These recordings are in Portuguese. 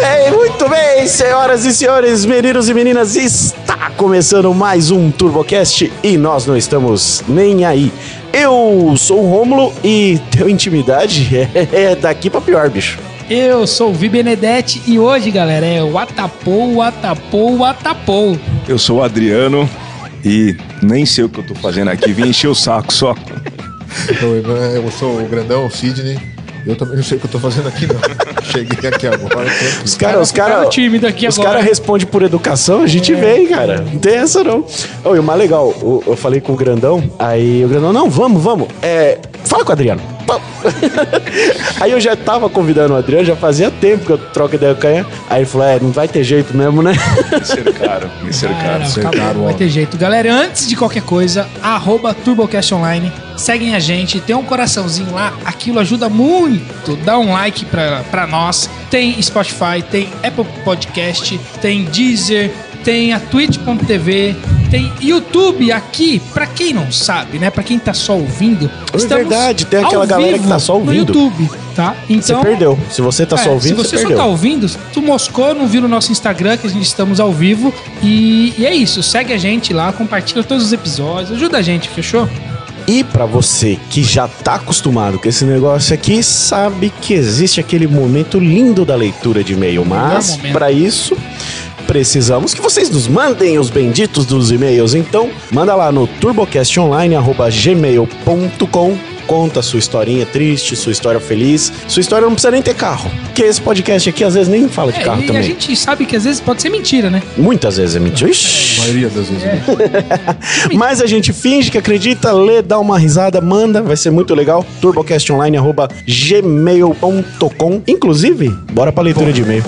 bem, muito bem, senhoras e senhores, meninos e meninas, está começando mais um TurboCast e nós não estamos nem aí. Eu sou o Rômulo e teu intimidade é daqui pra pior, bicho. Eu sou o Vi Benedetti e hoje, galera, é o Atapou, Atapou, Atapou. Eu sou o Adriano e nem sei o que eu tô fazendo aqui, vim encher o saco só. Então, eu sou o grandão, o Sidney. Eu também não sei o que eu tô fazendo aqui, não. Cheguei aqui agora. Os caras, os ficaram caras. tímidos aqui Os agora. É. caras respondem por educação, a gente vem, cara. Não tem essa, não. Ô, e o mais legal, eu, eu falei com o Grandão, aí o Grandão, não, vamos, vamos. É, fala com o Adriano. Vamos. aí eu já tava convidando o Adriano, já fazia tempo que eu troco ideia com ele. Aí ele falou, é, não vai ter jeito mesmo, né? Me cercaram, me cercaram. Cara, cercaram, acabou, não vai homem. ter jeito. Galera, antes de qualquer coisa, arroba TurboCast Online, seguem a gente, tem um coraçãozinho lá, aquilo ajuda muito. Dá um like pra, pra nós. Tem Spotify, tem Apple Podcast, tem Deezer, tem a Twitch.tv, tem YouTube aqui, pra quem não sabe, né? Pra quem tá só ouvindo. É verdade, tem aquela ao galera que vivo tá só ouvindo. No YouTube, tá? Você Então, perdeu. Se você tá é, só ouvindo, se você, só perdeu. tá ouvindo, tu moscou, não viu no nosso Instagram que a gente estamos ao vivo. E, e é isso, segue a gente lá, compartilha todos os episódios, ajuda a gente, fechou? E pra você que já tá acostumado com esse negócio aqui, sabe que existe aquele momento lindo da leitura de e-mail, mas momento. pra isso precisamos que vocês nos mandem os benditos dos e-mails. Então, manda lá no turbocastonline@gmail.com. Conta sua historinha triste, sua história feliz. Sua história não precisa nem ter carro. Porque esse podcast aqui às vezes nem fala de É, carro e a também. gente sabe que às vezes pode ser mentira, né? Muitas vezes é mentira. A Ixi. maioria das vezes. É. né? Mas a gente finge que acredita, lê, dá uma risada, manda, vai ser muito legal. turbocastonline.gmail.com Inclusive, bora pra leitura de e-mail.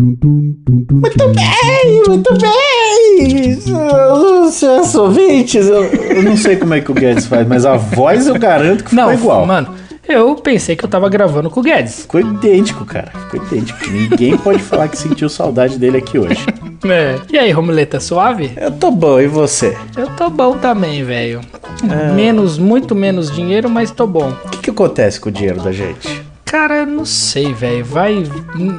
Muito bem, muito bem! Seus ouvintes, Eu não sei como é que o Guedes faz, mas a voz eu garanto que ficou Não, igual. mano, eu pensei que eu tava gravando com o Guedes. Ficou idêntico, cara. Ficou idêntico. Ninguém pode falar que sentiu saudade dele aqui hoje. É. E aí, Romuleta, suave? Eu tô bom, e você? Eu tô bom também, velho. É. Menos, muito menos dinheiro, mas tô bom. O que, que acontece com o dinheiro da gente? Cara, eu não sei, velho. Vai.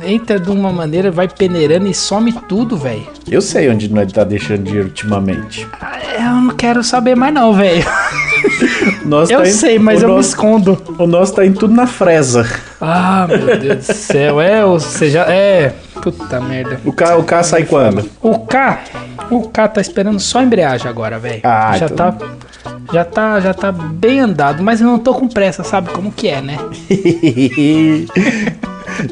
Entra de uma maneira, vai peneirando e some tudo, velho. Eu sei onde nós tá deixando dinheiro ultimamente. Ah, Eu não quero saber mais, não, velho. Nós Eu tá em- sei, mas o eu me nosso, escondo. O nosso tá em tudo na fresa. Ah, meu Deus do céu. É, ou seja, é. Puta merda. O K, o K sai quando? O K, o K tá esperando só a embreagem agora, velho. Ah, já então- tá já tá já tá bem andado, mas eu não tô com pressa, sabe como que é, né?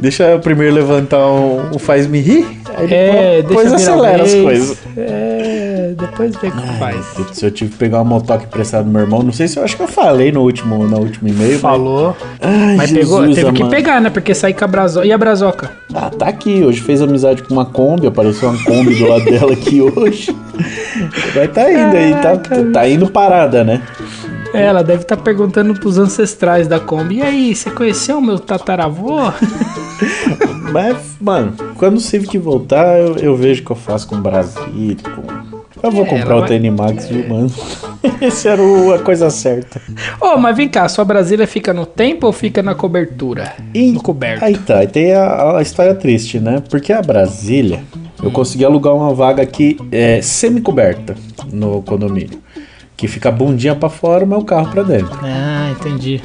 Deixa eu primeiro levantar um, um faz-me rir. Aí É, depois deixa virar o acelera as mês. coisas. É, depois vê como faz. Se eu tive que pegar uma motoca emprestada do meu irmão, não sei se eu acho que eu falei no último, no último e-mail. Falou, Mas, Ai, mas Jesus pegou, teve que amado. pegar, né? Porque saí com a brazoca. E a brazoca? Ah, tá aqui. Hoje fez amizade com uma Kombi. Apareceu uma Kombi do lado dela aqui hoje. Vai tá indo aí. Tá, tá indo parada, né? É, Ela deve estar perguntando pros ancestrais da Kombi. E aí, você conheceu o meu tataravô? Mas, mano, quando o Civic voltar, eu, eu vejo o que eu faço com o Brasil. Com... Eu vou É, comprar ela o vai- Tenimax, viu, mano? Essa era o- a coisa certa. Ô, mas vem cá, sua Brasília fica no tempo ou fica na cobertura? E- No coberto. Aí tá, e tem a, a história triste, né? Porque a Brasília, eu consegui alugar uma vaga aqui é, semi-coberta no condomínio. Que fica a bundinha pra fora, mas o carro pra dentro. Ah, entendi.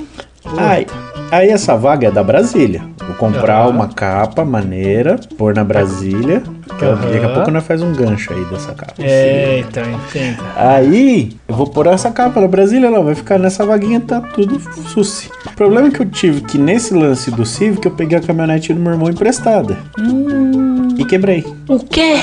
Aí, aí essa vaga é da Brasília. Vou comprar uma capa maneira, pôr na Brasília. que eu- Daqui a Aham. pouco nós faz um gancho aí dessa capa. É, então, entendo. Aí, eu vou pôr essa capa na Brasília, ela vai ficar nessa vaguinha, tá tudo suci. O problema é que eu tive que nesse lance do Civic, eu peguei a caminhonete do meu irmão emprestada. E quebrei. O quê?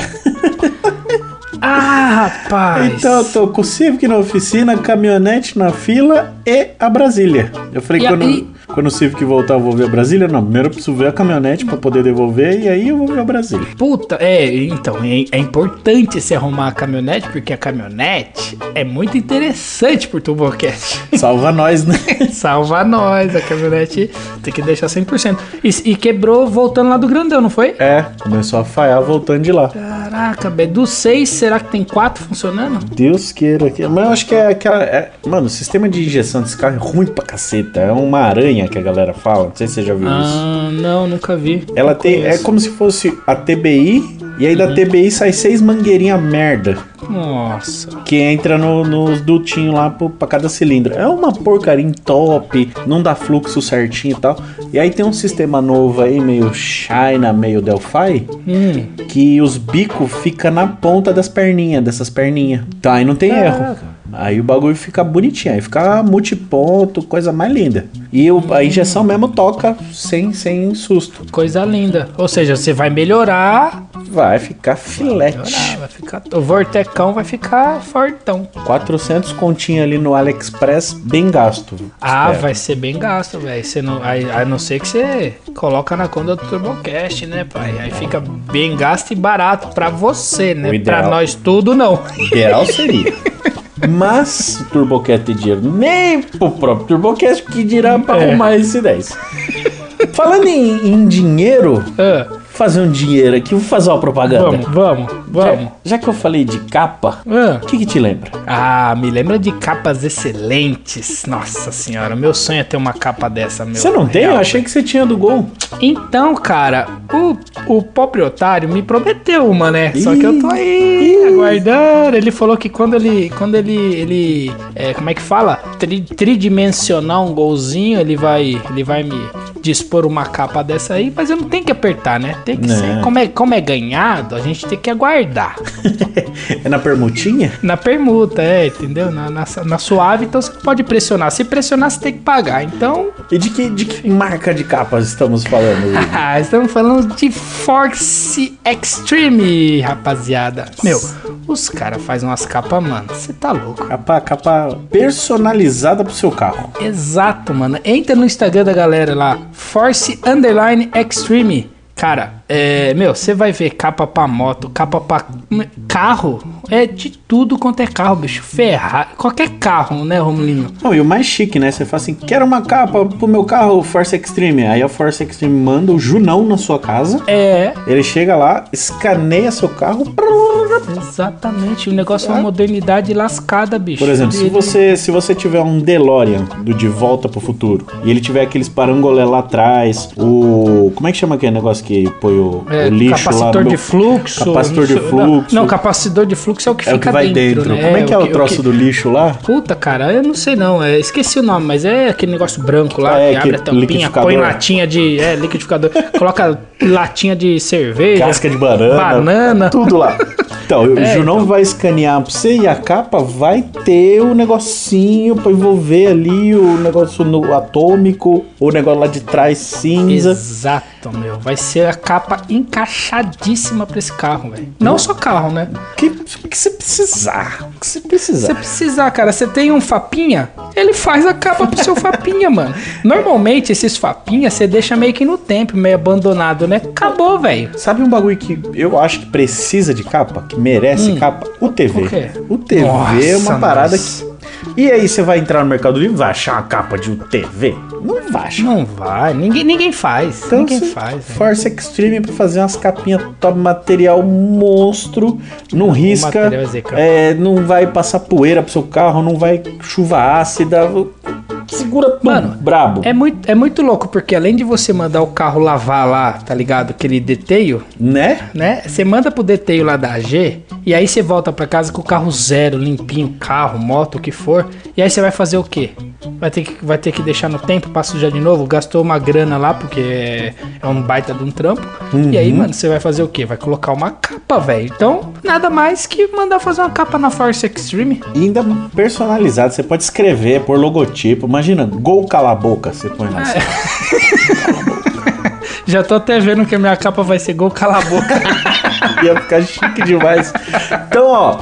ah, rapaz. Então eu tô com o Civic na oficina, caminhonete na fila e a Brasília. Eu falei, E a- quando, e- quando Quando o Civic voltar, eu vou ver a Brasília? Não, primeiro eu preciso ver a caminhonete pra poder devolver e aí eu vou ver a Brasília. Puta, é, então, é, é importante se arrumar a caminhonete, porque a caminhonete é muito interessante pro Turbocast. Salva nós, né? Salva nós, a caminhonete tem que deixar 100%. E, e quebrou voltando lá do Grandão, não foi? É, começou a falhar voltando de lá. Caraca, Bé, dos seis, será que tem quatro funcionando? Deus queira. Que... Mas eu acho que é aquela. é- Mano, o sistema de injeção desse carro é ruim pra caceta. É uma aranha que a galera fala. Não sei se você já viu isso. Ah, não, nunca vi. Ela Não tem. É conheço. Uhum. como se fosse a TBI. E aí da TBI sai seis mangueirinhas merda. Nossa. Que entra no- nos dutinhos lá pro, pra cada cilindro. É uma porcaria em top, não dá fluxo certinho e tal. E aí tem um sistema novo aí, meio China, meio Delphi, Hum, que os bicos fica na ponta das perninhas, dessas perninhas. Tá, aí não tem erro. Aí o bagulho fica bonitinho, aí fica multiponto, coisa mais linda. E o- a injeção mesmo toca sem, sem susto. coisa linda. Ou seja, você vai melhorar. Vai ficar filete. melhorar vai ficar, o Vortecão vai ficar fortão. 400 continha ali no AliExpress, bem gasto. Ah, Espero. vai ser bem gasto, velho. Você não- A, a não ser que você coloca na conta do TurboCast, né, pai? Aí fica bem gasto e barato pra você, O né? ideal. Pra nós tudo, não. Ideal seria. Mas o TurboCast tem dinheiro nem pro próprio TurboCast que dirá pra É. arrumar esse 10. Falando em, em dinheiro, Ah, fazer um dinheiro aqui, vou fazer uma propaganda. vamos, vamos, vamos. Já, já que eu falei de capa, Ah. o que que te lembra? Ah, me lembra de capas excelentes. Nossa senhora, meu sonho é ter uma capa dessa, meu. Você não tem? Eu achei que você tinha do gol. Então, cara, o, o pobre otário me prometeu uma, né? Só que eu tô aí Ih. aguardando. Ele falou que quando ele. Quando ele. ele é, como é que fala? Tri- tridimensionar um golzinho, ele vai. Ele vai me dispor uma capa dessa aí, mas eu não tenho que apertar, né? Tem que Não. ser. Como é, como é ganhado, a gente tem que aguardar. É na permutinha? Na permuta, é, entendeu? Na, na, na suave, então você pode pressionar. Se pressionar, você tem que pagar. Então, E de que, de que marca de capas estamos falando? Will? ah, estamos falando de Force Extreme, rapaziada. Meu, os caras fazem umas capas, mano. Você tá louco. capa, capa personalizada pro seu carro. Exato, mano. Entra no Instagram da galera lá, Force Underline Extreme. Cara, é, meu, você vai ver capa pra moto, capa pra hum, carro, é de tudo quanto é carro, bicho. Ferrari, qualquer carro, né, Romulinho? Não, e o mais chique, né? Você fala assim, quero uma capa pro meu carro Force Extreme. Aí a Force Extreme manda o Junão na sua casa. É, Ele chega lá, escaneia seu carro. Exatamente, o negócio é uma modernidade lascada, bicho. Por exemplo, se Ele- você, se você tiver um DeLorean do De Volta pro Futuro e ele tiver aqueles parangolé lá atrás, o. Como é que chama aquele negócio que põe o, É, o lixo lá? capacitor no- de fluxo. Capacitor de não sei- fluxo. Não, capacitor de fluxo é o que É fica o que vai dentro. né? Como é que é o, que- troço que- do lixo lá? Puta, cara, eu não sei não. É, esqueci o nome, mas é aquele negócio branco lá Ah, é, que abre que a tampinha, liquidificador. põe latinha de. É, liquidificador. coloca latinha de cerveja. Casca de banana. Banana. Tudo lá. Então, o É, Junão vai escanear pra você e a capa vai ter o negocinho pra envolver ali o negócio no atômico, o negócio lá de trás cinza. Exato, meu. Vai ser a capa encaixadíssima pra esse carro, velho. Não só carro, né? O que, o que você precisar? O que você você precisar? precisar, cara, você tem um Fapinha, ele faz a capa pro seu Fapinha, mano. Normalmente, esses Fapinha você deixa meio que no tempo, meio abandonado, né? Acabou, velho. Sabe um bagulho que eu acho que precisa de capa, que merece capa? O TV. Hum. O quê? O TV é Nossa, uma parada nossa. que. E aí você vai entrar no Mercado Livre e vai achar uma capa de um TV? Não vai achar. Não vai, ninguém, ninguém faz. Então, ninguém se faz. né? velho. Force Extreme pra fazer umas capinhas top, material monstro, não risca, material é zica. é, não vai passar poeira pro seu carro, não vai chuva ácida, segura tudo, Mano, brabo. É muito, é muito louco, porque além de você mandar o carro lavar lá, tá ligado? Aquele deteio, Né? né? Você manda pro deteio lá da AG, e aí você volta pra casa com o carro zero, limpinho, carro, moto, o que for. E aí você vai fazer o quê? Vai ter que, vai ter que deixar no tempo pra sujar de novo? Gastou uma grana lá, porque é, é um baita de um trampo. E aí, mano, você vai fazer o quê? Vai colocar uma capa, velho. Então, nada mais que mandar fazer uma capa na Force Extreme. E ainda personalizado, você pode escrever, pôr logotipo. Imagina, gol cala a boca, você põe lá. assim. Já tô até vendo que a minha capa vai ser gol cala a boca. É. Ia ficar chique demais. Então, ó,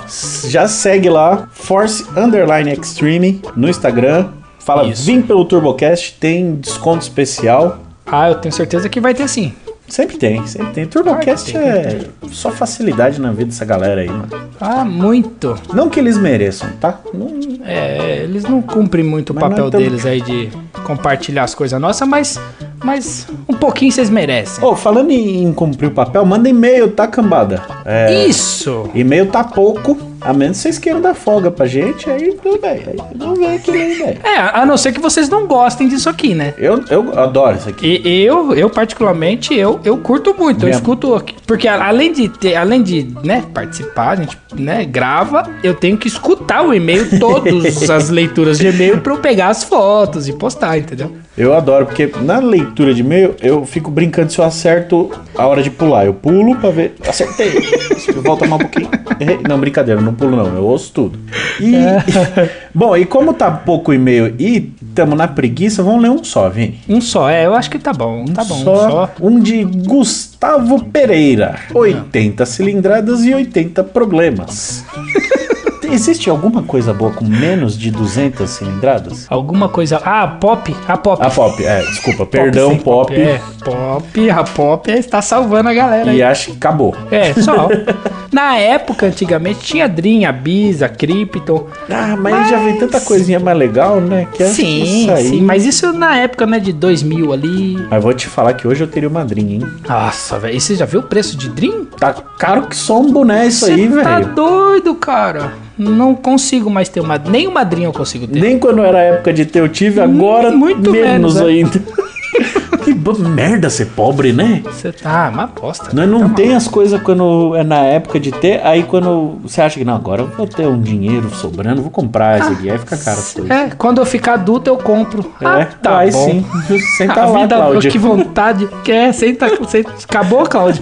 já segue lá, Force Underline Extreme no Instagram. Fala, Isso. vim pelo TurboCast, tem desconto especial. Ah, eu tenho certeza que vai ter sim. Sempre tem, sempre tem. TurboCast é só facilidade na vida dessa galera aí, mano. Ah, muito. Não que eles mereçam, tá? Não, É, eles não cumprem muito o Mas nós papel tamo- deles aí de compartilhar as coisas nossas, mas, mas um pouquinho vocês merecem. Ô, falando em, em cumprir o papel, manda e-mail, tá, cambada? É, Isso! e-mail tá pouco, a menos que vocês queiram dar folga pra gente, aí tudo bem. Aí vamos ver aqui, né, velho? É, a não ser que vocês não gostem disso aqui, né? Eu, eu adoro isso aqui. E eu, eu particularmente, eu, eu curto muito, eu Mesmo. escuto aqui. Porque a- além de ter, além de, né, participar, a gente, né, grava, eu tenho que escutar o e-mail, todas as leituras de e-mail pra eu pegar as fotos e postar, entendeu? Eu adoro, porque na leitura de e-mail eu fico brincando se eu acerto a hora de pular. Eu pulo pra ver. Acertei. Volta mais um pouquinho. Errei. Não, brincadeira, eu não pulo não, eu ouço tudo. E- Bom, e como tá pouco e-mail e tamo na preguiça, vamos ler um só, Vini. Um só, é, eu acho que tá bom, tá bom, um só. só, um de Gustavo Pereira. 80 cilindradas e 80 problemas. Existe alguma coisa boa com menos de 200 cilindradas? Alguma coisa. Ah, pop? A pop. A Pop, é, desculpa, perdão, sim, Pop. É, pop, a pop está salvando a galera aí. E acho que acabou. É, só. Na época, antigamente, tinha Dream, Abisa, Krypton. Ah, mas, já vem tanta coisinha mais legal, né? Que acho que Sim, isso aí- sim. Mas isso na época, né, de 2000 ali. Mas vou te falar que hoje eu teria uma madrinha, hein? Nossa, velho. E você já viu o preço de Dream? Tá caro que só um boné isso Cê aí, tá velho. doido, cara. Não consigo mais ter uma... Nem uma Dream eu consigo ter. Nem quando era época de ter eu tive, agora muito menos menos, é. ainda. que bo- merda ser pobre, né? Você tá uma bosta. Nós não tem as coisas quando é na época de ter, aí quando você acha que não, agora eu vou ter um dinheiro sobrando, vou comprar isso aqui, aí fica caro as coisas. É, quando eu ficar adulto, eu compro. É, aí sim. Senta ah, tá a tá lá, vida, Cláudia. que vontade que é, senta, senta, acabou, Cláudio.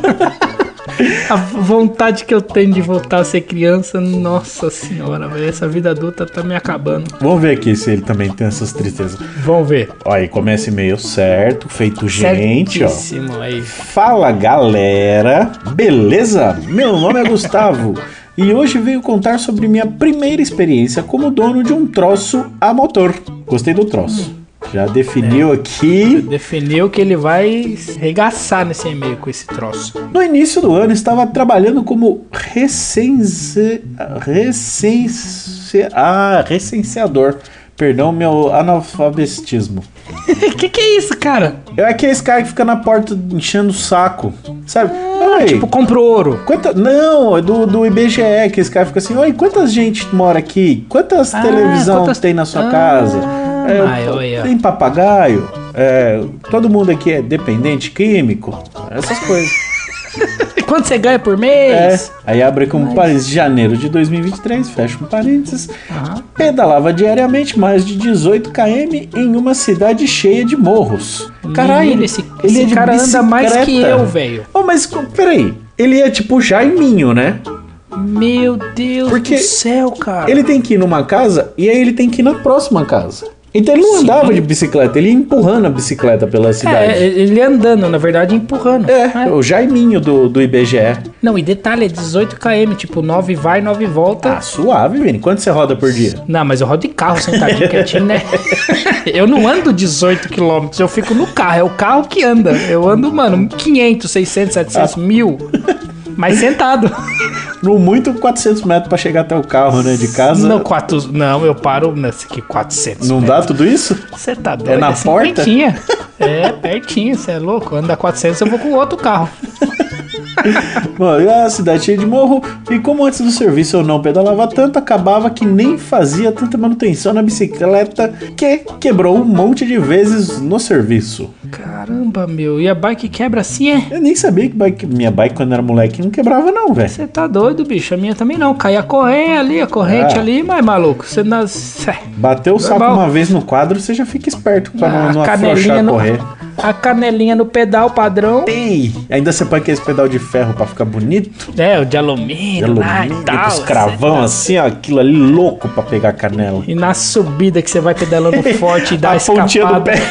A vontade que eu tenho de voltar a ser criança, nossa senhora, velho, essa vida adulta tá me acabando. Vamos ver aqui se ele também tem essas tristezas. Vamos ver. Ó, Aí começa e-mail certo, feito gente, ó. Certíssimo, é isso. Fala galera, beleza? Meu nome é Gustavo e hoje venho contar sobre minha primeira experiência como dono de um troço a motor. Gostei do troço. Já definiu aqui. Definiu que ele vai regaçar nesse e-mail com esse troço. No início do ano estava trabalhando como recense... recense... Ah, recenseador. Perdão, meu analfabetismo. que que é isso, cara? É aqueles cara que fica na porta enchendo o saco, sabe? Ah, Oi. Tipo, compro ouro. Quanta... Não, é do, do IBGE, que esse cara fica assim, oi, quantas gente mora aqui? Quantas Ah, televisão quantas- tem na sua Ah, casa? É, ai, olha. tem papagaio? É, todo mundo aqui é dependente químico? Essas coisas. Quanto você ganha por É. mês? Aí abre como parênteses, janeiro de 2023, fecha um parênteses. Aham. Pedalava diariamente mais de 18 km em uma cidade cheia de morros. Caralho, Menino, esse, esse é de cara anda mais que bicicleta. eu, velho. Oh, mas co- peraí, ele é tipo Jaiminho, né? Meu Deus Porque do céu, cara. Ele tem que ir numa casa e aí ele tem que ir na próxima casa. Então ele não andava de bicicleta, ele ia empurrando a bicicleta pela É, cidade. ele andando, na verdade, empurrando. É, o Jaiminho do, do IBGE. Não, e detalhe, é 18 km, tipo, 9 vai, 9 volta. Ah, suave, Vini. Quanto você roda por dia? Não, mas eu rodo de carro sentadinho quietinho, né? eu não ando 18 km, eu fico no carro, é o carro que anda. Eu ando, mano, 500, 600, Ah. 700, mil, mas sentado. No muito 400 metros pra chegar até o carro, né? De casa. Não, quatro, não eu paro né, nessa aqui, 400. Não dá tudo isso? né? Você tá doido? na porta? Pertinho. É, pertinho, você é louco. Anda 400, eu vou com outro carro. Mano, e a cidade cheia de morro. E como antes do serviço eu não pedalava tanto, acabava que nem fazia tanta manutenção na bicicleta que quebrou um monte de vezes no serviço. Caramba, meu, e a bike quebra assim, é? Eu nem sabia que bike- minha bike quando era moleque não quebrava, não, velho. Você tá doido, bicho. A minha também não. Cai a corrente ali, a corrente Ah. ali, mas maluco, você não. cê- Bateu o saco Normal. uma vez no quadro, você já fica esperto pra não, não afrouxar a Ah, no, correr. a canelinha no pedal padrão. Ei, ainda você põe aquele pedal de ferro pra ficar bonito? É, o de alumínio, De lá alumínio, e tal. dos cravão assim, ó, aquilo ali louco pra pegar a canela. E na subida que você vai pedalando forte e dá a pontinha do escapada. pé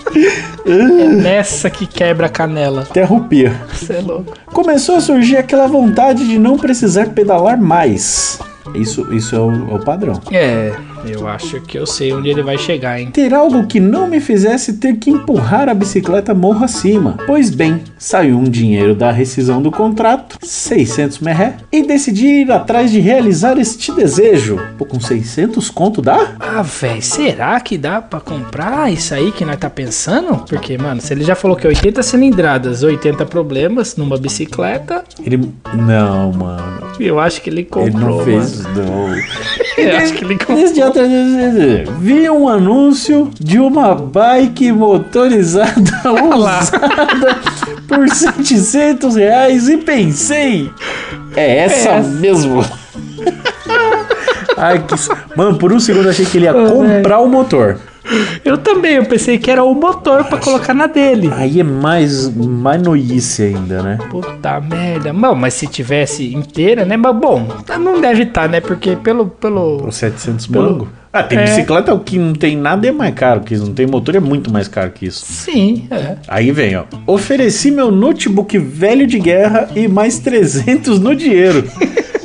É nessa que quebra a canela. até rupia. Você é louco. Começou a surgir aquela vontade de não precisar pedalar mais. Isso, isso é, o, é o padrão. É, Eu acho que eu sei onde ele vai chegar, hein? Ter algo que não me fizesse ter que empurrar a bicicleta morro acima. Pois bem, saiu um dinheiro da rescisão do contrato, 600 merré, e decidi ir atrás de realizar este desejo. Pô, com 600 conto dá? Ah, velho, será que dá pra comprar isso aí que nós tá pensando? Porque, mano, se ele já falou que é 80 cilindradas, 80 problemas numa bicicleta, Ele. Não, mano. eu acho que ele comprou. Ele não mano. fez, não. Eu acho que ele comprou. Desde outra vez, vi um anúncio de uma bike motorizada usada por 700 reais e pensei, é essa mesmo. Ai, que... s- Mano, por um segundo eu achei que ele ia comprar o motor. Eu também, eu pensei que era o motor pra colocar na dele. Aí é mais, mais noice ainda, né? Puta merda. Bom, mas se tivesse inteira, né? Mas bom, tá- não deve estar, né? Porque pelo. pelo... Por 700 Pelo- bango. Ah, tem É. bicicleta que não tem nada é mais caro que isso. Não tem motor é muito mais caro que isso. Sim, é. Aí vem, ó. Ofereci meu notebook velho de guerra e mais 300 no dinheiro.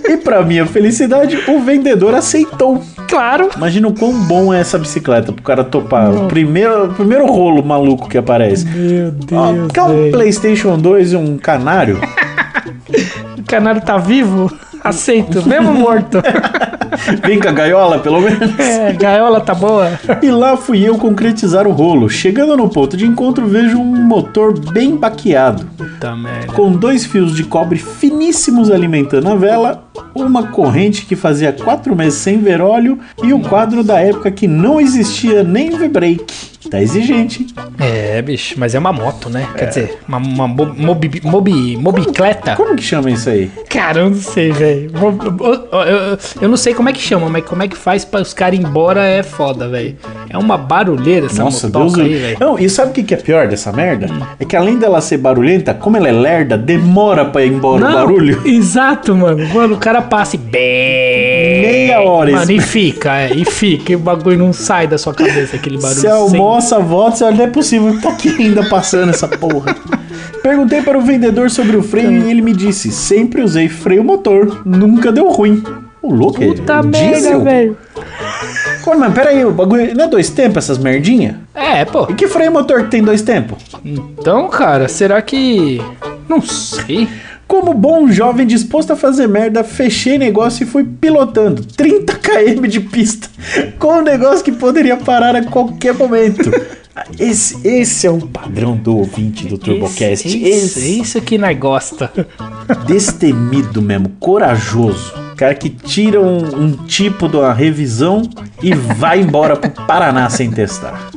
E pra minha felicidade, o vendedor aceitou. Claro. Imagina o quão bom é essa bicicleta pro cara topar. O primeiro, o primeiro rolo maluco que aparece. Meu Ó, quer um PlayStation 2 e um canário? O canário tá vivo? Aceito, mesmo morto. Vem com a gaiola, pelo menos. É, gaiola tá boa. E lá fui eu concretizar o rolo. Chegando no ponto de encontro, vejo um motor bem baqueado. Puta merda. com dois fios de cobre finíssimos alimentando a vela, uma corrente que fazia quatro meses sem ver óleo e o quadro da época que não existia nem V-brake. Tá exigente. hein? É, bicho, mas é uma moto, né? Quer dizer, uma, uma mo- mobi, mobi, mobicleta. Como que chama isso aí? Cara, eu não sei, velho. Mo- eu- eu- Eu não sei como é que chama, mas como é que faz pra os caras ir embora é foda, velho. É uma barulheira essa Nossa, motoca Deus. do- aí, velho. Não, e sabe o que que é pior dessa merda? É que além dela ser barulhenta, como ela é lerda, demora pra ir embora o um barulho. Exato, mano. Mano, o cara passa e bem. Meia hora, Mano, isso. e fica, é, e fica. E o bagulho não sai da sua cabeça, aquele barulho. Você almoça, volta, você olha, não é possível, tá aqui ainda passando essa porra. Perguntei para o vendedor sobre o freio e ele me disse: sempre usei freio motor, nunca deu ruim. O louco é Puta merda, diesel? velho. Pô, mas peraí, o bagulho não é dois tempos essas merdinha? É, pô. E que freio motor que tem dois tempos? Então, cara, será que. Não sei. Como bom jovem disposto a fazer merda, fechei negócio e fui pilotando 30 km de pista com um negócio que poderia parar a qualquer momento. Ah, Esse, esse é o padrão do ouvinte do Turbocast. Isso, Esse, isso, isso que nós gosta. destemido mesmo, corajoso. Cara que tira um, um tipo de uma revisão e vai embora pro Paraná sem testar.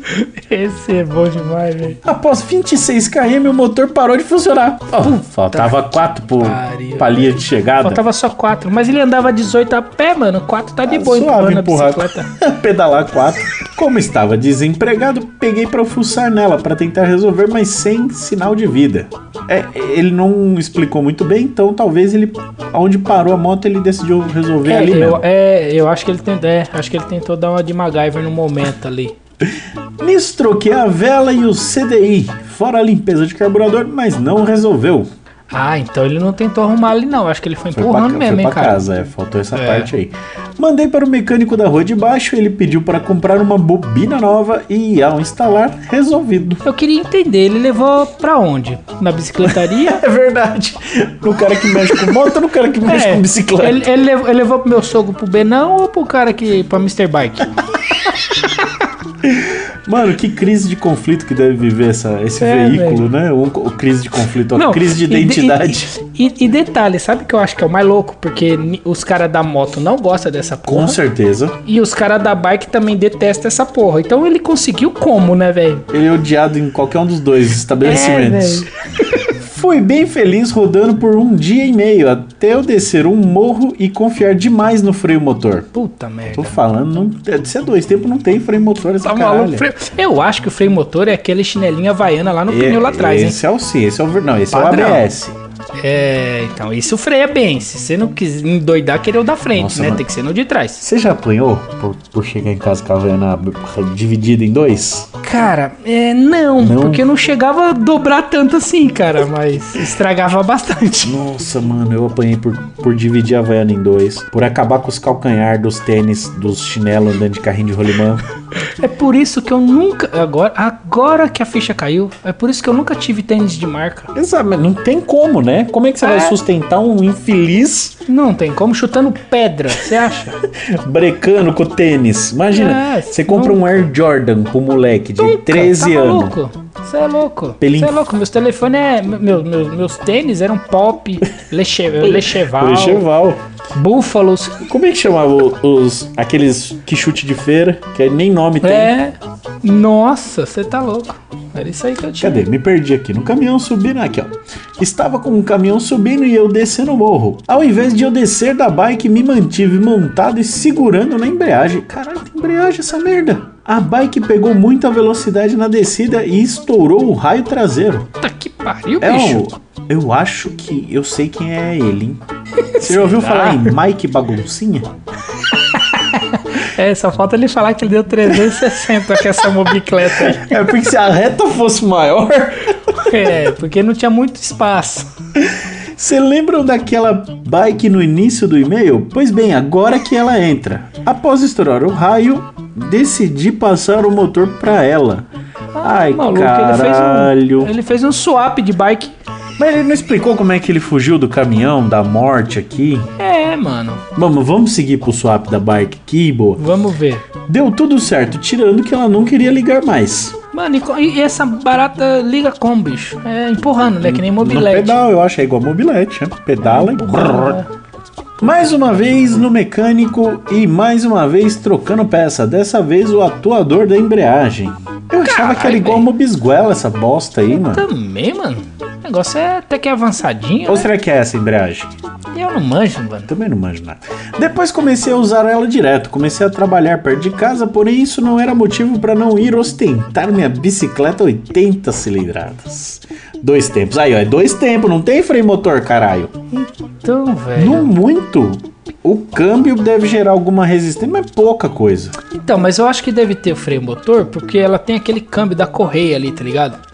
Esse é bom demais, velho. Após 26 km, o motor parou de funcionar. Ó, faltava 4 pro pariu, palinha de chegada. Faltava só quatro, mas ele andava 18 a pé, mano. Quatro tá de Ah, boa suave empurrando a empurrar. bicicleta. Pedalar 4. Como estava desempregado, peguei pra fuçar nela pra tentar resolver, mas sem sinal de vida. É, ele não explicou muito bem, então talvez ele, onde parou a moto, ele decidiu resolver É ali mesmo. eu, é, eu acho que ele tentou. É, acho que ele tentou dar uma de MacGyver no momento ali. Nisso troquei a vela e o CDI, fora a limpeza de carburador, mas não resolveu. Ah, então ele não tentou arrumar ali, não. Acho que ele foi Foi pra, empurrando ca- mesmo, foi hein, pra cara. casa, é, faltou essa É. parte aí. Mandei para o mecânico da rua de baixo, ele pediu para comprar uma bobina nova e ao instalar, resolvido. Eu queria entender, ele levou pra onde? Na bicicletaria? É verdade. No cara que mexe com moto, no cara que mexe É, com bicicleta. Ele, ele levou, ele levou pro meu sogro pro Benão ou pro cara que. pra Mr. Bike? Mano, que crise de conflito que deve viver essa, esse É, veículo, né? Um, co- crise de conflito, uma Não, crise de e de- identidade. E, e detalhe, sabe o que eu acho que é o mais louco? Porque ni- os caras da moto não gostam dessa porra. Com certeza. E os caras da bike também detestam essa porra. Então ele conseguiu como, né, velho? Ele é odiado em qualquer um dos É, dois estabelecimentos. Fui bem feliz rodando por um dia e meio até eu descer um morro e confiar demais no freio motor. Puta merda. Tô falando, não, deve ser dois tempos, não tem freio motor essa Tá caralho. maluco. Freio- Eu acho que o freio motor é aquele chinelinho havaiana lá no pneu lá atrás, hein? Esse é o sim, esse é o ver- não, esse Padrão. é o ABS. É, então, isso freia bem. Se você não quis endoidar, querer o da frente, Nossa, né? mano. Tem que ser no de trás. Você já apanhou por, por chegar em casa com a vena b- dividida em dois? Cara, é, não, Não? porque eu não chegava a dobrar tanto assim, cara, mas estragava bastante. Nossa, mano, eu apanhei por, por dividir a vena em dois. Por acabar com os calcanhar dos tênis, dos chinelos andando de carrinho de rolimã. É por isso que eu nunca. Agora, agora que a ficha caiu, é por isso que eu nunca tive tênis de marca. Exato, mas não tem como, né? Como é que você vai sustentar um infeliz Não tem como chutando pedra, você acha? brecando com o tênis? Imagina, É, você compra um Air Jordan pro moleque de Nunca, 13 tá anos. maluco? Você é louco. Pelo Você é inf- louco. Meus telefones é. Meu, meu- meus tênis eram pop, leche, lecheval, Lecheval. búfalos. Como é que chamava o- os, aqueles que chute de feira? Que nem nome tem. É. Nossa, você tá louco. Era isso aí que eu tinha. Cadê? Me perdi aqui. No caminhão subindo aqui, ó. Estava com um caminhão subindo e eu descendo o morro. Ao invés de eu descer da bike, me mantive montado e segurando na embreagem. Caralho, tem embreagem essa merda. A bike pegou muita velocidade na descida e estourou o raio traseiro. Puta que pariu, É bicho. o. Eu acho que eu sei quem é ele, hein? Você já ouviu falar em Mike Baguncinha? É, só falta ele falar que ele deu 360 com essa mobicleta aí. É porque se a reta fosse maior, É, porque não tinha muito espaço. Você lembram daquela bike no início do e-mail? Pois bem, agora que ela entra. Após estourar o raio, decidi passar o motor pra ela. Ai, maluco, caralho. ele fez um. Ele fez um swap de bike. Mas ele não explicou como é que ele fugiu do caminhão, da morte aqui. É, mano. Vamos, vamos seguir pro swap da bike aqui, boa. Vamos ver. Deu tudo certo, tirando que ela não queria ligar mais. Mano, e, co- e essa barata liga com, bicho? É empurrando, né? Que nem No mobilete. Uhum. pedal, eu acho, é igual mobilete, né? Pedala e... brrr. Mais uma vez no mecânico e mais uma vez trocando peça, dessa vez o atuador da embreagem. Eu achava que era igual uma bisguela essa bosta aí, mano. É, Também, mano. O negócio é até que é avançadinho. Ou será que é essa embreagem? né? Eu não manjo, mano. Também não manjo nada. Depois comecei a usar ela direto, comecei a trabalhar perto de casa, porém isso não era motivo para não ir ostentar minha bicicleta 80 cilindradas. Dois tempos. Aí, ó, é dois tempos, não tem freio motor, caralho. Então, velho. No muito, o câmbio deve gerar alguma resistência, mas pouca coisa. Então, mas eu acho que deve ter o freio motor, porque ela tem aquele câmbio da correia ali, tá ligado?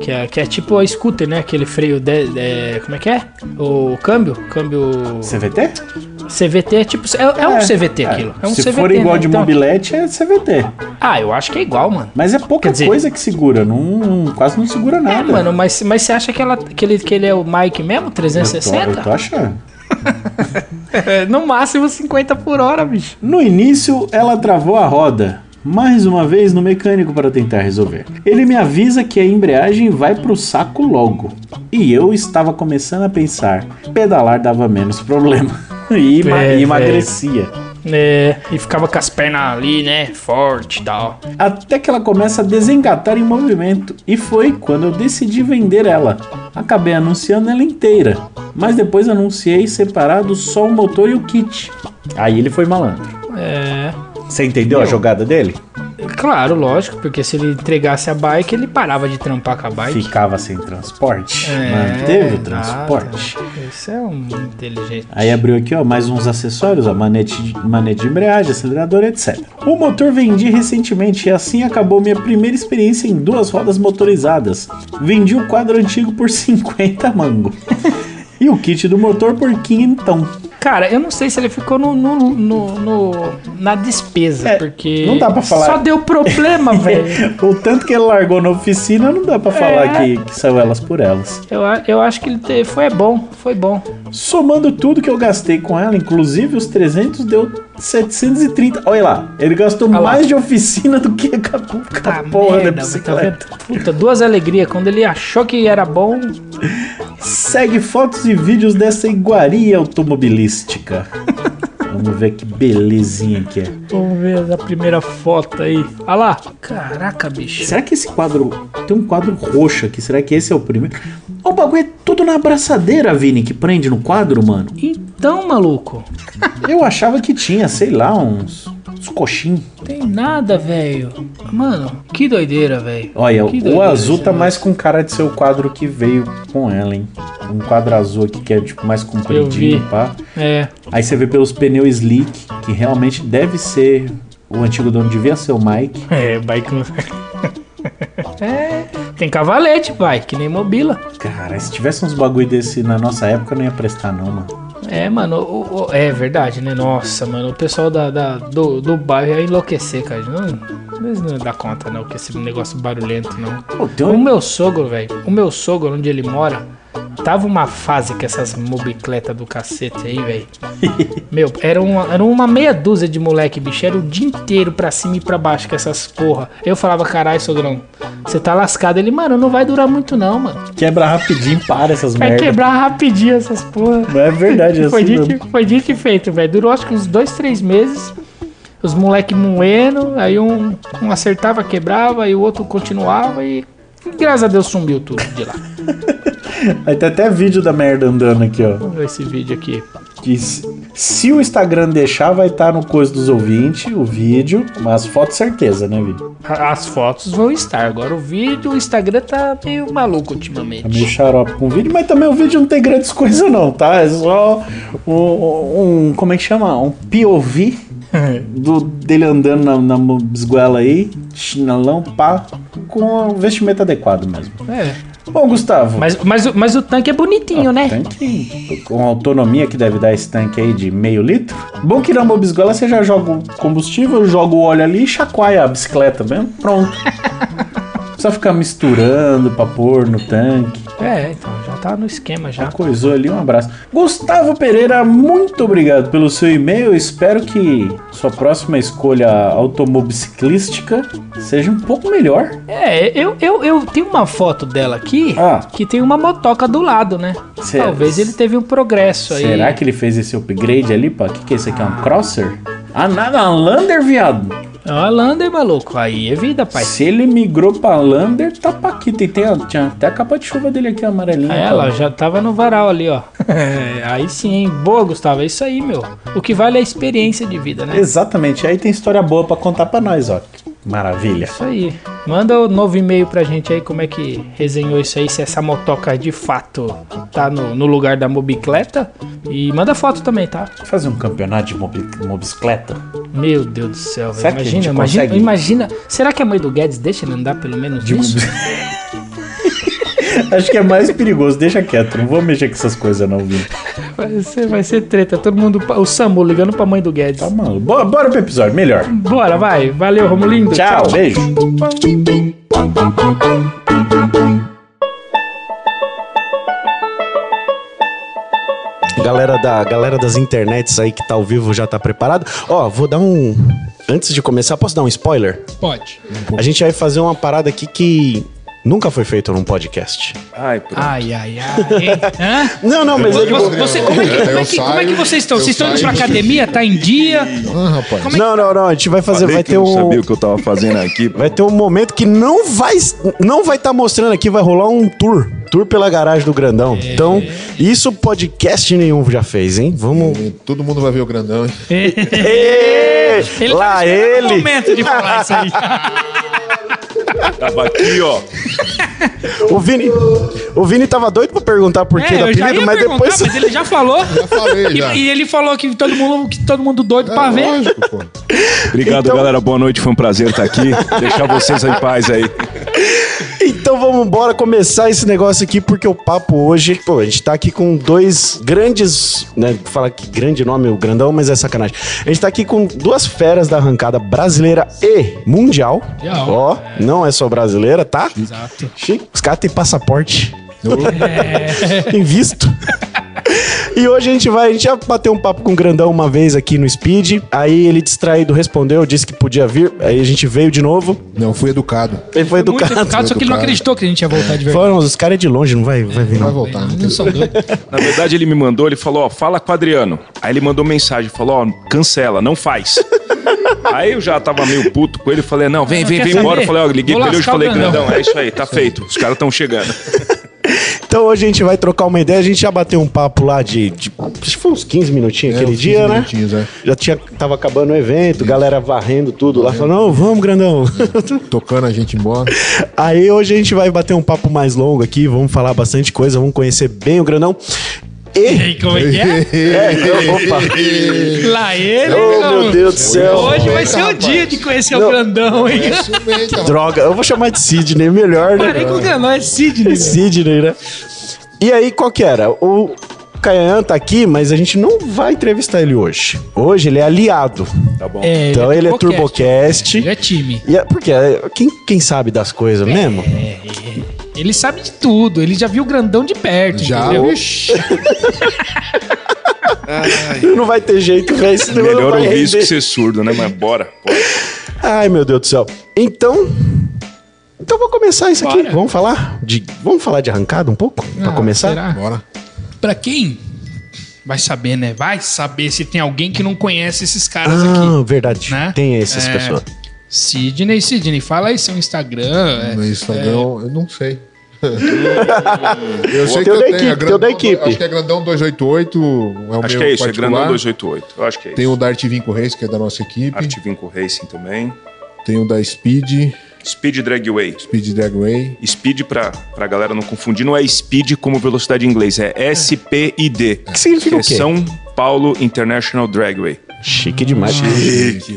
Que é, que é tipo a scooter, né? Aquele freio. De, de- como é que é? O câmbio? Câmbio. CVT? CVT é tipo. É, é um CVT É, aquilo. É um se CVT. for igual né? de Então- mobilete, é CVT. Ah, eu acho que é igual, mano. Mas é pouca Quer dizer- coisa que segura, não, não- quase não segura É, nada. mano, mas, mas você acha que, ela, que, ele, que ele é o Mike mesmo? eu tô, 360? eu tô achando. É, no máximo 50 por hora, bicho. No início, ela travou a roda. Mais uma vez no mecânico para tentar resolver. Ele me avisa que a embreagem vai pro saco logo. E eu estava começando a pensar: pedalar dava menos problema. E, ema- É, e velho. emagrecia. É, e ficava com as pernas ali, né? Forte e tal. até que ela começa a desengatar em movimento, e foi quando eu decidi vender ela. Acabei anunciando ela inteira, mas depois anunciei separado só o motor e o kit. Aí ele foi malandro. É. Você entendeu a jogada dele? Claro, lógico, porque se ele entregasse a bike, ele parava de trampar com a bike. Ficava sem transporte, É, manteve o nada. transporte. Isso é um inteligente. Aí é abriu aqui, ó, mais uns acessórios, ó, manete, de- manete de embreagem, acelerador, etc. O motor vendi recentemente e assim acabou minha primeira experiência em duas rodas motorizadas. Vendi o quadro antigo por 50 mango. E o kit do motor por quintão. Cara, eu não sei se ele ficou no, no- no- no- na despesa, É, porque. não dá pra falar. Só deu problema, velho. O tanto que ele largou na oficina, não dá pra falar É. que, que saiu elas por elas. Eu, a- eu acho que ele te- foi bom, foi bom. Somando tudo que eu gastei com ela, inclusive os 300, deu 730. Olha lá, ele gastou Olha lá. mais de oficina do que com a, com a Tá porra merda, da tá bicicleta. vendo? Puta, duas alegrias. Quando ele achou que era bom, Segue fotos e vídeos dessa iguaria automobilística. Vamos ver que belezinha que é. vamos ver a primeira foto aí. Olha lá. Caraca, bicho. Será que esse quadro. Tem um quadro roxo aqui. Será que esse é o primeiro? O bagulho é tudo na abraçadeira, Vini, que prende no quadro, mano. Então, maluco. Eu achava que tinha, sei lá, uns Os coxinhos. Tem nada, velho. Mano, que doideira, velho. Olha, Que o doideira azul esse tá negócio. mais com cara de ser o quadro que veio com ela, hein? Um quadro azul aqui que é tipo mais compridinho, Eu vi. pá. É, Aí você vê pelos pneus slick, que realmente deve ser. O antigo dono devia ser o Mike. é, bike. é, tem cavalete, pai, que nem mobila. Cara, se tivesse uns bagulho desse na nossa época, eu não ia prestar, não, mano. É, mano, o- o- é verdade, né? Nossa, mano, o pessoal da, da- do, do bairro ia enlouquecer, cara. Não, eles não dá conta, não, que esse negócio barulhento, não. Pô, tem O um... meu sogro, velho, o meu sogro, onde ele mora, tava uma fase com essas mobicletas do cacete aí, velho. Meu, era uma, era uma meia dúzia de moleque, bicho. Era o dia inteiro pra cima e pra baixo com essas porra. Eu falava, caralho, sogrão, você tá lascado. Ele, mano, não vai durar muito não, mano. Quebra rapidinho, para essas Vai merda. quebrar rapidinho essas porra. É verdade, é Foi assim dito, mesmo. e- foi dito e feito, velho. Durou acho que uns dois, três meses. Os moleque moendo, aí um, um acertava, quebrava, e o outro continuava e. Graças a Deus sumiu tudo de lá. Aí tem até vídeo da merda andando aqui, ó. Vamos ver esse vídeo aqui. que se, se o Instagram deixar, vai estar no coisa dos ouvintes, o vídeo, mas foto certeza, né, vídeo? A- As fotos vão estar. Agora o vídeo, o Instagram tá meio maluco ultimamente. Tá meio xarope com o vídeo, mas também o vídeo não tem grandes coisas não, tá? É só um, um- como é que chama? Um POV do, dele andando na, na bisguela aí, chinelão, pá, com o vestimento adequado mesmo. É. Bom, Gustavo... Mas, mas, o- mas o tanque é bonitinho, Ah, né? Tanque, com a autonomia que deve dar esse tanque aí de meio litro. Bom que na mobisgola você já joga o combustível, joga o óleo ali e chacoalha a bicicleta mesmo. Pronto. Não Precisa ficar misturando pra pôr no tanque. É, então já tá no esquema já. Já coisou ali, um abraço. Gustavo Pereira, muito obrigado pelo seu e-mail. Espero que sua próxima escolha automobilística seja um pouco melhor. É, eu, eu, eu tenho uma foto dela aqui Ah. que tem uma motoca do lado, né? Cê- Talvez ele teve um progresso aí. Será que ele fez esse upgrade ali, pô? O que, que é isso aqui? É um crosser? Ah, nada, é um lander, viado. É uma Lander, maluco. Aí é vida, pai. Se ele migrou pra Lander, tá paquita. E tem, ó, tinha até a capa de chuva dele aqui, amarelinha. então. Aí ela já tava no varal ali, ó. É, aí sim, hein? Boa, Gustavo. É isso aí, meu. O que vale é a experiência de vida, né? Exatamente. Aí tem história boa pra contar pra nós, ó. Maravilha. Isso aí. Manda o novo e-mail pra gente aí como é que resenhou isso aí, se essa motoca de fato tá no, no lugar da mobicleta. E manda foto também, tá? Vou Fazer um campeonato de mobi- mobicicleta? Meu Deus do céu, velho. Será que a Imagina, gente imagina, consegue? imagina. Será que a mãe do Guedes deixa ele andar pelo menos De nisso? Acho que é mais perigoso. Deixa quieto. Não vou mexer com essas coisas, não, Vini. Vai ser, vai ser treta. Todo mundo. O Samu ligando pra mãe do Guedes. Tá maluco. Bora, bora pro episódio. Melhor. Bora, vai. Valeu, Romulindo. Tchau. Beijo. Galera, da, galera das internets aí que tá ao vivo já tá preparado. Ó, vou dar um. Antes de começar, posso dar um spoiler? Pode. A gente vai fazer uma parada aqui que nunca foi feita num podcast. Ai, pronto. Ah, Ai, ai, ai. hein? Hã? Não, não, mas ele. Você, você- como, é que, como, é que, como é que vocês estão? Vocês estão indo pra academia? Tá em dia? Ah, rapaz. é Não, tá? não, não. A gente vai fazer. Falei Vai que ter não um. sabia o que eu tava fazendo aqui. Vai ter um momento que não vai não vai estar mostrando aqui, vai rolar um tour, tour pela garagem do Grandão. É. Então, isso podcast nenhum já fez, hein? Vamos E Todo mundo vai ver o grandão, hein? Ê, lá É o ele, momento de falar isso aí. Tava aqui, ó. o Vini, o Vini tava doido pra perguntar por que É, da eu já apelido, ia mas perguntar, depois mas ele já falou. falei, E- já. E, ele falou que todo mundo, que todo mundo doido É, pra ver. lógico, pô. Obrigado, Então- galera. Boa noite. Foi um prazer estar aqui. Deixar vocês em paz aí. Então vamos embora começar esse negócio aqui, porque o papo hoje, pô, a gente tá aqui com dois grandes, né, falar que grande nome o grandão, mas é sacanagem. A gente tá aqui com duas feras da arrancada brasileira e mundial. Mundial. Ó, não é só brasileira, tá? Exato. Chique. Os caras têm passaporte. Tem visto. E hoje a gente vai, a gente já bateu um papo com o Grandão uma vez aqui no Speed. Aí ele distraído respondeu, disse que podia vir. Aí a gente veio de novo. Não, fui educado. Ele foi Muito educado. educado, só que ele não acreditou que a gente ia voltar de verdade. Falaram, os caras é de longe, não vai, vai vir Vai É. não. voltar. Não são doidos. Na verdade, ele me mandou, ele falou, ó, fala com o Adriano. Aí ele mandou mensagem, falou, ó, cancela, não faz. aí eu já tava meio puto com ele, falei, não, vem, Não vem, quer vem saber? embora. Eu falei, ó, liguei Vou pra ele hoje, lascar o falei, grandão. grandão, é isso aí, tá feito. Os caras estão chegando. Então hoje a gente vai trocar uma ideia, a gente já bateu um papo lá de, de acho que foi uns 15 minutinhos É, aquele uns 15 dia, né? minutinhos, é. Já tinha, tava acabando o evento, galera varrendo tudo lá, falando, não, vamos, grandão. Tocando a gente embora. Aí hoje a gente vai bater um papo mais longo aqui, vamos falar bastante coisa, vamos conhecer bem o grandão. E. Ei, como é que é? Lá ele, Oh, meu meu Deus do céu. Hoje vai ser o dia de conhecer o Grandão, hein? Isso mesmo, rapaz. Droga, eu vou chamar de Sidney, melhor, né? Parei com o Grandão, é Sidney. Sidney, né? E aí, qual que era? O Caian tá aqui, mas a gente não vai entrevistar ele hoje. Hoje ele é aliado. Tá bom. É, então ele é Turbocast. Turbocast. Ele é time. E é- porque é- quem, quem sabe das coisas mesmo? É. Ele sabe de tudo, ele já viu o Grandão de perto, Já. entendeu? Oxi. Não vai ter jeito, velho. senão não Melhor vai ouvir isso que render. ser surdo, né? Mas bora. bora. Ai, meu Deus do céu. Então. Então vou começar isso aqui. Bora. Vamos falar de vamos falar de arrancada um pouco Pra Ah, começar? Será? Bora. Pra quem vai saber, né? Vai saber se tem alguém que não conhece esses caras Ah, aqui. verdade. né? Tem essas É. pessoas. Sidney, Sidney, fala aí seu Instagram. No é. Instagram, eu não sei. eu sei Teu da eu tenho, equipe, é teu da Grandão- equipe. Acho que é Grandão 288, é o Acho meu que é isso, é particular. Grandão 288. Eu acho que é Tem isso. o da Artivinco Reis, que é da nossa um equipe. Artivinco Racing também. Tem o da Speed, Speed Dragway. Speed Dragway. Speed, pra, pra galera não confundir, não é speed como velocidade em inglês, é SPID. O que significa Que o é quê? São Paulo International Dragway. Chique demais.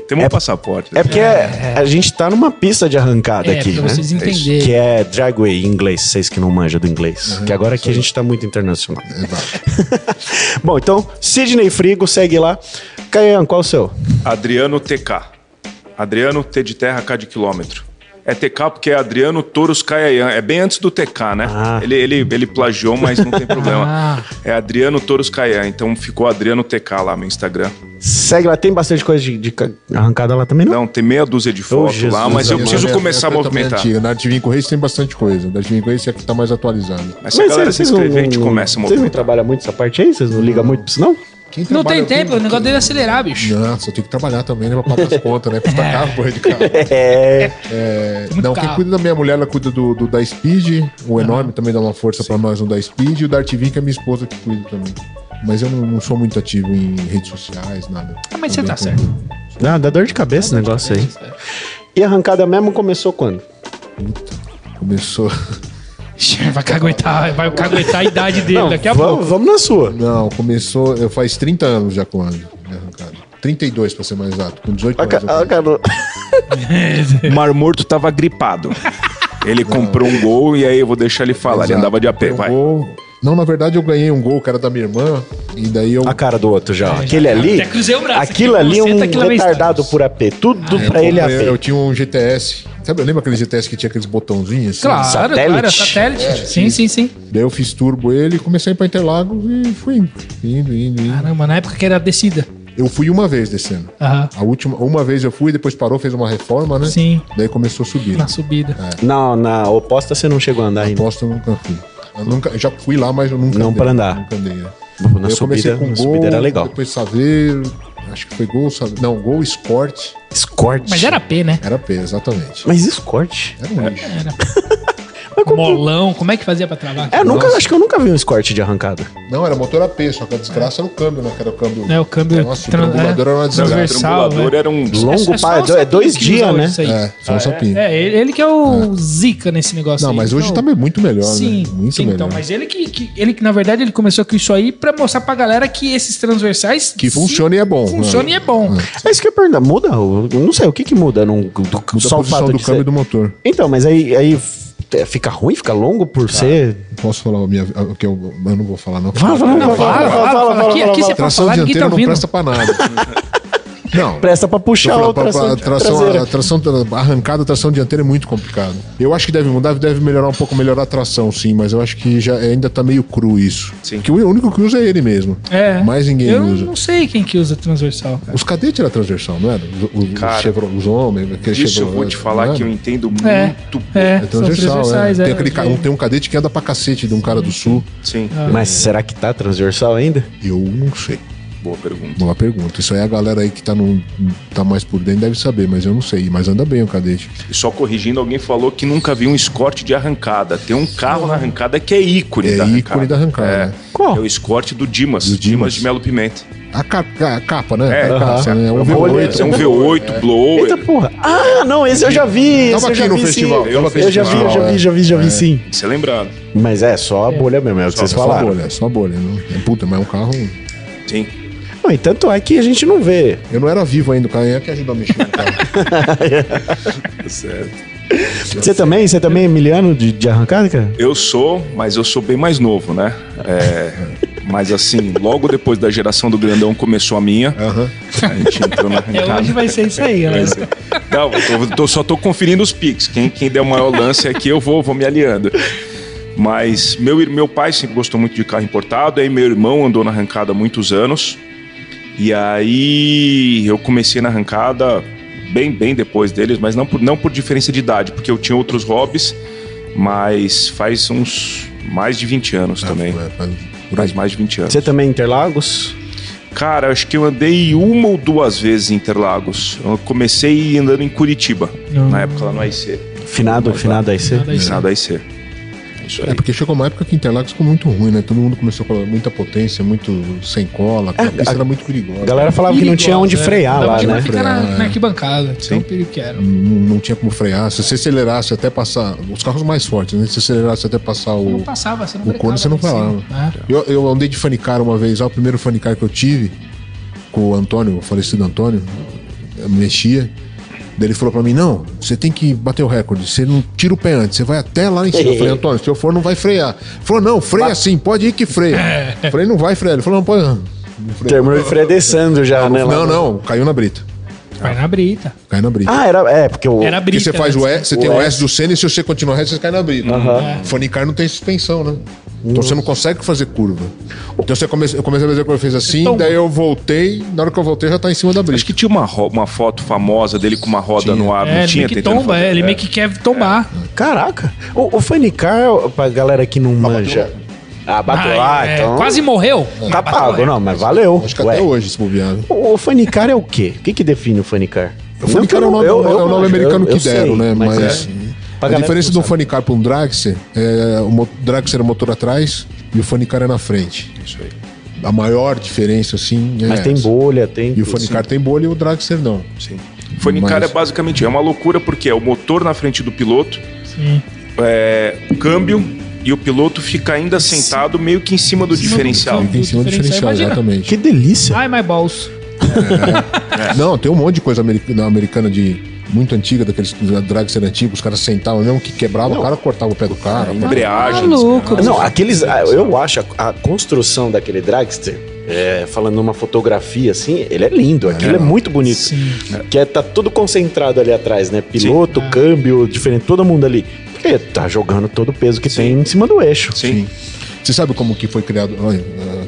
Tem um É- passaporte. É porque a gente tá numa pista de arrancada É, aqui, pra né? vocês entenderem. Que é dragway em inglês, vocês que não manjam do Uhum, inglês. que agora aqui a gente tá muito internacional. Bom, então, Sidney Frigo, segue lá. Caian, qual o seu? Adriano TK. Adriano T de terra, K de quilômetro. É TK porque é Adriano Toros Caian. É bem antes do TK, né? Ah. Ele, ele, ele plagiou, mas não tem Ah. problema. É Adriano Toros Caian. Então ficou Adriano TK lá no Instagram. Segue lá, tem bastante coisa de, de ca- arrancada lá também, não? Não, tem meia dúzia de fotos Jesus, lá, Ah, mas eu amado. preciso começar a Também é movimentar. antiga. Na Artivinco Reis tem bastante coisa. Da Artivinco Reis é que tá mais atualizado. Mas se a galera se inscrever, a gente começa Vocês a não movimentar. trabalham muito essa parte aí? Vocês não ligam muito pra isso, não? Quem Não trabalha tem aqui- tempo, o negócio dele é acelerar, bicho. Nossa, eu tenho que trabalhar também, né? Pra pagar as contas, né? Custa caro, porra de carro. É. É, Muito não, carro. Ah. quem cuida da minha mulher, ela cuida do, do da Speed. O Enorme também dá uma força pra nós no da Speed. E o da Artivin, que é minha esposa que cuida também. Mas eu não, não sou muito ativo em redes sociais, nada. Ah, mas você tá Também com- certo. Não, dá dor de cabeça esse negócio aí. E a arrancada mesmo começou quando? Começou. Ixi, Vai caguetar, vai caguetar a idade dele daqui a pouco. vamos, vamos na sua. Não, começou. Eu faz 30 anos já com a né, minha arrancada. 32 pra ser mais exato. Com 18 A, anos. ca- eu a, comecei. cara- Mar Morto tava gripado. Ele comprou um gol e aí eu vou deixar ele falar. Ele Exato. andava de a pé, Um vai. gol- Não, na verdade eu ganhei um gol, que era da minha irmã. E daí eu. a cara do outro já. ó. Aquele ali. É, Até cruzei o braço. Aquilo Aqui, ali é um senta, aquilo é meio retardado por AP. Tudo Ah, eu pra ele é comprei- eu AP. tinha um GTS. Sabe, lembra aquele GTS que tinha aqueles botãozinhos? assim? Claro, Satélite? claro, satélite. É, sim, sim, sim. Daí eu fiz turbo ele, comecei pra Interlagos e fui indo, indo, indo, indo. Caramba, na época que era descida. Eu fui uma vez descendo. Aham. A última, uma vez eu fui, depois parou, fez uma reforma, né? Sim. Daí começou a subir. Na subida. Não, na oposta você não chegou a andar ainda. Aposto eu nunca fui. Eu nunca, eu já fui lá, mas eu nunca né? Não andei, pra andar. Nunca andei. né? Bom, Na Daí eu comecei subida, com na gol, subida era legal. depois Saveiro, acho que foi gol, Saveiro, não, gol Sport, Escorte. Mas era P, né? era P, exatamente. Mas escorte? Era um lixo. Molão, como é que fazia pra travar? É, eu nunca, acho que eu nunca vi um escorte de arrancada. Não, era motor AP, só que a desgraça era o câmbio, né? Que era o câmbio. É, o câmbio Nossa, o tran- trambulador é, era uma O desgraça. Transversal, né? trambulador um era um Longo só pra- o sapinho é dois que usa dias, hoje né? Ah. isso aí. É, só um sapinho. É, ele, ele que é o zica nesse negócio Não, aí. mas hoje Então, tá muito melhor, Sim, né? Muito sim, melhor. então, mas ele que, que- ele que, na verdade, ele começou com isso aí pra mostrar pra galera que esses transversais... Que se- funciona e é bom. Funciona né? e é bom. É isso que eu ia perguntar. Muda? Eu não sei, o que que muda? Não, do- Muda só a o fato posição do de câmbio ser... e do motor. Então, mas aí, aí f- é, fica ruim, fica longo por ser... Posso falar a minha. a- que eu, eu não vou falar, não. Fala, fala, Não, fala, fala, fala, fala, Aqui, fala, aqui fala. você pode Tração falar, ninguém dianteira tá não ouvindo. presta pra nada. não. Presta pra Tô puxar falando, o pra- pra- tração tração- traseira. a tração tra- arrancada, a tração dianteira é muito complicado. Eu acho que deve mudar, deve melhorar um pouco, melhorar a tração, sim, mas eu acho que já ainda tá meio cru isso. Sim. Que o único que usa é ele mesmo. É. Mais ninguém Eu usa. não sei quem que usa transversal, cara. É. Os cadetes era transversal, não era? O, o, Cara, os Chevrolet, os homens, aquele Isso eu Chevrolet, vou te falar não que eu era? entendo É, muito. é, É são transversal, é. transversais, é. Tem, aquele ca- um, tem um cadete que anda pra cacete de um cara do sul. Sim, Mas será que tá transversal ainda? Eu não sei. boa pergunta. Boa pergunta. Isso aí a galera aí que tá, num, tá mais por dentro deve saber, mas eu não sei. Mas anda bem o cadete. E só corrigindo, alguém falou que nunca viu um escorte de arrancada. Tem um carro na arrancada que é ícone É da arrancada. ícone da arrancada. É. né? Qual? É o escorte do Dimas, Do Dimas, Dimas. de Melo Pimenta. A, ca- ca- a capa, né? É, a capa, né? O V8. É um V8, blower. Eita porra. Ah, não, esse eu já vi. Esse Tava eu já aqui no vi, sim. festival. Eu tava aqui no Eu já vi, eu já festival, vi, é. já vi, já vi, sim. Você lembrado. Mas é, só a bolha mesmo, é o que vocês Só falaram. bolha, só bolha. Não. É, Puta, mas é um carro. Sim. Não, e tanto é que a gente não vê. Eu não era vivo ainda, o cara é que ajudou a mexer no carro. Você também? Você também é miliano de, de arrancada, cara? Eu sou, mas eu sou bem mais novo, né? É, mas assim, logo depois da geração do Grandão começou a minha. Aham. A gente entrou na um É, hoje vai ser isso aí, né? galera. Não, eu tô- tô- só tô conferindo os piques. Quem, quem der o maior lance aqui, eu vou, vou me aliando. Mas meu, ir- meu pai sempre gostou muito de carro importado, aí meu irmão andou na arrancada há muitos anos. E aí eu comecei na arrancada bem, bem depois deles, mas não por, não por diferença de idade, porque eu tinha outros hobbies, mas faz uns mais de 20 anos também. É, faz- por aí. Faz mais de 20 anos. Você também é Interlagos? Cara, acho que eu andei uma ou duas vezes em Interlagos. Eu comecei andando em Curitiba, Ah. na época lá no IC. Finado, finado aí você? É. Nada IC. Isso aí. É, porque chegou uma época que Interlagos ficou muito ruim, né? Todo mundo começou com muita potência, muito sem cola, a pista era muito perigosa. A galera falava que não tinha onde Perigosa, frear é. lá, Dava pra né? ficar na, Frear, na é. arquibancada. Então, perigo que era. Não, não tinha como frear. Se você acelerasse até passar. Os carros mais fortes, né? Se você acelerasse até passar Não o. passava, você não O cone você não brecava, falava. né? Eu, eu andei de fanicar uma vez, lá, o primeiro fanicar que eu tive, com o Antônio, o falecido Antônio, eu mexia. Daí ele falou pra mim: não, você tem que bater o recorde, você não tira o pé antes, você vai até lá em cima. Eu falei: Antônio, se eu for, não vai frear. Ele falou: não, freia sim, pode ir que freia. Eu falei: não vai frear. Ele falou: não, pode. Não, freia. Terminou enfredessando já, né? lá não, no- não, caiu na brita. né? Vai na brita. Caiu na brita. Ah, era. É, porque o. Era Porque brita. você faz né? o S, você O tem o S. S do Senna e se você continuar reto, você cai na brita. Uhum. Fanicar não tem suspensão, né? Então você não consegue fazer curva. Então você come... eu comecei a fazer a curva, eu fiz assim, toma. daí eu voltei, na hora que eu voltei já tá em cima da brita. Então- Acho que tinha uma, ro- uma foto famosa dele com uma roda no Ah, ar, É, não ele tinha? meio que tentando tomba, fazer- é, ele é. meio que quer tombar. Caraca. O, o Fanicar, pra galera que não manja. Ah, bateu. Ah, Ah, é, então. Quase morreu. Tá Bateu, pago, é. não, mas valeu. Acho que Ué. até hoje se bobear. né? O, o Fanicar é o quê? O que, que define o Fanicar? O fanicar é o nome, é o nome americano que deram, né? Mas, é. a diferença do Fanicar. fanicar para um dragster é o mo- dragster é o motor atrás e o fanicar é na frente. Isso aí. A maior diferença, assim, é Mas tem essa. bolha, tem. E o fanicar tem bolha e o dragster não. Sim. Fanicar Mas- é basicamente é uma loucura porque é o motor na frente do piloto, Sim. é, o câmbio e o piloto fica ainda sentado meio que em cima do diferencial. Fica em cima do Diferencial, diferencial, imagina. exatamente. Que delícia. Ai, my balls. Não, tem um monte de coisa americana, americana de muito antiga, daqueles dragster antigos, os caras sentavam mesmo que quebrava, o cara cortava o pé do cara. Embreagem. Tá assim. Maluco. Não, aqueles. ah, Eu acho a, a construção daquele dragster, é, falando numa fotografia assim, ele é lindo. Aquilo é, muito bonito. Sim. Que é, tá tudo concentrado ali atrás, né? Piloto, câmbio, diferente, todo mundo ali. Porque tá jogando todo o peso que tem em cima do eixo. Sim. Você sabe como que foi criado? Olha,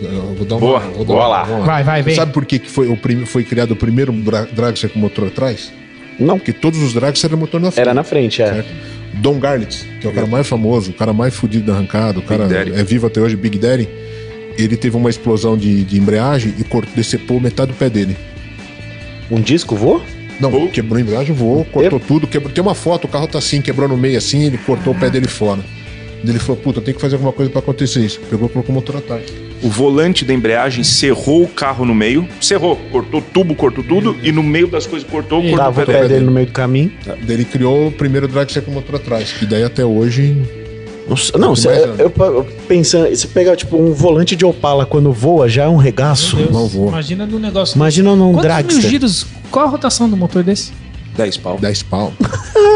eu- eu vou dar uma, Boa, vou dar boa lá. vou Vai, vai, vem. Sabe por que que foi, o prim- foi criado o primeiro dra- dragster com motor atrás? Não, Porque todos os drags eram motor na frente. era na frente, é. Don Garlitz, que é o cara mais famoso, o cara mais fudido da arrancada, o cara Daddy. é vivo até hoje, Big Daddy. Ele teve uma explosão de, de embreagem e cortou, decepou metade do pé dele. Um disco voa? Não, Oh. quebrou a embreagem, voou, cortou tudo. Quebrou, tem uma foto, o carro tá assim, quebrou no meio assim, ele cortou o pé dele fora. Ele falou, puta, tem que fazer alguma coisa pra acontecer isso. Pegou e colocou o motor atrás. O volante da embreagem serrou o carro no meio, serrou, cortou o tubo, cortou tudo, e no meio das coisas cortou, cortou Tava o o pedal. pé dele no meio do caminho. Daí ele criou o primeiro dragster com motor atrás, que daí até hoje... Nossa, não, Tem cê- mais eu, anos. eu pensando, se pegar tipo um volante de Opala quando voa já é um regaço. Não vou. Imagina do negócio. Imagina num Quantos mil dragster. giros? Qual a rotação do motor desse? 10 pau. 10 pau.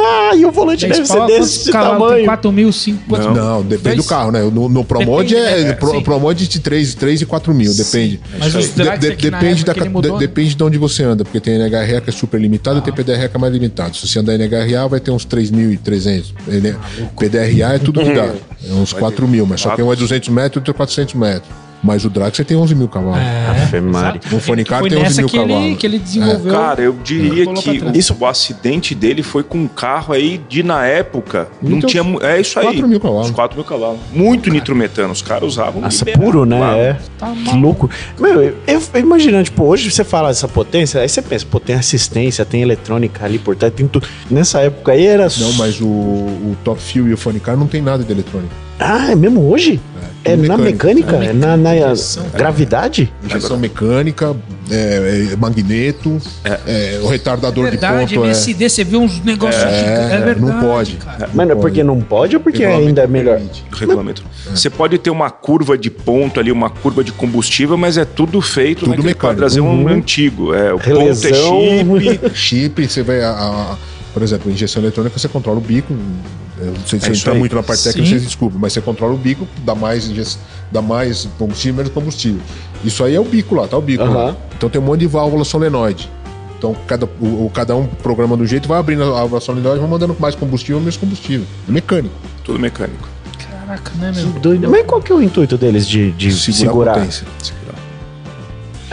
Ah, e o volante Dez deve ser pau, desse quantos cavalos tem? tamanho. 4 mil, 5 quantos Não, depende Dois? do carro, né? No, no Promod Depende, é, né? pro, Sim. Promod de 3, 3 e 4 mil, depende. Mas os De- drags de- aqui na depende, época da, que ele ca- mudou, Ah. de- né? depende de onde você anda, porque tem NHRA que é super limitada e tem PDRA que é mais limitado. Se você andar em NHRA, vai ter uns 3.300. Ele é- PDRA é tudo Uhum. que dá, é uns 4 mil, mas só quatro. tem um é 200 metros e outro é 400 metros. Mas o Drag você tem 11 mil cavalos. Ave Maria. É. Exato. No Fonicar Foi tem 11 nessa mil que ele, cavalos. É. que ele desenvolveu. É, Cara, eu diria Colou pra que trás. o, o acidente dele foi com um carro aí de, na época, não Então, tinha... mu- É isso aí. 4 mil cavalos. Uns 4 mil cavalos. Muito nitrometano. Os caras usavam... Nossa, liberado, puro, né? claro. É. Que louco. Meu, eu, eu imaginando, tipo, hoje você fala dessa potência, aí você pensa, pô, tem assistência, tem eletrônica ali por trás, tem tudo. Nessa época aí era. Não, mas o, o Top Fuel e o Fonicar não tem nada de eletrônico. Ah, é mesmo hoje? É na Mecânica. mecânica? É na, na gravidade? Injeção mecânica, é, é, magneto, é, o retardador Verdade, de ponto é. MSD, você viu uns negócios gigantes. É, verdade. não pode. cara. Mas não é porque não pode ou porque Regulamento ainda é melhor? permite. O regulamento. Você pode ter uma curva de ponto ali, uma curva de combustível, mas é tudo feito Tudo naquele mecânico. Uhum. padrãozão antigo. É, o Relesão. ponto é chip. Chip, você vai. A, a- por exemplo, injeção eletrônica, você controla o bico. Eu não sei se É eu isso entrar aí. muito na parte técnica, Sim. vocês desculpem, mas você controla o bico, dá mais, inje- dá mais combustível, menos combustível. Isso aí é o bico lá, tá o bico. Aham. lá. Então tem um monte de válvula solenoide. Então cada, o, o- cada um programa do jeito, vai abrindo a válvula solenoide, vai mandando mais combustível, menos combustível. É mecânico. Tudo mecânico. Caraca, né, meu? Doido. Mas qual que é o intuito deles de, de segurar? a potência.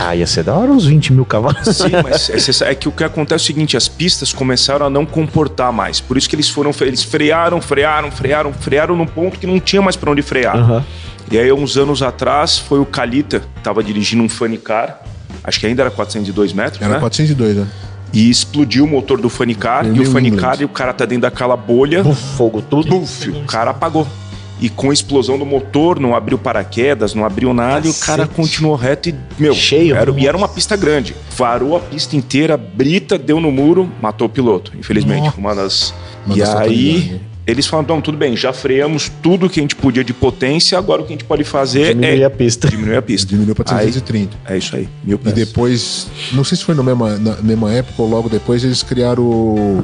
Ah, ia ser da hora uns 20 mil cavalos. Sim, mas é, você sabe- é que o que acontece é o seguinte: as pistas começaram a não comportar mais. Por isso que eles foram, fre- eles frearam, frearam, frearam, frearam num ponto que não tinha mais pra onde frear. Aham. E aí, uns anos atrás, foi o Calita, que tava dirigindo um funny car, acho que ainda era 402 metros, Era né? 402, né? E explodiu o motor do funny car, Em e o New funny England. car, e o cara tá dentro daquela bolha. Buf, fogo tudo. Buf, um o cara apagou. E com a explosão do motor, não abriu paraquedas, não abriu nada, e o cara Cacete. continuou reto e, meu, Cheio. Era, e era uma pista grande. Varou a pista inteira, brita, deu no muro, matou o piloto, infelizmente. Uma das. Uma e das aí. fatalidades. Eles falaram, não, tudo bem, já freamos tudo que a gente podia de potência, agora o que a gente pode fazer Diminuir é a pista. diminuir a pista. Diminuiu para Aí- 330. É isso aí, mil E pés. depois, não sei se foi na mesma, na mesma época ou logo depois, eles criaram o-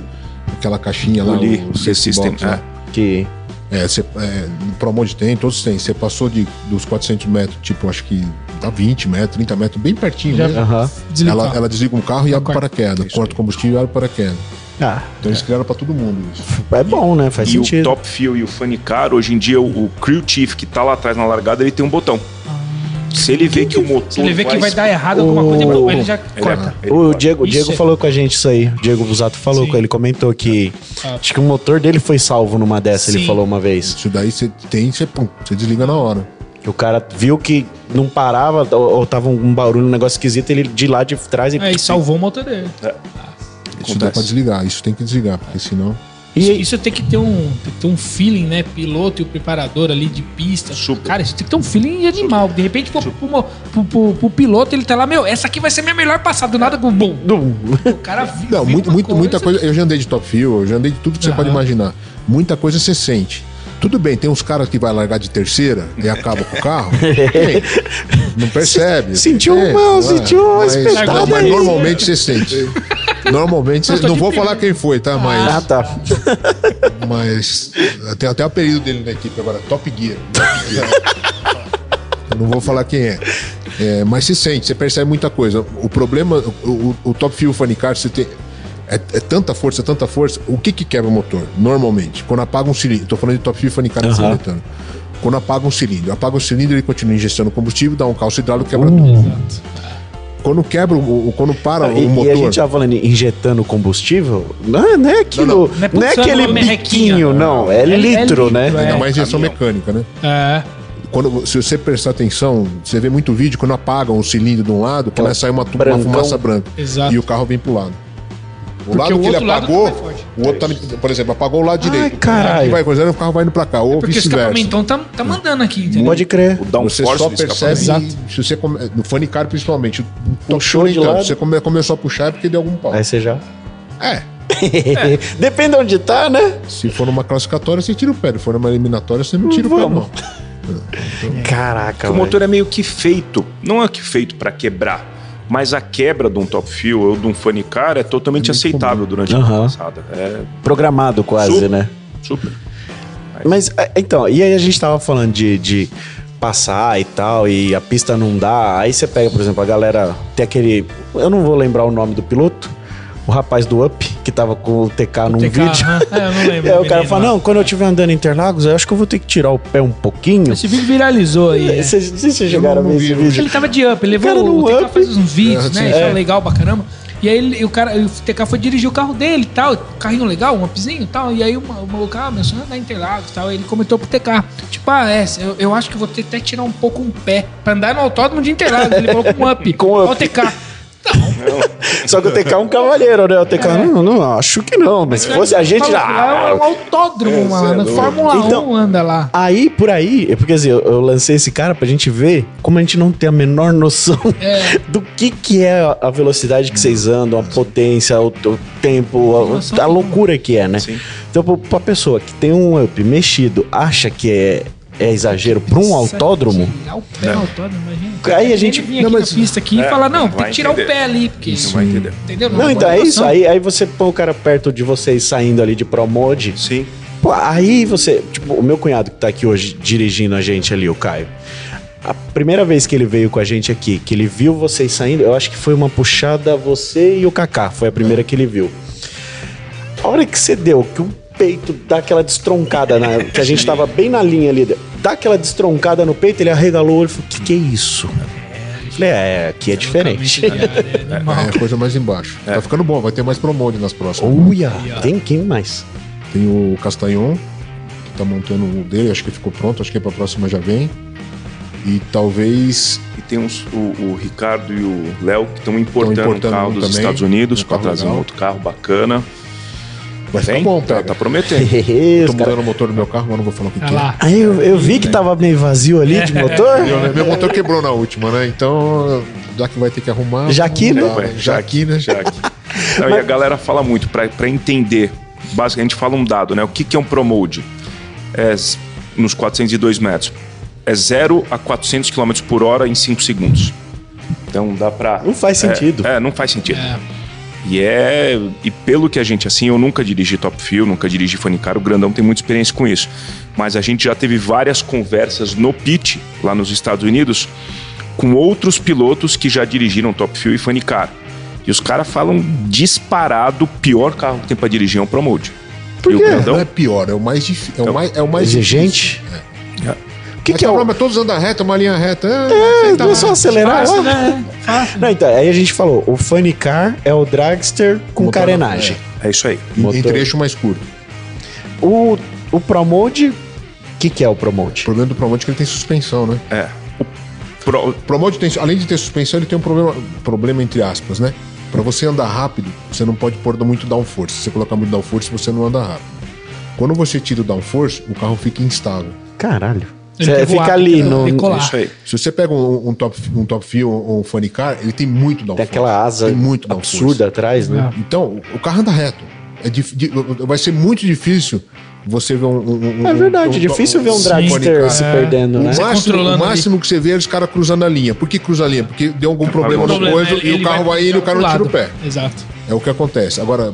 aquela caixinha lá, O Lee, o o safety system, box, né? Que É, você, é, pro Monte tem, todos têm. Você passou de, dos 400 metros, tipo, acho que dá 20 metros, 30 metros, bem pertinho Já- mesmo. Aham. Desliga o Ela, carro. Tá ela desliga um carro e abre o paraquedas. Corta o combustível e abre o paraquedas. Ah, Então eles criaram pra todo mundo isso. é bom, né? Faz e sentido. o Top Fuel e o Funny Car, hoje em dia, o, o Crew Chief que tá lá atrás na largada, ele tem um botão. Se ele vê que o motor. Se ele vê que vai dar errado alguma coisa, ele O- ele já Ele- corta. ele O corta. Diego, o Diego Isso é- falou com a gente isso aí. O Diego Busato falou, Sim. com ele comentou que Ah. acho que o motor dele foi salvo numa dessa, ele Sim. falou uma vez. Isso daí você tem, você, pum, você desliga na hora. Que o cara viu que não parava ou, ou tava um barulho, um negócio esquisito, ele de lá de trás e É, e salvou o motor dele. Isso dá Acontece. pra desligar, isso tem que desligar, porque senão. Isso, isso tem que ter um, tem que ter um feeling, né? Piloto e o preparador ali de pista. Super. Cara, isso tem que ter um feeling de animal. De repente, pro, pro, mo- pro- pro- pro piloto, ele tá lá, meu, essa aqui vai ser minha melhor passada. Do nada, bum. O cara viu. Não, viu muito, uma muito, muita coisa. Eu já andei de top fuel, eu já andei de tudo que você pode imaginar. Muita coisa você sente. Tudo bem, tem uns caras que vai largar de terceira e acaba com o carro. Tem. Não percebe. Sentiu Tem, uma- ué, sentiu uma mas- espetada Mas aí. normalmente você sente. Normalmente, Mas você, tô não de vou primeira. falar quem foi, tá? Ah, Mas, tá. mas tem até o apelido dele na equipe agora, Top Gear. Top Gear. Eu não vou falar quem é. É, Mas se sente, você percebe muita coisa. O problema, o, o- o Top Fuel Funny Car, você tem. É, é tanta força, é tanta força. O que, que quebra o motor, normalmente? Quando apaga um cilindro. Tô falando de Top Fuel Funny Car nesse momento. Quando apaga um cilindro. Apaga o cilindro, ele continua injetando combustível, dá um calço hidráulico, quebra tudo. Quando quebra, o, o- quando para Ah, E, o e motor. a gente tava falando em injetando combustível, não é, não é aquilo, não, Não, Não é é pulsando aquele uma merrequinha. biquinho, não, é, É- é litro, litro, né? é. Ainda mais injeção caminhão. mecânica, né? É. Quando, se você prestar atenção, você vê muito vídeo quando apagam o cilindro de um lado, começa a sair uma, tu- uma brancão. fumaça branca. Exato. E o carro vem pro lado. O Porque lado o que ele outro lado apagou, não vai forte. o outro tá, por exemplo, apagou o lado Ai, direito. caralho. Aqui vai coisando, o carro vai indo pra cá, É ou Porque é o vice-versa. escapamento tá, tá mandando aqui, entendeu? Pode crer. O um downforce Você só do percebe, escapamento. se você come, no funny car principalmente, o Puxou de lado. você come- começou a puxar é porque deu algum pau. Aí você já. É, Depende de onde tá, né? se for numa classificatória, você tira o pé, se for numa eliminatória, você não tira o pé, Vamos. não. Caraca, O velho. motor é meio que feito, não é que feito pra quebrar, mas a quebra de um top fuel ou de um funny car é totalmente aceitável durante a Aham. passada. É programado quase, Super. né? super. Mas, é, então, e aí a gente tava falando de, de passar e tal, e a pista não dá. Aí você pega, por exemplo, a galera tem aquele. Eu não vou lembrar o nome do piloto, o rapaz do Up, que tava com o TK num TK, um vídeo. aham. É, eu não E lembro. aí o menino, cara fala: mas- Não, quando eu estiver andando em Interlagos, eu acho que eu vou ter que tirar o pé um pouquinho. Esse vídeo viralizou aí. é. Vocês vocês chegaram a não ver vi, esse eu não vídeo? Ele tava de up, ele levou Cara, no o TK Up. faz uns vídeos, É, né? Isso é legal pra caramba. E aí ele- o cara, o TK foi dirigir o carro dele e tal, carrinho legal, um upzinho e tal. E aí o ma- o maluco, ah, meu sonho é andar em Interlagos e tal. Ele comentou pro TK, tipo, ah, é, eu, eu acho que vou ter até que tirar um pouco um pé pra andar no autódromo de Interlagos. Ele falou com um up. Com up. Ó o TK. Só que o TK é um cavalheiro, né? O TK, não, não, acho que não. Mas se fosse a gente Lá é já. um autódromo, mano. Fórmula Então- 1 anda lá. Aí, por aí, é porque assim, eu, eu lancei esse cara pra gente ver como a gente não tem a menor noção do que que é a- a velocidade que vocês andam, a potência, o, o tempo, a- Noção a, loucura que é, né? Sim. Então, pra- pra pessoa que tem um up mexido, acha que é, é exagero pra um autódromo, Tirar o pé no autódromo, imagina. Aí a gente- Ele vinha Não, aqui mas- na pista aqui e É, falar, não, vai tem que tirar o entender. pé ali, porque Não isso... vai entender. Entendeu? Não, então tem é isso. noção. Aí, aí você põe o cara perto de vocês saindo ali de Promode. Sim. Pô, aí você. Tipo, o meu cunhado que tá aqui hoje dirigindo a gente ali, o Caio. A primeira vez que ele veio com a gente aqui, que ele viu vocês saindo, eu acho que foi uma puxada, você e o Kaká. Foi a primeira que ele viu. A hora que você deu, que o peito dá aquela destroncada, na, que a gente tava bem na linha ali, dá aquela destroncada no peito, ele arregalou o olho e falou: Que que é isso? Eu Falei, é, aqui é diferente. É a coisa mais embaixo. Tá ficando bom, vai ter mais promode nas próximas. Uia! Tem quem mais? Tem o Castanhon, que tá montando o dele, acho que ficou pronto, acho que é pra próxima já vem. E talvez. E tem uns, o, o Ricardo e o Léo que estão importando, importando um carro um dos também, Estados Unidos um para carro trazer um legal. outro carro bacana. Vai ficar Vem? bom, tá, pega. tá prometendo. Eu Os tô cara- mudando o motor do meu carro, mas não vou falar o que, Olha que é. Tá lá. Aí eu, eu vi que tava meio vazio ali de motor. Eu, né, Meu motor quebrou na última, né? Então, já que vai ter que arrumar. Já aqui, né? dá, Já aqui, né? Já aqui. Não, E a galera fala muito, para entender, basicamente a gente fala um dado, né? O que, que é um promode? É, s- nos 402 metros. É 0 a 400 km por hora em 5 segundos. Então dá pra. Não faz é, sentido. É, não faz sentido. É. E é. E pelo que a gente, assim, eu nunca dirigi Top Fuel, nunca dirigi Funicar, o Grandão tem muita experiência com isso. Mas a gente já teve várias conversas no pit, lá nos Estados Unidos, com outros pilotos que já dirigiram Top Fuel e Funicar. E os caras falam disparado, o pior carro que tem pra dirigir é um Promote. Por e o quê? Não Grandão? é pior, é o mais difícil. É o mais, é o mais Então, Exigente? O que, Mas que é tá o. bom, mas todos andam reto, uma linha reta. É, senta não é lá. só acelerar. Fácil, ó. né? Não, então, aí a gente falou: o funny car é o dragster com Motor- carenagem. É isso aí. E Tem Motor. trecho mais curto. O, o Promote. O que, que é o Promote? O problema do Promote é que ele tem suspensão, né? É. Pro- O Promote, tem, além de ter suspensão, ele tem um problema, problema entre aspas, né? Pra você andar rápido, você não pode pôr muito downforce. Se você colocar muito downforce, você não anda rápido. Quando você tira o downforce, o carro fica instável. Caralho. Ele Você quer fica voar, ali quer no. decolar. isso aí. Se você pega um, um top um top feel ou um funny car, ele tem muito downforce. Tem aquela asa Tem muito downforce. absurda atrás, né? Então, o carro anda reto. É dif- di- vai ser muito difícil você ver um. um- um- É verdade, um- difícil ver um Sim, dragster pode- se é. perdendo, O né? máximo, o controlando máximo que você vê é os caras cruzando a linha. Por que cruza a linha? Porque deu Tá algum problema no problema, coisa né? ele- e o ele carro vai indo e o cara não tira pro o pé. lado. Exato. É o que acontece. Agora,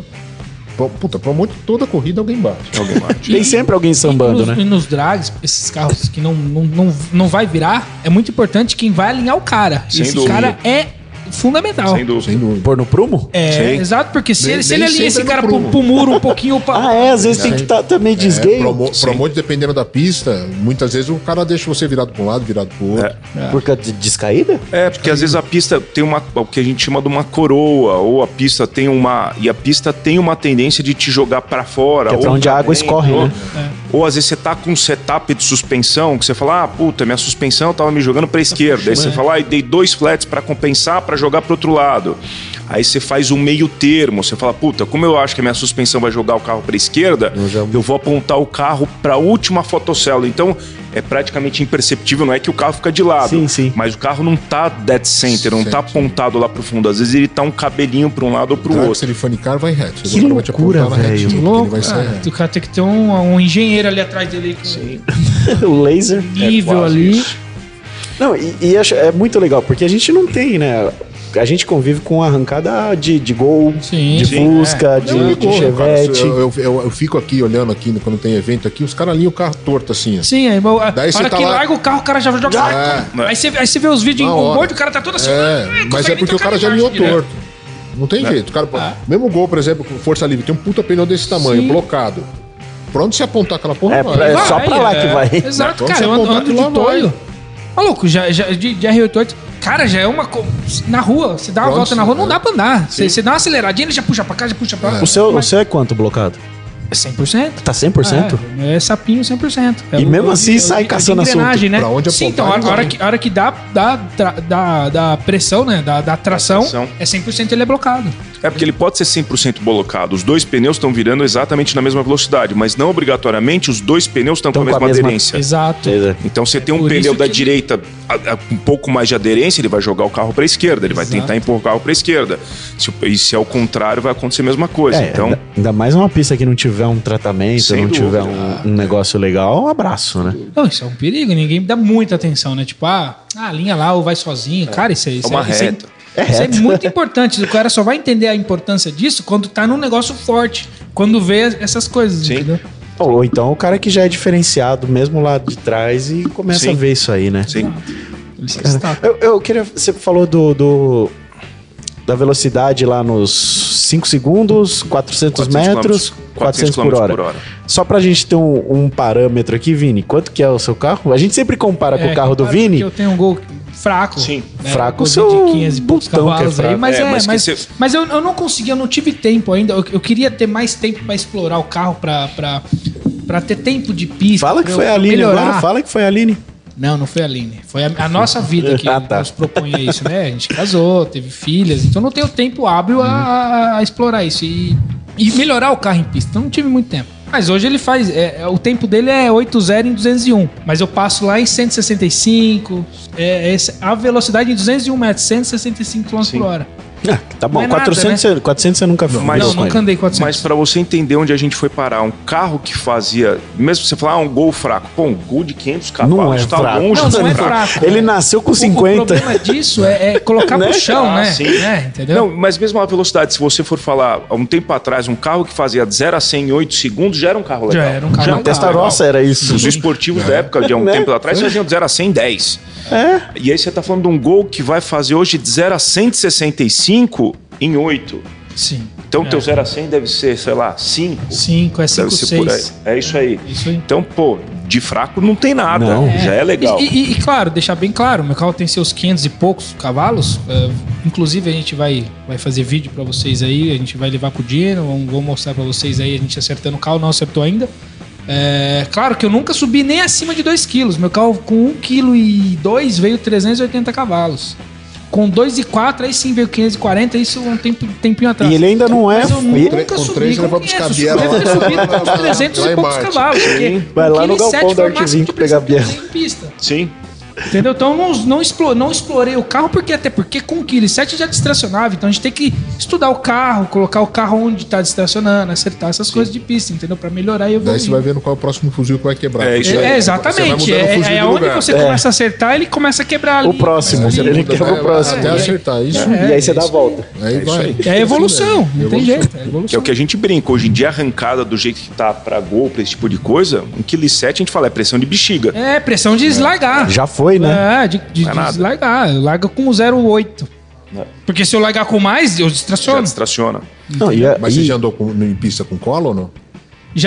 pro- puta, pra um monte toda corrida alguém bate. Alguém bate. Tem sempre alguém sambando, e nos, né? E nos drags, esses carros que não, não, não, não vai virar, é muito importante quem vai alinhar o cara. Sem Esse dúvida. cara é fundamental. Sem dúvida. Sem dúvida. Pôr no prumo? É, Sim. exato, porque se Nem- ele, se nem ele alinha esse sempre é cara no pro, prumo. pro muro um pouquinho pra. Ah, é, às vezes tem que estar também É, desgaio. promo, promote dependendo da pista, muitas vezes o cara deixa você virado pra um lado, virado pro outro. Por causa de descaída? É, porque às vezes a pista tem uma, o que a gente chama de uma coroa, ou a pista tem uma. E a pista tem uma tendência de te jogar pra fora. Que é pra ou onde a água dentro, escorre, ou, É. né? Ou às vezes você tá com um setup de suspensão, que você fala, ah, puta, minha suspensão tava me jogando pra esquerda. Aí você fala, ah, e dei dois flats pra compensar, pra jogar pro outro lado. Aí você faz um meio termo, você fala, puta, como eu acho que a minha suspensão vai jogar o carro pra esquerda, eu vou apontar o carro pra última fotocélula. Então, é praticamente imperceptível, não é que o carro fica de lado. Sim, sim. Mas o carro não tá dead center, não tá apontado lá pro fundo. Às vezes ele tá um cabelinho pra um lado ou pro Claro que outro. se ele fanicar, vai reto. Que Você vai te loucura, apontar na velho. retinha, porque ele vai sair Cara, reto. o cara tem que ter um, um engenheiro ali atrás dele. com o laser. É Nível quase ali. isso. Não, e, e acho- é muito legal, porque a gente não tem, né? A gente convive com arrancada de, de gol, Sim. de Sim, Fusca, de, Eu de me corro, Chevette. cara. é- Eu, eu- eu- eu fico aqui olhando aqui quando tem evento aqui, os caras alinham o carro torto assim. ó. Sim, aí a a Daí você hora tá que lá- larga o carro, o cara já joga. É. Aí, você, aí você vê os vídeos em Na hora. onboard, o cara tá todo assim. É, "Ah, mas consegue é nem porque o cara tocar né? já de alinhou baixo direito." torto. Não tem jeito. O cara, Mesmo gol, por exemplo, com força livre, tem um puta pneu desse tamanho, Sim. blocado. Pronto, se apontar aquela porra, É, vai. pra- Vai, é, só pra lá que vai. Exato, Então, cara. você Eu ando, apontar ando que lá de vai. toio. Maluco, já, já, de, de R88. Cara, já é uma. co- Na rua, você dá uma Pronto, volta na rua, não é. dá pra andar. Você, você dá uma aceleradinha, ele já puxa pra cá, já puxa pra lá. O seu, o seu é quanto blocado? É 100%. Tá 100%? É, é sapinho 100%. É E o- mesmo assim é o sai de caçando engrenagem, né? Pra onde Sim, então, apontar, a hora, a hora ele vai. que, a hora que dá, dá, tra- dá, dá pressão, né? Dá, dá tração, Tração. é 100% ele é blocado. É porque ele pode ser 100% bolocado. Os dois pneus estão virando exatamente na mesma velocidade, mas não obrigatoriamente os dois pneus estão com a Tão mesma aderência. Exato. Beleza. Então você tem um Por pneu isso da que- direita a- a- com um pouco mais de aderência, ele vai jogar o carro para a esquerda, ele vai Exato. tentar empurrar o carro para a esquerda. Se, o- e se é o contrário, vai acontecer a mesma coisa. É, então, ainda- ainda mais uma pista que não tiver um tratamento, Sem não tiver dúvida. um, um negócio legal, um abraço, né? Não, isso é um perigo, ninguém dá muita atenção, né? Tipo, ah, ah linha lá ou vai sozinho. Cara, isso é isso. É uma isso reta. É, isso é muito importante. O cara só vai entender a importância disso quando tá num negócio forte. Quando vê essas coisas, Sim. entendeu? Ou, ou então o cara que já é diferenciado mesmo lá de trás e começa Sim. a ver isso aí, né? sim. Ele se destaca. Eu, eu queria. Você falou do, do- da velocidade lá nos 5 segundos, 400, 400 metros, quilômetros- 400 por quilômetros hora. Só pra gente ter um, um parâmetro aqui, Vini, quanto que é o seu carro? A gente sempre compara com É, o carro do claro que Vini. Eu tenho um gol fraco. Sim. Fraco coisa seu de 15 e poucos botão que é cavalos aí, fraco. mas É, é, mas mas, que você- mas eu, eu não consegui, eu não tive tempo ainda. Eu, eu queria ter mais tempo pra explorar o carro, pra, pra, pra ter tempo de pista. Fala que pra eu foi a Aline melhorar. agora, fala que foi a Aline. Não, não foi a Aline. Foi a, a nossa vida que Ah, tá. nos propunha isso, né? A gente casou, teve filhas, então não tenho tempo Uhum. hábil a, a- a explorar isso e, e melhorar o carro em pista. Então não tive muito tempo. Mas hoje ele faz. é, é, o tempo dele é 8,0 em 201. Mas eu passo lá em 165. É, é esse- a velocidade em 201 metros, 165 km por hora. Ah, tá bom, Não é 400, você- 400 você nunca viu. Mas- não, com nunca andei 400. Mas para você entender onde a gente foi parar, um carro que fazia, mesmo você falar ah, um gol fraco, pô, um gol de 500 cavalos Não é tá fraco. longe Não, de não é ser fraco. Ele nasceu com O 50. problema disso é, é colocar Né? pro chão, Ah, né? sim. É, entendeu? Não, mas mesmo a velocidade, se você for falar, há um tempo atrás, um carro que fazia de 0 a 100 em 8 segundos já era um carro legal. Já era um carro Já A testarossa era isso. Os esportivos da época, de há um Né? tempo atrás, faziam de 0 a 100 em 10. É. E aí você tá falando de um gol que vai fazer hoje de 0 a 165 em 8. Sim. Então É. teu 0 a 100 deve ser, sei lá, 5. 5, é 5, Deve ser por aí. 6. É isso aí. Isso aí. Então, pô, de fraco não tem nada. Não. Já é legal. E, e- e, claro, deixar bem claro, meu carro tem seus 500 e poucos cavalos. é, inclusive a gente vai, vai fazer vídeo pra vocês aí, a gente vai levar pro Dino, vamos, vou mostrar pra vocês aí a gente acertando o carro, não acertou ainda. É, claro que eu nunca subi nem acima de 2 kg. Meu carro com 1,2 kg veio 380 cavalos. Com 2,4 aí sim veio 540, isso um tempo, tempinho atrás. E ele ainda não é. Mas eu e- tre- nunca com subi. três, ele vai com buscar 500, biela deve ter lá. subido com uns 300 Lá e em poucos Marte. cavalos. porque Vai lá no um quilo e galpão da sete foi o máximo Artzinho que eu pegar precisei biela. fazer em pista. Sim. Entendeu? Então eu não, não, explo- não explorei o carro, porque até porque com 1,7 kg já distracionava. Então a gente tem que estudar o carro, colocar o carro onde está distracionando, acertar essas coisas de pista, entendeu? Pra melhorar e evoluir. Daí você vai vendo qual é o próximo fuzil que vai quebrar. É isso É, aí. é, Você vai exatamente. mudando o É, fuzil é do onde lugar. você É. começa a acertar, ele começa a quebrar ali. O próximo, começa ali. ele quer o vai- próximo. Até acertar. Isso. E aí você assim, né? dá a volta. Aí vai. É a evolução, não tem Evolução. jeito. É Que é evolução. o que a gente brinca. Hoje em dia, arrancada do jeito que tá pra gol, pra esse tipo de coisa, um quilo e sete a gente fala, é pressão de bexiga. É, pressão de eslargar. Já foi, né? É, de, de, Não é nada. de largar. Larga com 0,8. Não. Porque se eu largar com mais, eu Já distraciono. Já, distraciona. Não, e, a- Mas você e- já andou com, em pista com cola ou não?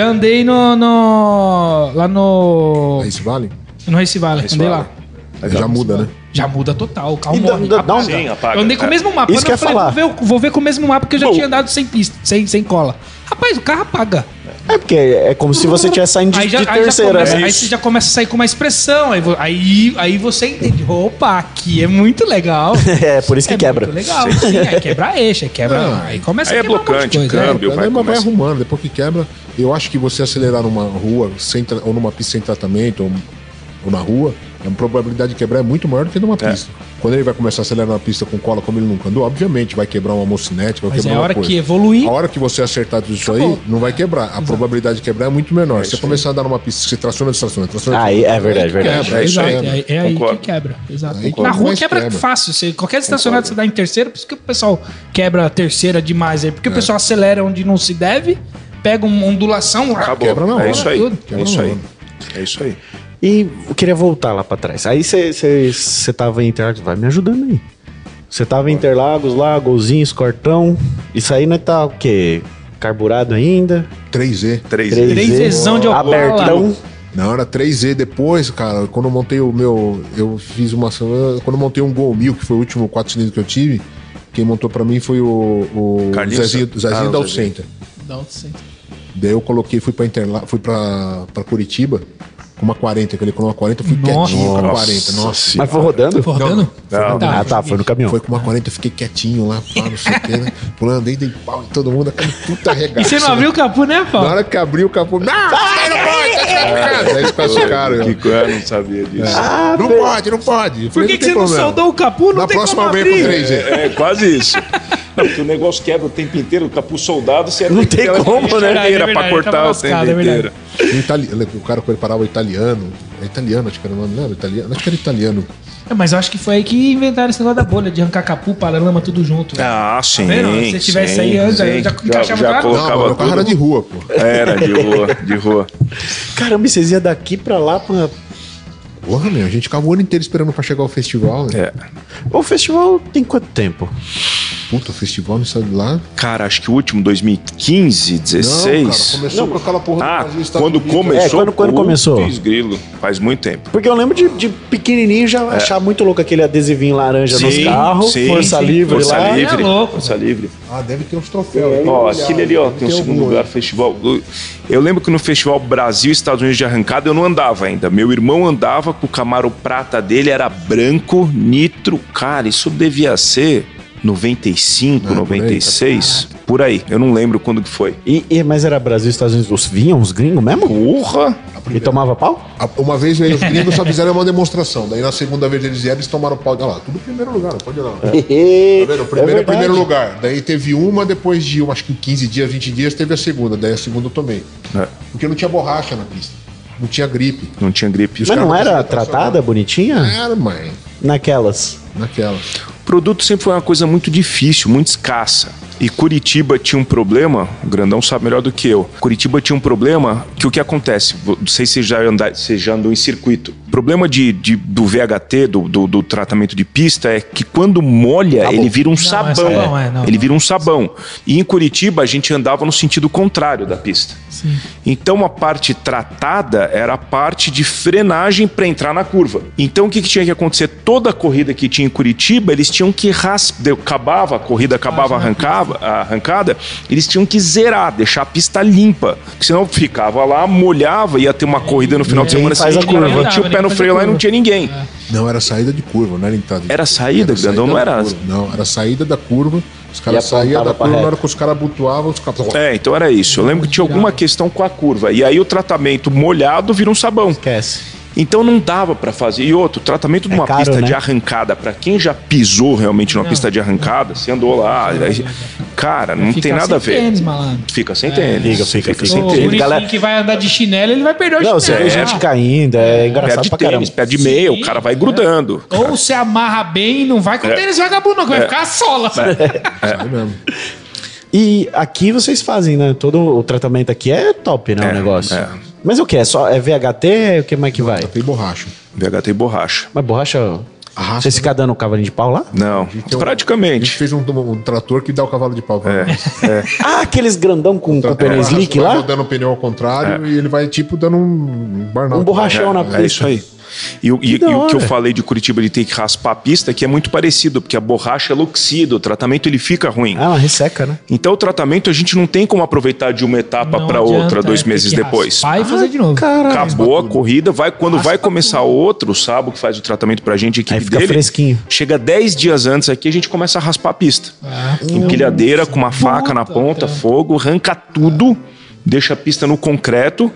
andei no, no- lá no. Aí isso vale? No Race Valley. Race andei Valley. lá. Aí já muda, né? Já muda total. O carro E dá- morre. dá- dá um- Sim, apaga. Eu andei com É. o mesmo mapa. Isso quando que eu ia falei, Vou ver, vou ver com o mesmo mapa que eu já tinha andado sem pista, sem, sem cola. Rapaz, o carro apaga. É porque é como se você tivesse saindo de, Aí, já, de aí, já terceira, começa- né? aí você já começa a sair com mais pressão. Aí, vo- aí, aí você entende. Opa, aqui é muito legal. É, por isso que é quebra. muito legal. Sim, aí quebra eixo, aí quebra. Ah, aí começa aí a é quebrar um monte de blocante, É, né? câmbio. Câmbio, o vai, problema vai começa. arrumando, depois que quebra. Eu acho que você acelerar numa rua sem, tra- ou numa pista sem tratamento ou, ou na rua, a probabilidade de quebrar é muito maior do que numa pista. Quando ele vai começar a acelerar na pista com cola, como ele nunca andou, obviamente vai quebrar uma mocinete, vai Mas é a quebrar uma hora coisa. que evoluir. A hora que você acertar tudo isso Acabou. aí, não vai quebrar. A probabilidade de quebrar é muito menor. Se você começar a andar numa pista, que você traciona, distraciona, traciona. Aí, é verdade, Aí verdade. quebra, aí Exato, quebra. é, é aí Concordo. que quebra. Exato. Aí Na concordo, rua mas quebra, quebra. fácil. Você, qualquer estacionado você dá em terceira, por isso que o pessoal quebra a terceira demais aí. Porque o pessoal acelera onde não se deve, pega uma ondulação. Acabou. Quebra na é hora, isso aí. tudo. É Quebra isso na aí. hora. É isso aí. E eu queria voltar lá pra trás. Aí você tava em Interlagos, vai me ajudando aí. Você tava em Interlagos lá, golzinhos, cortão. Isso aí não tá o quê? Carburado ainda? 3E. 3 Três. Três exão de Opala. Abertão. Não, era 3E depois, cara. Quando eu montei o meu. Eu fiz uma. Quando eu montei um Gol Mil, que foi o último 4 cilindros que eu tive, quem montou pra mim foi o. o Carlinhos? Zezinho, Ah, Zezinho o da Zezinho. Alcenta. Não, sim. Daí eu coloquei, fui pra, Interla... fui pra, pra Curitiba, com uma 40, que ele colocou uma 40, eu fui Nossa. quietinho com uma 40. Nossa. Mas foi rodando? Tô rodando? Não, Ah, tá, foi no caminhão. Foi com uma 40, eu fiquei quietinho lá, pá, não sei o que, né? Pulando aí, dei pau em todo mundo, aquele puta E regaço. você não Ah, abriu o capô, né, Na Paulo? hora que abriu o capô, não, sai, não pode, sai, sai, sai, sai. Aí os caras ficaram, eu, É, Kiko, eu não sabia disso. não pode, não pode. Eu Por falei, que, tem que você não problema. soldou o capô? Não Na tem próxima como eu venho abrir. com 3G. É, quase isso. Não, porque o negócio quebra o tempo inteiro, o capu soldado, você é Não tem como, né? É verdade, pra tava cortar o lascado, tempo é verdade. inteiro. O Um itali- O cara preparava italiano. É italiano, acho que era o nome, não era italiano? Acho que era italiano. É, Mas eu acho que foi aí que inventaram esse negócio da bolha, de arrancar capu, paralama, tudo junto. velho. Ah, sim. Tá vendo? Se tivesse sim, aí antes, sim. aí já encaixava já lá. Não, colocava mano, o carro era tudo. de rua, pô. Era de rua, de rua. Caramba, e vocês iam daqui pra lá pra. Porra, meu, a gente ficava o ano inteiro esperando pra chegar ao festival. Né? É. O festival tem quanto tempo? Puta, o festival não saiu de lá. Cara, acho que o último, 2015, Não, cara, 16. começou tá com aquela porra ah, Brasil e Estados quando Unidos. começou. É, quando- quando putz, começou? grilo, faz muito tempo. Porque eu lembro de, de pequenininho já achar muito louco aquele adesivinho laranja nos É. Sim, carros, sim, força sim. livre Força lá. é livre. louco, força livre. Ah, deve ter uns troféus. deve Ó, ter aquele ali, ó, olhado, tem um deve ter segundo algum lugar, aí. festival. Eu- Eu lembro que no festival Brasil e Estados Unidos de arrancada eu não andava ainda. Meu irmão andava com o Camaro prata dele, era branco, nitro. Cara, isso devia ser 95, É, Ah, por aí, 96, por aí. Eu não lembro quando que foi. E, e- mas era Brasil e Estados Unidos, os vinham os gringos mesmo? Porra! E tomava pau? Ah, Uma vez veio os gringos só fizeram uma demonstração. Daí na segunda vez eles vieram eles tomaram pau. Olha lá, tudo primeiro lugar, não pode ir lá. Tá vendo? O primeiro é, o primeiro lugar. Daí teve uma, depois de eu acho que 15 dias, 20 dias, teve a segunda. Daí a segunda eu tomei. É. Porque não tinha borracha na pista. Não tinha gripe. Não tinha gripe. Mas não era tratada, bonitinha? Era, mãe. Naquelas. Naquela. O produto sempre foi uma coisa muito difícil, muito escassa. E Curitiba tinha um problema, o Grandão sabe melhor do que eu. Curitiba tinha um problema que o que acontece? Vo- Não sei se vocês já, anda, vocês já andam em circuito. O problema de, de- do VHT, do, do- do tratamento de pista, é que quando molha, ele vira um sabão. é sabão, é, não, ele vira um sabão. E em Curitiba, a gente andava no sentido contrário da pista. Então a parte tratada era a parte de frenagem para entrar na curva. Então o que, que tinha que acontecer? Toda a corrida que tinha em Curitiba, eles tinham que raspar. Acabava a corrida, acabava a arrancava, a arrancada, eles tinham que zerar, deixar a pista limpa. Porque Senão ficava lá, molhava, ia ter uma corrida no final de Ninguém semana faz a seguinte, cara, curva. tinha o pé Ninguém no faz a freio lá e não curva. tinha ninguém. Não, era saída de curva, não era entrada. de Era curva. saída, Grandão, não da era- curva. Não, era saída da curva. Os caras E saíam apontava da pra curva, na reta. hora que os caras abotoavam, os caras. É, então era isso. Eu lembro que tinha alguma questão com a curva. E aí o tratamento molhado vira um sabão. Esquece. Então não dava pra fazer. E outro, o tratamento de É uma caro, pista né? de arrancada, pra quem já pisou realmente numa pista de arrancada, você andou lá, aí- cara, não É Ficar tem sem nada a ver. Tênis, malandro. É. Fica sem tênis. Fica, fica, fica. O Sem tênis, bonitinho galera. que vai andar de chinelo, ele vai perder o Não, chinelo. você vê gente Ah, caindo, é engraçado Perde pra tênis, caramba. perde meia, Sim, o cara vai é. grudando. Ou você amarra bem e não vai É. com o tênis vagabundo, não, que vai ficar a sola. Sai mesmo. E aqui vocês fazem, né? Todo o tratamento aqui é top, né? É, o negócio. é. Mas o que? É só é VHT? O que mais que vai? Tem borracha. VHT e borracha. Mas borracha. Arrasta, Vocês ficam dando cavalinho de pau lá? Não, Tem um- A gente praticamente. fez um, um trator que dá o cavalo de pau. pra nós. Ah, aqueles grandão com, com Trator pneu borracha, slick vai lá? É. rodando o pneu ao contrário e ele vai tipo dando um burnout. Um borrachão na É isso aí. E, o- Que e- da e o que eu hora. falei de Curitiba de ter que raspar a pista, que é muito parecido, porque a borracha é oxida, o tratamento ele fica ruim. Ah, mas resseca, né? Então o tratamento a gente não tem como aproveitar de uma etapa Não pra adianta, outra dois é, tem meses que depois. raspar e fazer de novo. Caralho. Acabou a corrida, vai quando vai começar outro, o Sabo que faz o tratamento pra gente, a equipe Aí fica dele, fresquinho. Chega 10 dias antes aqui, a gente começa a raspar a pista. Ah, Empilhadeira com uma faca na ponta, fogo, arranca tudo, deixa a pista no concreto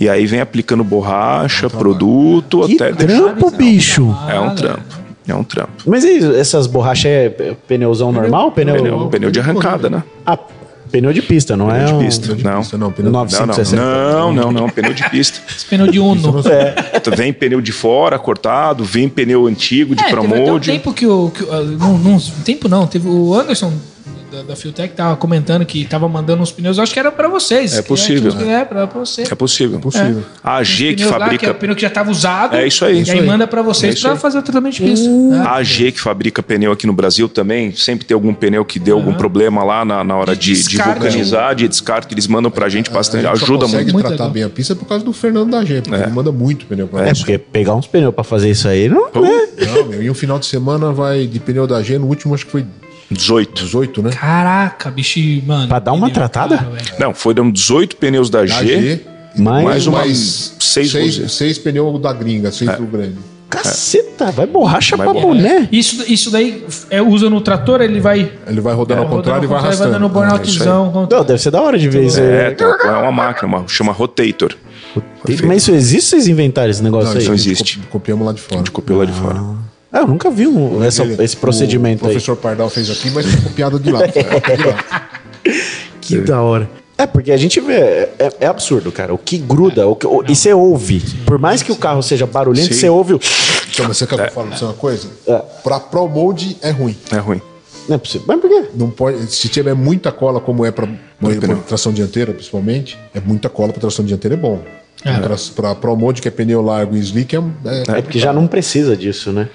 e aí vem aplicando borracha, produto, Que até trampo, bicho. É um trampo. É um trampo. Mas e essas borrachas é p- pneuzão normal? Pneu, Pneu, pneu de arrancada, né? Ah, pneu de pista, não é? Pneu um- de pista. Não. pista, não, é pneu de Não, não, 960. não, não, não, pneu de pista. Esse pneu de Uno. é É, Vem pneu de fora cortado, vem pneu antigo de É, teve até um promote. tempo que o. Que, o- ah, não, não, um tempo não, teve o Anderson da, da Fiotec tava comentando que tava mandando uns pneus, eu acho que era pra vocês. É possível, Que, é, pra, pra você. É possível. Possível. A AG que Pneus lá, que é fabrica. o pneu que já tava usado. É isso aí. E Isso aí, aí. manda pra É vocês isso pra aí. fazer o tratamento de pista. Uh. né? A AG que fabrica pneu aqui no Brasil também, sempre tem algum pneu que deu algum problema lá na, na hora de, De de, descarte. vulcanizar, de descarte, eles mandam pra gente bastante, A gente ajuda só muito. consegue muito. tratar Muito bem a pista por causa do Fernando da Gê, porque ele manda muito pneu pra É, nós. porque pegar uns pneus pra fazer isso aí não é. Não, meu, e um final de semana vai de pneu da Gê, no último acho que foi 18. 18, né? Caraca, bicho, mano. Pra dar uma pneu tratada? caro, velho. Não, foram 18 pneus da G. A G, Mais Mais uma- seis seis, buzi- seis, pneus da gringa, seis do grande. Caceta, vai borracha Vai pra borracha. boné. Isso, isso daí é, usa no trator, ele vai Ele vai É, rodando ao contrário e vai É, vai arrastando. É, dando burnoutzão. contra- Não, deve ser da hora de ver isso aí. É, então, é uma máquina, uma- chama Rotator. Tem- Mas isso existe, vocês inventaram esse Ah, negócio isso É, aí? a gente existe. co- Copiamos lá de fora. Copiou lá de fora. Ah, eu nunca vi um- essa- Ele- esse procedimento o aí. professor Pardal fez aqui, mas foi copiado de lá. foi de lá. Que da hora. É, porque a gente vê, é, é- é absurdo, cara. O que gruda, o que- o- e você ouve. Por mais que o carro seja barulhento, Sim. você ouve o. Então, mas você acabou falando de uma coisa? É. Pra Pro Mode é ruim. É ruim. Não é possível. Mas por quê? Não pode, se tiver muita cola, como é pra, pra tração dianteira, principalmente, é muita cola pra tração dianteira é bom. É. Pra, pra Pro Mode, que é pneu largo e slick, é, é, É porque já não precisa disso, né?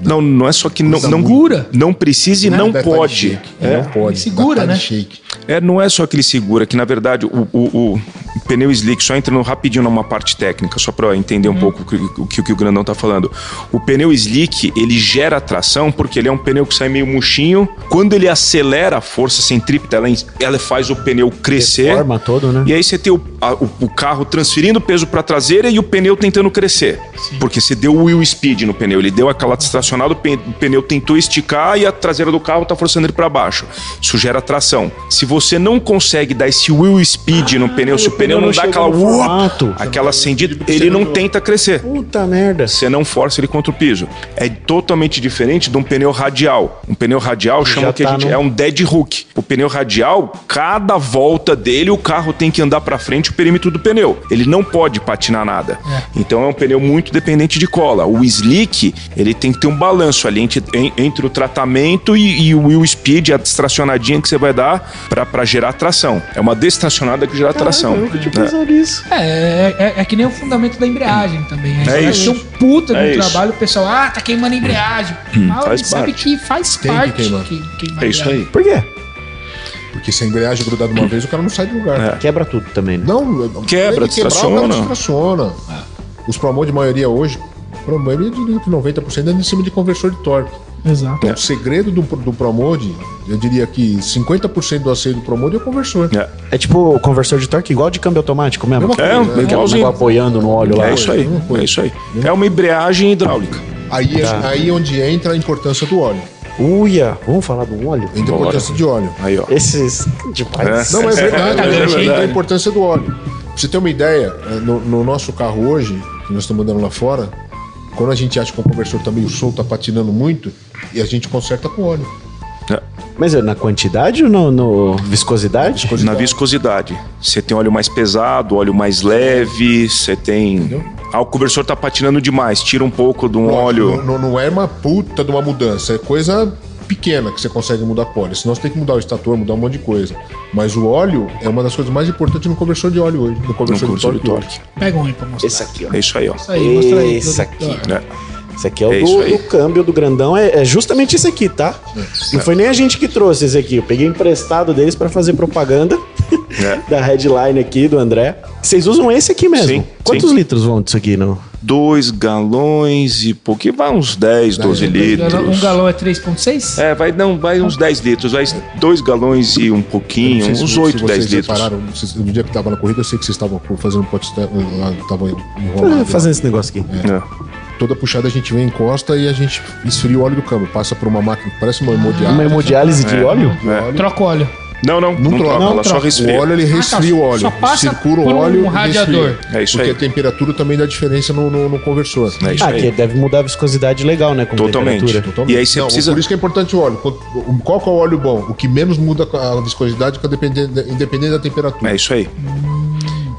Não, não é só que não, Coisa Né? não dura. Não precisa e não dá time pode. é, shake, Não pode. Segura, dá time né? Shake. É, não é só que ele segura, que na verdade o, o- o pneu slick, só entrando rapidinho numa parte técnica, só para entender um pouco o que, o que- o que o Grandão tá falando. O pneu slick, ele gera tração porque ele é um pneu que sai meio murchinho. Quando ele acelera a força centrípeta, ela, en- ela faz o pneu crescer. Forma todo, né? E aí você tem o, a- o- o carro transferindo peso para traseira e o pneu tentando crescer. Porque você deu o wheel speed no pneu, ele deu aquela distracionada, o pe- o pneu tentou esticar e a traseira do carro tá forçando ele para baixo. Isso gera tração. Se você não consegue dar esse wheel speed Ah, no pneu, se o pneu não dá chega aquela no uop, formato. aquela acendida, ele não tenta crescer. Puta merda. Você não força ele contra o piso. É totalmente diferente de um pneu radial. Um pneu radial chama já que a tá gente no- é um dead hook. O pneu radial, cada volta dele, o carro tem que andar pra frente o perímetro do pneu. Ele não pode patinar nada. Então é um pneu muito dependente de cola. O slick, ele tem que ter um balanço ali entre, en- entre o tratamento e, e o wheel speed, a distracionadinha que você vai dar pra- pra gerar tração. É uma distracionada que gera tração. Eu nunca tinha né? pensado nisso. É, é, é que nem o fundamento da embreagem também. Aí É vai isso. ter um puta de É um isso. Hum. trabalho, o pessoal, ah, tá queimando a embreagem. Ah, faz ele sabe parte. que faz Tem que parte. queimar. que- queimar É isso embreagem. aí. Por quê? Porque se a embreagem grudar de uma vez, o cara não sai do lugar. Quebra tudo também, né? Não, É. Quebra, ele quebrar, o distraciona. cara distraciona. É. Os promos de maioria hoje, é a maioria diria que 90% anda é em cima de conversor de torque. Exato. É. Então, o segredo do, do Promode, eu diria que 50% do acerto do Promode é o conversor. É. É tipo o conversor de torque igual de câmbio automático mesmo. Mesma Que coisa, É, É, um bem igualzinho. apoiando no óleo lá. É isso aí, é isso aí. É uma embreagem hidráulica. Aí, aí é onde entra a importância do óleo. Uia, vamos falar do óleo? Entra a Bora. importância de óleo. Aí, ó. Esses demais. Não, é verdade. É é verdade. verdade. A importância do óleo. Pra você ter uma ideia, eh, no, no nosso carro hoje, que nós estamos andando lá fora, quando a gente acha que o conversor tá meio solto, tá patinando muito, e a gente conserta com óleo. Mas é na quantidade ou no, no viscosidade? é. Na viscosidade. Você tem óleo mais pesado, óleo mais leve, você tem. Ah, o conversor tá patinando demais, tira um pouco de um Não, óleo. não- não é uma puta de uma mudança, é coisa pequena que você consegue mudar a pole. Senão você tem que mudar o estator, mudar um monte de coisa. Mas o óleo é uma das coisas mais importantes no conversor de óleo hoje, no No conversor, conversor de de torque. torque. Pega um aí pra mostrar. Esse aqui, ó. É isso aí, ó. Isso aí, mostra aí. Esse produtor. aqui. É. Esse aqui é o É isso do, aí. do câmbio do grandão, é, é justamente esse aqui, tá? Não foi nem a gente que trouxe esse aqui. Eu peguei emprestado deles pra fazer propaganda É. da headline aqui do André. Vocês usam esse aqui mesmo? Sim, Quantos sim. litros vão disso aqui? No... Dois galões e pouquinho, vai uns 10, 12 Um litros. galão- Um galão é 3.6? É, vai, não, vai uns 10 litros, vai dois galões e um pouquinho, Não sei se- uns se 8, vocês 10 litros. repararam, vocês- no dia que tava na corrida, eu sei que vocês estavam fazendo um eh, podcast, estavam Ah, enrolando. fazendo esse negócio aqui. É. né? Toda puxada a gente vem, encosta e a gente esfria o óleo do câmbio. Passa por uma máquina, parece É uma hemodiálise. Uma hemodiálise É, de óleo? Troca o óleo. Não, não, não, troca, não ela só troca. resfria. O óleo ele resfria o Ah, tá. só óleo. passa circula por o um óleo. e radiador. resfria. É isso Porque aí. a temperatura também dá diferença no, no, no conversor. É isso Ah, aí. que deve mudar a viscosidade legal, né? Com Totalmente. temperatura. Totalmente. E aí você precisa- Por isso que é importante o óleo. Quanto- o- Qual que é o óleo bom? O que menos muda a viscosidade, que é dependendo- independente da temperatura. É isso aí.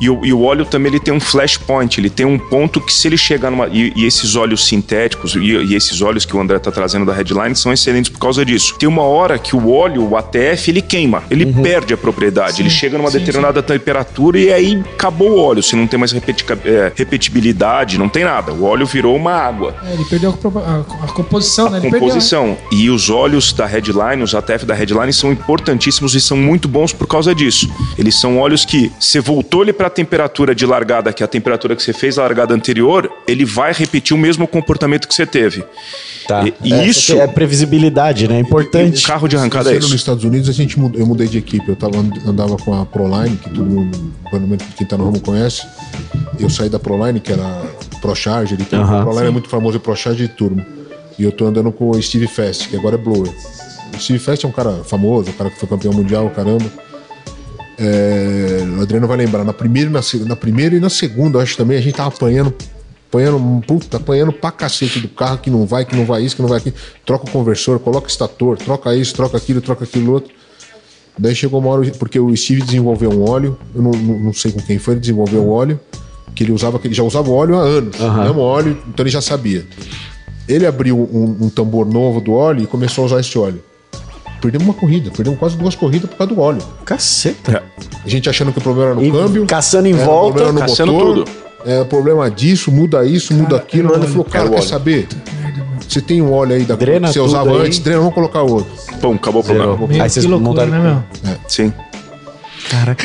E o, e o óleo também ele tem um flashpoint, ele tem um ponto que se ele chegar numa. E, e esses óleos sintéticos e, e esses óleos que o André tá trazendo da headline são excelentes por causa disso. Tem uma hora que o óleo, o ATF, ele queima, ele perde a propriedade, ele chega numa determinada temperatura e aí acabou o óleo. Você não tem mais repetica- é, repetibilidade, não tem nada. O óleo virou uma água É, ele perdeu a, propo- a- a composição, né? Ele composição. E os óleos da Headline, os ATF da Headline, são importantíssimos e são muito bons por causa disso. Eles são óleos que você voltou ele para a temperatura de largada, que é a temperatura que você fez a largada anterior, ele vai repetir o mesmo comportamento que você teve. Tá. E, e É, isso, É previsibilidade, né? É o Importante. carro de arrancada é Sendo nos isso. Estados Unidos, a gente mud- eu mudei de equipe. Eu tava, and- andava com a Proline, que todo mundo, pelo menos quem tá no ramo conhece. Eu saí da Proline, que era ProCharge. Ele, Aham. a Proline é muito famoso, é ProCharge e Turbo. E eu tô andando com o Steve Fest, que agora é Blower. O Steve Fest é um cara famoso, um cara que foi campeão mundial, caramba. É, o Adriano vai lembrar, na primeira, e na, se- na primeira e na segunda, eu acho também, a gente tava apanhando, apanhando, puta, apanhando pra cacete do carro, que não vai, que não vai isso, que não vai aqui. Troca o conversor, coloca o estator, troca isso, troca aquilo, troca aquilo outro. Daí chegou uma hora, porque o Steve desenvolveu um óleo, eu não, não- não sei com quem foi, ele desenvolveu um óleo, que ele usava, que ele já usava o óleo há anos, o mesmo óleo, então ele já sabia. Ele abriu um, um tambor novo do óleo e começou a usar esse óleo. Perdemos uma corrida, perdemos quase duas corridas por causa do óleo. Caceta. A gente achando que o problema era no E câmbio. caçando em era volta, problema no caçando motor, tudo. É o problema disso, muda isso, muda aquilo. Ele falou, cara, Era o quer óleo. saber? Você tem um óleo aí da Drena que você tudo usava aí. antes, drena, vamos colocar outro. Pum, acabou o problema. Zerou. Meu, Aí que vocês loucura, montaram. né, meu? Sim.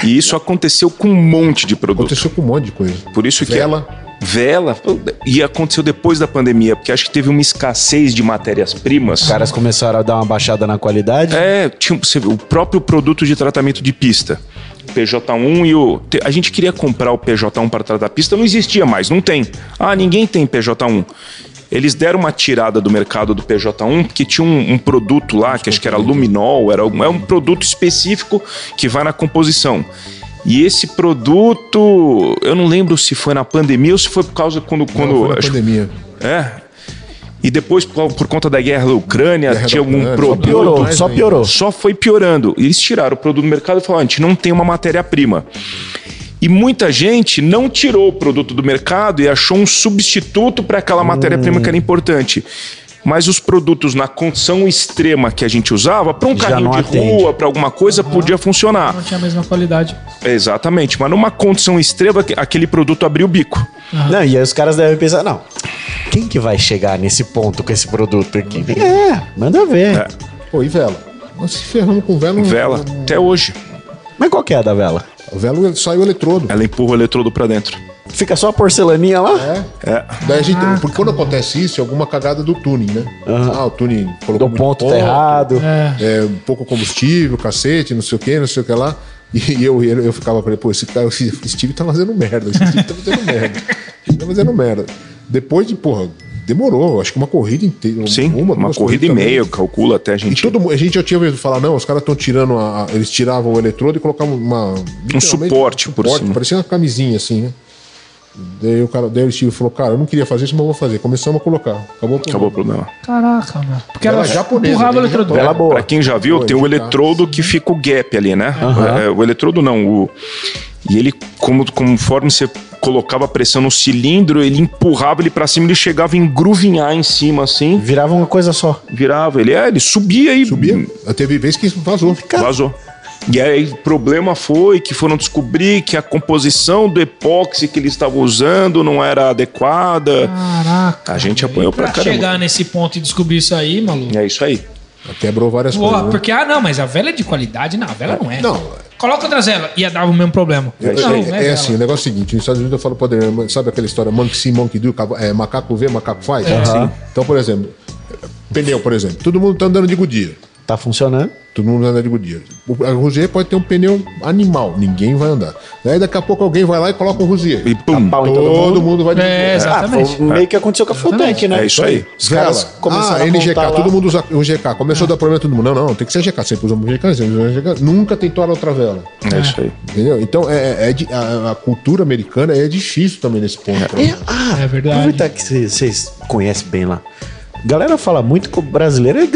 E isso aconteceu com um monte de produto. Aconteceu com um monte de coisa. Por isso que é Vela. vela e aconteceu depois da pandemia, porque acho que teve uma escassez de matérias-primas. Os caras começaram a dar uma baixada na qualidade. É, tinha, você vê, o próprio produto de tratamento de pista. PJ1 e o. te- A gente queria comprar o PJ1 para tratar a pista, não existia mais, não tem. Ah, ninguém tem PJ1. Eles deram uma tirada do mercado do PJ1, porque tinha um, um produto lá, que acho que era luminol, era um, é um produto específico que vai na composição. E esse produto, eu não lembro se foi na pandemia ou se foi por causa quando. quando Não, foi na acho- pandemia. é. E depois, por, por conta da guerra da Ucrânia, Guerra da tinha algum Ucrânia, né? produto. Piorou, mais só ainda. piorou. Só foi piorando. Eles tiraram o produto do mercado e falaram: a gente não tem uma matéria-prima. E muita gente não tirou o produto do mercado e achou um substituto para aquela matéria-prima que era importante. Mas os produtos na condição extrema que a gente usava, para um Já não carrinho de atende. rua, para alguma coisa, podia funcionar. Não tinha a mesma qualidade. Exatamente. Mas numa condição extrema, aquele produto abriu o bico. Não, e aí os caras devem pensar, não. Quem que vai chegar nesse ponto com esse produto aqui? É, manda ver. É. Pô, e vela? Nós se ferramos com vela. Vela, até hoje. Mas qual que é a da vela? A Vela saiu o eletrodo. Ela empurra o eletrodo para dentro. Fica só a porcelaninha lá? É. Daí a gente, porque quando acontece isso, é alguma cagada do tuning, né? Ah, o tuning colocou Do muito ponto tá errado. é, pouco combustível, cacete, não sei o que, não sei o que lá. E eu, eu, eu ficava pra ele, pô, esse cara, esse Steve tá fazendo merda, esse Steve tá fazendo merda, esse tá fazendo merda. Depois de, porra, demorou, acho que uma corrida inteira. Sim, uma, duas corrida e corridas meia, eu também. calculo até a gente. E todo mundo, a gente já tinha ouvido falar, não, os caras estão tirando, a, a- eles tiravam o eletrodo e colocavam uma... literalmente, suporte por cima. Parecia uma camisinha, assim, né? Daí o, cara, daí o Steve falou, cara, eu não queria fazer isso, mas eu vou fazer. Começamos a colocar. Acabou. com- Acabou o problema. Caraca, mano. Porque ela Ela é japonesa, empurrava o né? eletrodo. Vela é boa. Pra quem já viu, Pô, tem o ele tá- eletrodo que fica o gap ali, né? É, o eletrodo não, o. E ele, como, conforme você colocava a pressão no cilindro, ele empurrava ele pra cima, ele chegava a engruvinhar em cima, assim, Virava uma coisa só. virava. Ele, é, ele subia e Subia. Teve vez que vazou. vazou. E aí o problema foi que foram descobrir que a composição do epóxi que ele estava usando não era adequada. é Ah. Caraca. A gente apanhou pra caramba. chegar nesse ponto e descobrir isso aí, maluco. É isso aí. Quebrou várias Porra, coisas. né? porque, ah, não, mas a vela é de qualidade. Não, a vela não é. Não, Coloca outras velas. Ia dar o mesmo problema. não, né, é, é assim, o negócio é o seguinte, nos Estados Unidos eu falo pro Adriano, mas sabe aquela história monkey see, monkey do, cava- é, macaco vê, macaco faz? É, Sim. Então, por exemplo, pneu, por exemplo, todo mundo tá andando de Goodyear, Tá funcionando. todo mundo anda de Goodyear. O a Rosier pode ter um pneu animal, ninguém vai andar. Daí daqui a pouco alguém vai lá e coloca o Rosier. E pum. Pau em Todo, todo mundo. mundo vai de É, Goodyear. Ah, foi exatamente. meio que aconteceu com a Futank, né? É isso aí. Os caras Vela. começaram ah, a NGK, montar lá. todo mundo usa o GK. É. Começou a dar problema todo mundo. Não, não, tem que ser GK. Sempre usamos GK, sempre usamos GK. Nunca tentaram outra vela. É isso aí. Entendeu? Então, é, é de- a, a cultura americana é difícil também nesse ponto. pra mim. Ah, É verdade. Aproveitar que vocês conhecem bem lá. Galera fala muito que o brasileiro é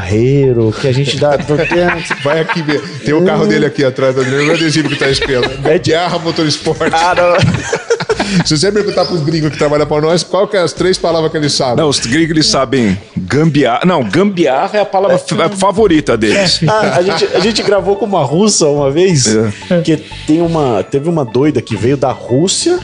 gambiarreiro, que a gente dá. Vai aqui ver. Tem o carro dele aqui atrás, tá vendo? O adesivo que tá espiando. Guerra Motor Esporte. Ah, não. Se você perguntar pros gringos que trabalham pra nós, qual que é as três palavras que eles sabem? Não, os gringos eles sabem gambiarra. Não, gambiarra é a palavra f- a favorita deles. Ah, a, gente, a gente gravou com uma russa uma vez, que tem uma, teve uma doida que veio da Rússia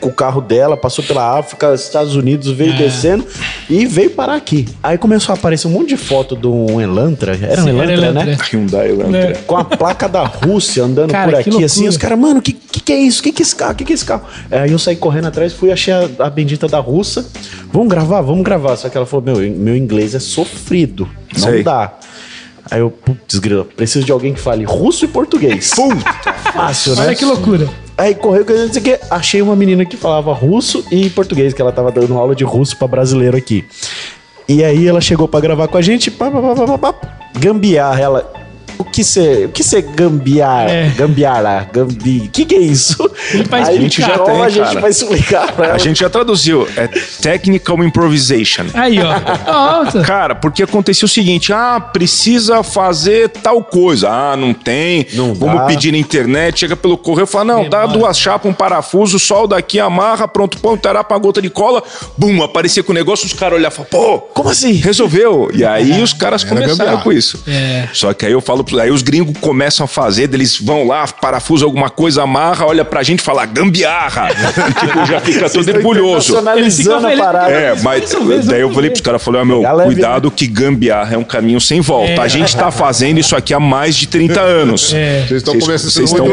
com o carro dela, passou pela África, Estados Unidos, veio descendo e veio parar aqui. Aí começou a aparecer um monte de foto de um Elantra, era um Sim, era Elantra, né? Elantra. Hyundai, Elantra. É. Com a placa da Rússia andando Cara, por que aqui, assim, loucura. os caras, mano, que, que que é isso? O que, que é esse carro? O que, que é esse carro? É, Aí eu saí correndo atrás, fui, achei a, a bendita da russa. Vamos gravar, vamos gravar. Só que ela falou: meu, meu inglês é sofrido. Não Sei. dá. Aí eu, putz, grila, preciso de alguém que fale russo e português. Fácil, né? Olha que loucura. Aí correu, não sei o que. Achei uma menina que falava russo e português, que ela tava dando aula de russo pra brasileiro aqui. E aí ela chegou pra gravar com a gente, pá, pá, pá, pá, pá, pá. gambiarra. Ela. O que você. O que você gambiar? É. Gambiarra, gambi. O que, que é isso? vai Aí explicar. a gente já tem, a gente cara. vai explicar pra ela. A gente já traduziu. É technical improvisation. Aí, ó. Pronto. Cara, porque acontecia o seguinte: ah, precisa fazer tal coisa. Ah, não tem. Não Vamos dá. pedir na internet, chega pelo correio, fala: não, dá duas chapas, um parafuso, solda aqui, amarra, pronto, põe um tarapa, uma gota de cola, bum, aparecia com o negócio, os caras olhavam, pô, Como assim? resolveu. E aí os caras Era começaram gambiarra. com isso. É. Só que aí eu falo, pros- aí os gringos começam a fazer, eles vão lá, parafuso alguma coisa, amarra, olha pra gente e fala gambiarra. tipo, já fica todo orgulhoso. Internacionalizando a Ele fica parada. É, mas daí eu falei pros caras, falei, ó, meu, Pega leve, cuidado que gambiarra é um caminho sem volta. É. A gente tá fazendo isso aqui há mais de 30 anos. É. Vocês estão começando. Vocês estão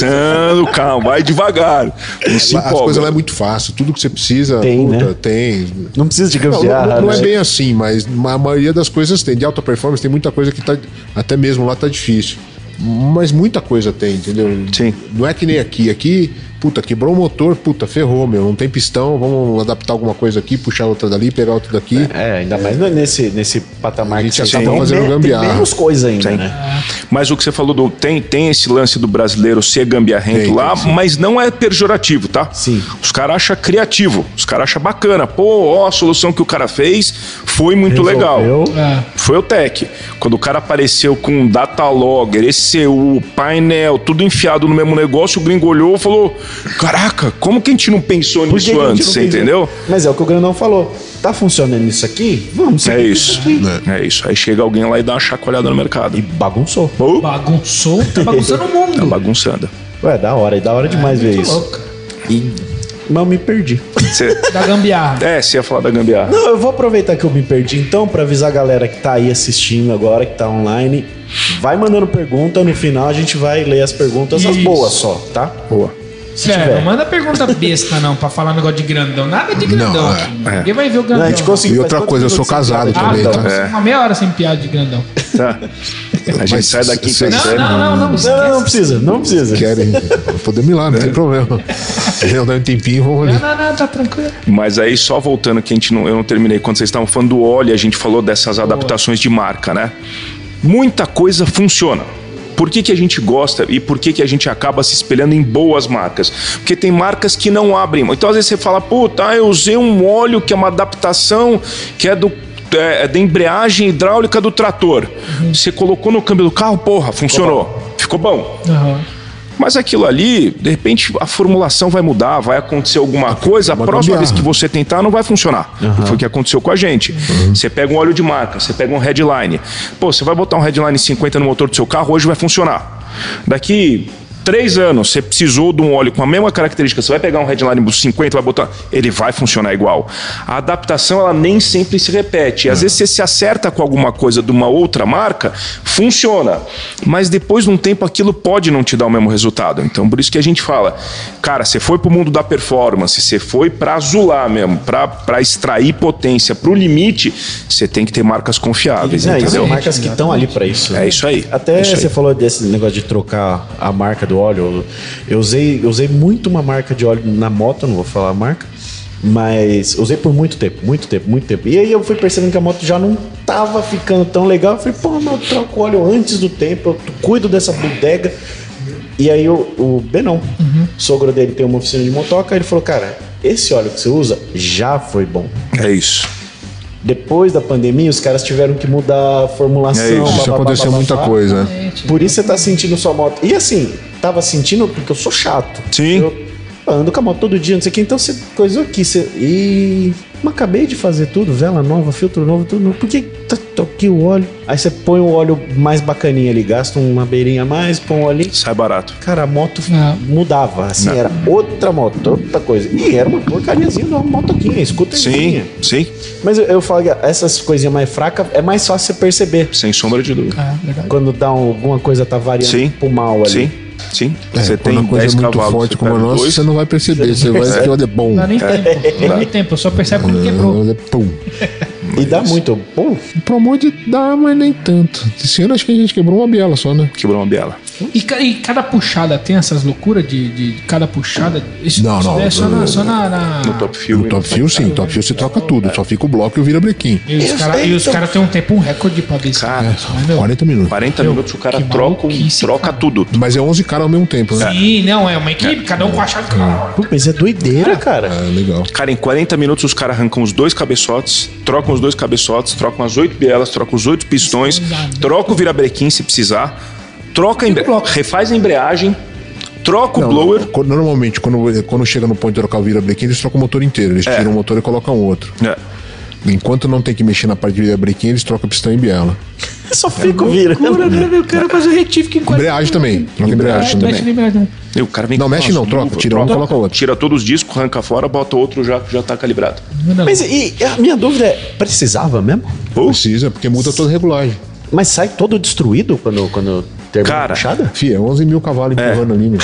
começando, calma, vai devagar. Não se As coisas lá é empolga. muito fácil. Tudo que você precisa, Tem, né? tem. Não precisa de Não, gambiarra. não- não é né? bem assim, mas a maioria das coisas tem. De alta performance tem muita coisa que tá. Até mesmo lá tá difícil. Mas muita coisa tem, entendeu? Sim. Não é que nem aqui. Aqui, puta, quebrou o motor, puta, ferrou, meu. Não tem pistão, vamos adaptar alguma coisa aqui, puxar outra dali, pegar outra daqui. É, ainda mais nesse, nesse patamar A que gente vocês já tava estão. fazendo Tem gambiarra. menos coisa ainda, né? Mas o que você falou do. Tem, tem esse lance do brasileiro ser gambiarrento Tem, lá, tem, sim. mas não é pejorativo, tá? Sim. Os caras acham criativo, os caras acham bacana. Pô, ó, a solução que o cara fez foi muito legal. Resolveu. Ah, Foi o Tech. Quando o cara apareceu com um data logger, ECU, painel, tudo enfiado no mesmo negócio, o gringo olhou e falou: Caraca, como que a gente não pensou Por que nisso que a gente antes? não Você fez isso? entendeu? Mas é o que o Grandão falou. Tá funcionando isso aqui? Vamos É seguir isso. aqui. É isso. Aí chega alguém lá e dá uma chacoalhada no mercado. E E bagunçou. bagunçou, tá bagunçando o tá mundo. Tá bagunçando. Ué, da hora, é da hora demais ver isso. louco. E... Mas eu me perdi. Você- Da gambiarra. É, você ia falar da gambiarra. Não, eu vou aproveitar que eu me perdi então pra avisar a galera que tá aí assistindo agora, que tá online. Vai mandando pergunta, no final a gente vai ler as perguntas, as Isso. boas só, tá? Boa. Se É, tiver. não manda pergunta besta, não, pra falar um negócio de grandão. Nada de grandão Não, aqui. Ninguém vai ver o grandão. Ah, Não, a gente conseguiu, E faz outra quantos coisa, eu sou minutos você casado tá também, grandão? tá? Nossa, Uma meia hora sem piada de grandão. Tá. A gente sai daqui se- Não, pensando. não, não, não. Não, não esquece. precisa, não precisa. Querem. Podemos ir lá, É. não tem problema. Não dá um tempinho, vamos ali. Não, não, não, tá tranquilo. Mas aí, só voltando que a gente não, eu não terminei, quando vocês estavam falando do óleo, a gente falou dessas adaptações de marca, né? Muita coisa funciona. Por que, que a gente gosta e por que, que a gente acaba se espelhando em boas marcas? Porque tem marcas que não abrem. mão. Então, às vezes, você fala, puta, eu usei um óleo que é uma adaptação que é do. é- é da embreagem hidráulica do trator. Você colocou no câmbio do carro, porra, funcionou. Ficou bom. Aham. Mas aquilo ali, de repente, a formulação vai mudar, vai acontecer alguma coisa, a uma próxima gambiarra. vez que você tentar não vai funcionar. Foi o que aconteceu com a gente. Você pega um óleo de marca, você pega um headline. Pô, você vai botar um headline 50 no motor do seu carro, hoje vai funcionar. Daqui. Três anos, você precisou de um óleo com a mesma característica, você vai pegar um headline 50, vai botar, ele vai funcionar igual. A adaptação, ela nem sempre se repete. Às vezes você se acerta com alguma coisa de uma outra marca, funciona. Mas depois de um tempo aquilo pode não te dar o mesmo resultado. Então por isso que a gente fala, cara, você foi pro mundo da performance, você foi pra azular mesmo, pra pra extrair potência pro limite, você tem que ter marcas confiáveis, Não, e são né? entendeu? marcas que estão ali pra isso. É isso aí, Até é isso aí. você falou desse negócio de trocar a marca do óleo. Eu usei, eu usei muito uma marca de óleo na moto, não vou falar a marca, mas usei por muito tempo, muito tempo, muito tempo. E aí eu fui percebendo que a moto já não tava ficando tão legal. Eu falei, pô, mas eu troco o óleo antes do tempo, eu cuido dessa bodega. E aí o, o Benão, sogro dele tem uma oficina de motoca, ele falou, cara, esse óleo que você usa já foi bom. É isso. Depois da pandemia, os caras tiveram que mudar a formulação. É isso, blá, Isso blá, blá, aconteceu blá, muita blá. coisa. É, né? Gente, Por isso você tá sentindo sua moto. E assim, tava sentindo porque eu sou chato. Sim. Eu ando com a moto todo dia, não sei o que. Então você coisou aqui. Você... E. Mas acabei de fazer tudo, vela nova, filtro novo, tudo novo. Por que tá- troquei o óleo? Aí você põe o óleo mais bacaninha ali, gasta uma beirinha a mais, põe o óleo. Sai barato. Cara, a moto Ah. mudava. Assim, Não. era outra moto, outra coisa. E era uma porcariazinha de uma motoquinha, escuterzinha. Sim, sim, Mas eu, eu falo que essas coisinhas mais fracas é mais fácil você perceber. sem sombra de dúvida. ah, legal. Quando dá um- alguma coisa tá variando Sim. pro mal ali. Sim. Sim. É, você tem quando a coisa 10 é muito cavalos. forte você como a perde nossa, dois. você não vai perceber. Você vai dizer que olha, é bom. É, Não dá nem tempo. Não dá nem tempo. Só percebe quando quebrou. Olha, pum. E dá muito. Pô, Pro amor de dar, mas nem tanto. Esse ano acho que a gente quebrou uma biela só, né? Quebrou uma biela. E, ca- e cada puxada tem essas loucuras de, de- de cada puxada? Isso, Não, isso não, É só na. Só na, na- No top E fio. o Ah. top fio, sim. O top fio você troca tudo. Só fica o bloco e o vira-brequim. E os caras têm um tempo um recorde pra ver isso. Cara, É. Mas, meu, 40 minutos. 40 Meu, minutos o cara que troca, um- maluquice, troca cara. tudo. Mas é 11 caras ao mesmo tempo, né? Sim, não, é uma equipe, cada um com a chave. pô, mas é doideira, cara. É, legal. Cara, em 40 minutos os caras arrancam os dois cabeçotes, trocam os dois cabeçotes, trocam as oito bielas, trocam os oito pistões, é um troca o virabrequim se precisar, troca a embreagem, refaz a embreagem, troca o Não, blower. quando- Normalmente, quando, quando chega no ponto de trocar o vira-brequim, eles trocam o motor inteiro. Eles tiram o motor e colocam outro. É. Enquanto não tem que mexer na parte de vira-brequim, eles trocam pistão e biela. Só fico virando. Loucura, né, meu? O cara faz o retífico em Embreagem tá também. Troca mexe embreagem também. na É, embreagem. E o cara vem Não, com mexe as não, troca, luvas, tira um, coloca outro. Tira todos os discos, arranca fora, bota outro já que já tá calibrado. Manda Mas e e a minha dúvida é, precisava mesmo? Precisa, porque muda toda a regulagem. Mas sai todo destruído quando, quando termina Cara, a puxada? Fia, 11 é mil cavalos empurrando ali, meu.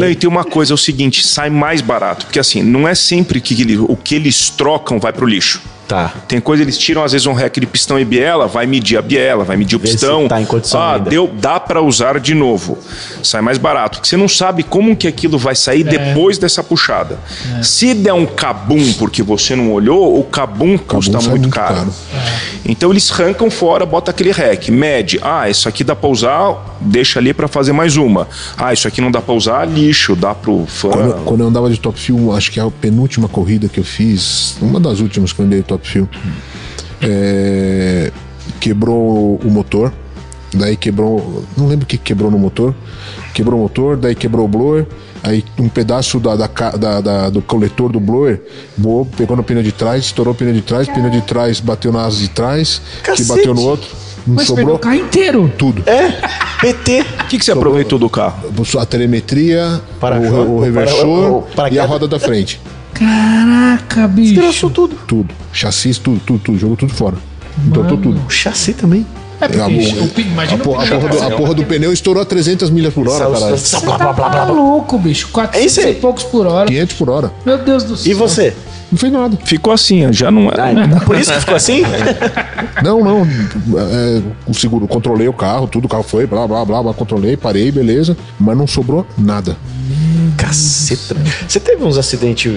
Não, e tem uma coisa, é o seguinte, sai mais barato, porque assim, não é sempre que ele- o que eles trocam vai pro lixo. Tá. Tem coisa, eles tiram às vezes um rack de pistão e biela, vai medir a biela, vai medir o Vê se pistão. tá em condição ah, ainda. deu, dá pra usar de novo. Sai mais barato. Porque você não sabe como que aquilo vai sair depois dessa puxada. Se der um cabum porque você não olhou, o cabum custa sai muito, muito caro. caro. Então eles arrancam fora, bota aquele rack, mede. Ah, isso aqui dá pra usar, deixa ali pra fazer mais uma. Ah, isso aqui não dá pra usar, lixo, dá pro fã. Quando, Ah. eu- quando eu andava de top fio, acho que é a penúltima corrida que eu fiz, uma das últimas que eu andei de top fio, é, quebrou o motor, daí quebrou, não lembro o que quebrou no motor, quebrou o motor, daí quebrou o blower, aí um pedaço da, da ca- da- da- do coletor do blower voou, pegou no pneu de trás, estourou o pneu de trás, o pneu de trás bateu na asa de trás, Cacete. que bateu no outro, não Mas perdeu o sobrou carro inteiro. tudo. É, PT. O que, que você aproveitou do carro? A telemetria, Para-choque, o, o o para- o reversor e a paraquedas. roda da frente. Caraca, bicho. Desgraçou tudo. Tudo. Chassis, tudo, tudo, tudo. Jogou tudo fora. Botou tudo. O chassi também. É porque Acabou. o pi- Tá A, imagina o porra, a pneu, porra do, cara. a porra do pneu estourou a 300 milhas por hora, caralho. Só blá, blá, Você tá blá, blá, blá. maluco, bicho. 400 É e isso aí. poucos por hora. 500 por hora. Meu Deus do céu. E você? Não fez nada. Ficou assim, ó, já não é. Por isso que ficou assim? Não, não. É, o seguro, controlei o carro, tudo, o carro foi, blá, blá, blá, blá, controlei, parei, beleza. Mas não sobrou nada. Caceta. Você teve uns acidentes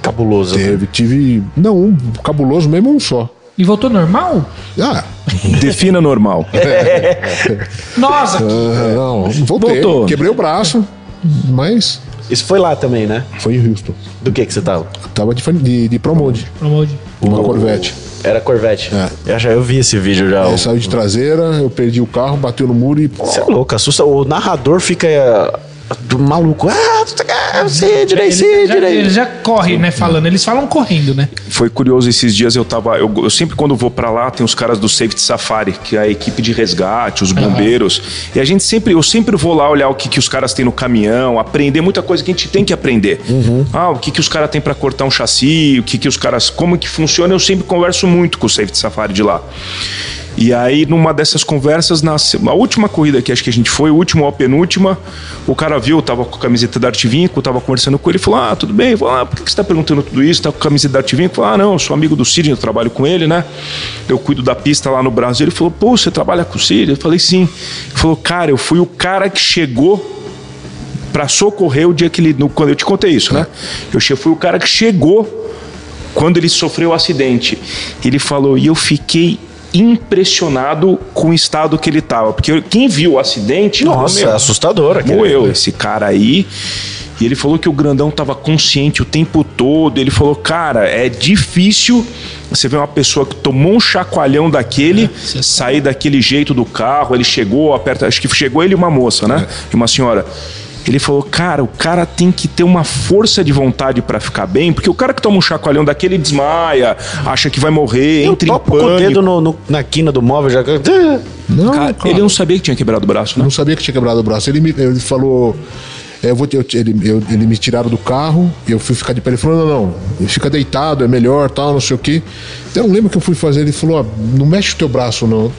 cabulosos. né? Teve, tive. Não, um cabuloso mesmo, um só. E voltou normal? Ah, Defina normal. Nossa, ah, não, voltei. Voltou. Quebrei o braço, mas Isso foi lá também, né? foi em Houston. Do que que você tava? Tava de, de, de Promode, pelo amor de uma Corvette. Era Corvette. É. Eu, já, eu vi esse vídeo já. Aí saiu de traseira, eu perdi o carro, bateu no muro e. Você é louco, assusta. O narrador fica eh, do maluco. Ah, ah, você direito, Ele você já, ele direito. já corre, né? Falando. Eles falam correndo, né? Foi curioso esses dias eu tava, eu, eu sempre quando vou pra lá tem os caras do Safety Safari, que é a equipe de resgate, os bombeiros. E a gente sempre, eu sempre vou lá olhar o que, que os caras têm no caminhão, aprender muita coisa que a gente tem que aprender. Ah, o que que os caras têm pra cortar um chassi, o que que os caras, como que funciona, eu sempre converso muito com o Safety Safari de lá. E aí, numa dessas conversas, na se- na última corrida que acho que a gente foi, última ou a penúltima, o cara viu, eu tava com a camiseta da Artvinco, tava conversando com ele, falou: Ah, tudo bem, falou, ah, por que que você tá perguntando tudo isso? Tá com a camiseta da Artvinco? Falou, ah, não, eu sou amigo do Sidney, eu trabalho com ele, né? Eu cuido da pista lá no Brasil. Ele falou, pô, você trabalha com o Sidney? Eu falei, sim. Ele falou, cara, eu fui o cara que chegou pra socorrer o dia que ele. no- quando eu te contei isso, né? Eu che- fui o cara que chegou quando ele sofreu o acidente. Ele falou, e eu fiquei impressionado com o estado que ele tava. Porque eu- quem viu o acidente. Nossa, é meu, assustador aquele. Moeu esse cara aí. E ele falou que o grandão tava consciente o tempo todo. Ele falou, cara, é difícil você ver uma pessoa que tomou um chacoalhão É, daquele, sair daquele jeito do carro. Ele chegou, aperta, acho que chegou ele e uma moça, né? É. E uma senhora. Ele falou, cara, o cara tem que ter uma força de vontade pra ficar bem, porque o cara que toma um chacoalhão daquele desmaia, acha que vai morrer, Eu entra em topo com o pânico. dedo no- no- na quina do móvel já. "Ah, Não, Cara, cara. ele não sabia que tinha quebrado o braço, né? Não sabia que tinha quebrado o braço. Ele, me, ele falou. Aí eu vou, eu, ele, eu- ele me tiraram do carro, eu fui ficar de pé. Ele falou: não, não, ele fica deitado, é melhor, tal, não sei o quê. Eu não lembro o que eu fui fazer. Ele falou: ó, não mexe o teu braço, não.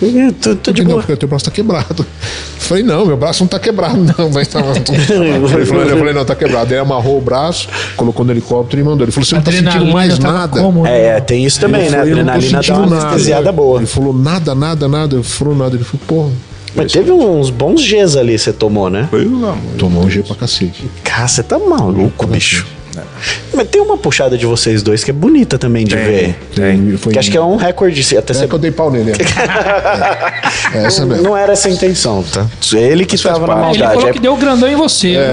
Eu tô, tô de não, boa. porque o teu braço tá quebrado. Eu falei: não, meu braço não tá quebrado, não. Mas tá, ele falou, eu falei: não, tá quebrado. Ele amarrou o braço, colocou no helicóptero e mandou. Ele falou: você não tá sentindo mais tava nada. como, né? É, é, tem isso também, né? A Eu não tô adrenalina dá sentindo uma nada. anestesiada boa. um Ele falou nada, nada, nada. Ele falou nada. Ele falou, porra, Mas teve uns bons Gs ali que você tomou, né? Pelo amor. tomou um G pra cacete. Cara, você tá maluco, bicho. Mas tem uma puxada de vocês dois que é bonita também de ver. Tem, foi Que acho que é um recorde, se- até é você... que eu dei pau nele. é. É, é essa mesmo. Não era essa a intenção, tá? Ele que tava na Ele maldade. falou É que deu o grandão em você. É né?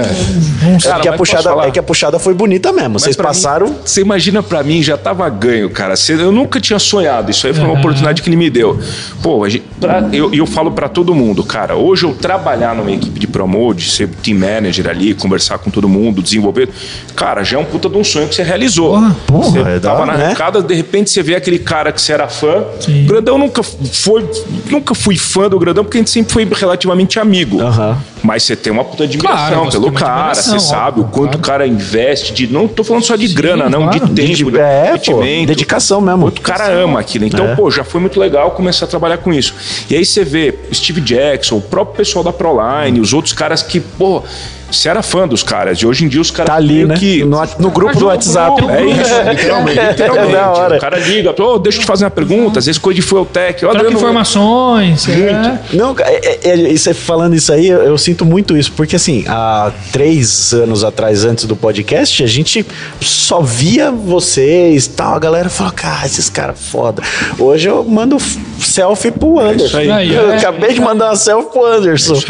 porque, Cara, a mas puxada, posso falar? é que a puxada foi bonita mesmo. Mas Vocês pra mim- passaram. Você imagina pra mim, já tava ganho, cara. Cê- eu nunca tinha sonhado. Isso aí foi uma oportunidade que ele me deu. Pô, a gente- pra- eu, eu falo pra todo mundo, cara. Hoje eu trabalhar numa equipe de promote, ser team manager ali, conversar com todo mundo, desenvolver. Cara, já é um puta de um sonho que você realizou. porra, você é da tava hora, na né? arrancada, de repente você vê aquele cara que você era fã. Grandão nunca foi, nunca fui fã do Grandão, porque a gente sempre foi relativamente amigo. Aham. Mas você tem uma puta admiração Claro, você pelo tem uma cara, admiração, você sabe o óbvio, quanto o cara investe de. Não tô falando só de grana, não, claro. de De- tempo, de, é, pô, investimento. dedicação mesmo. Quanto o né? cara ama aquilo. Então, É. pô, já foi muito legal começar a trabalhar com isso. E aí você vê Steve Jackson, o próprio pessoal da Proline, os outros caras que, pô, você era fã dos caras. E hoje em dia os caras Tá ali, meio né? que. No, no grupo do WhatsApp. É isso, literalmente. literalmente. É da hora. O cara liga, ô, deixa eu te fazer uma pergunta, às vezes coisa de Fueltech. ó, Troca Adriano, informações. é. Não, ca- é, é, é, e você falando isso aí, eu, eu sinto muito isso, porque assim, há três anos atrás, antes do podcast, a gente só via vocês tal. A galera falou, cara, esses caras foda. Hoje eu mando f- selfie pro Anderson. aí. É Aí, eu é. acabei de mandar uma selfie pro Anderson.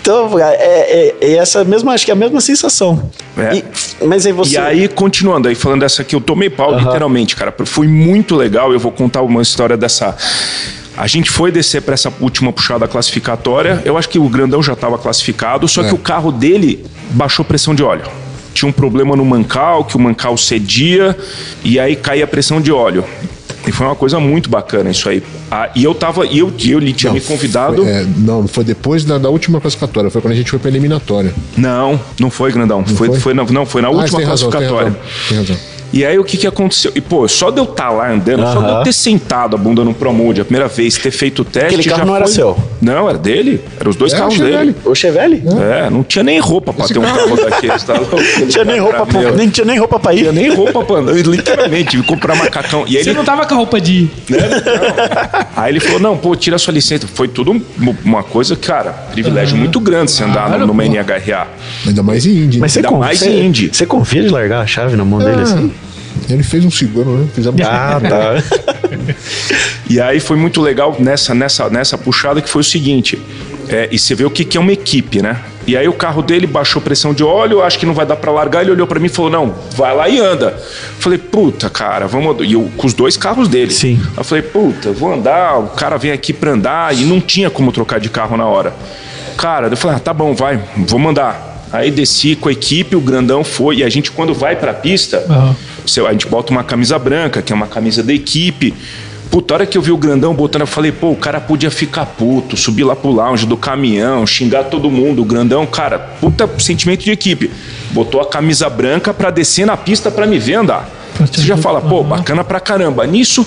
então, cara, é, é- é essa mesma, acho que é a mesma sensação. É. E- mas aí você. E aí, continuando, aí falando dessa aqui, eu tomei pau, literalmente, cara. Foi muito legal. Eu vou contar uma história dessa. A gente foi descer para essa última puxada classificatória. Eu acho que o grandão já estava classificado, só que o carro dele baixou pressão de óleo. Tinha um problema no mancal, que o mancal cedia, e aí caía a pressão de óleo. E foi uma coisa muito bacana isso aí. Ah, e eu tava, e eu, e eu ele tinha me convidado. Foi, é, não, foi depois da, da última classificatória. Foi quando a gente foi pra eliminatória. Não, não foi, grandão. foi, foi? foi na, não, foi na Ah, você última tem razão, tem classificatória. razão. Tem razão. E aí o que que aconteceu? E pô, só de eu estar lá andando, só de eu ter sentado a bunda no Promote a primeira vez, ter feito o teste. Aquele carro já não era foi- seu? Não, era dele. Eram os dois É, carros o dele. Chevelle. O Chevelle? É, não tinha nem roupa pra ter um carro daqueles, tá louco? Não tinha nem roupa pra, Meu, nem tinha nem roupa pra ir. Tinha nem roupa pra andar, literalmente, tive que comprar macacão. E aí Você ele tá, não tava com a roupa de. Aí ele falou: não, pô, tira a sua licença. Foi tudo um- uma coisa, cara, privilégio muito grande você andar Claro, numa pô. NHRA. Ainda mais em Indy. né? Mas você, Ainda con- mais você- em Indy. Ah. você confia de largar a chave na mão dele assim? Ele fez um seguro, né? Fizemos Ah, tá. E aí foi muito legal nessa, nessa, nessa puxada que foi o seguinte. é, e você vê o que, que é uma equipe, né? E aí o carro dele baixou pressão de óleo, acho que não vai dar pra largar. Ele olhou pra mim e falou: não, vai lá e anda. Falei, puta, cara, vamos. E eu com os dois carros dele. Sim. Aí eu falei, puta, eu vou andar, o cara vem aqui pra andar e não tinha como trocar de carro na hora. Cara, eu falei, ah, tá bom, vai, vou mandar. Aí desci com a equipe, o grandão foi, e a gente quando vai pra pista, Aham. você- a gente bota uma camisa branca, que é uma camisa da equipe. Puta, a hora que eu vi o grandão botando, eu falei, pô, o cara podia ficar puto, subir lá pro lounge do caminhão, xingar todo mundo. O grandão, cara, puta sentimento de equipe. Botou a camisa branca pra descer na pista pra me ver andar. Você já fala, Uhum. pô, bacana pra caramba. Nisso,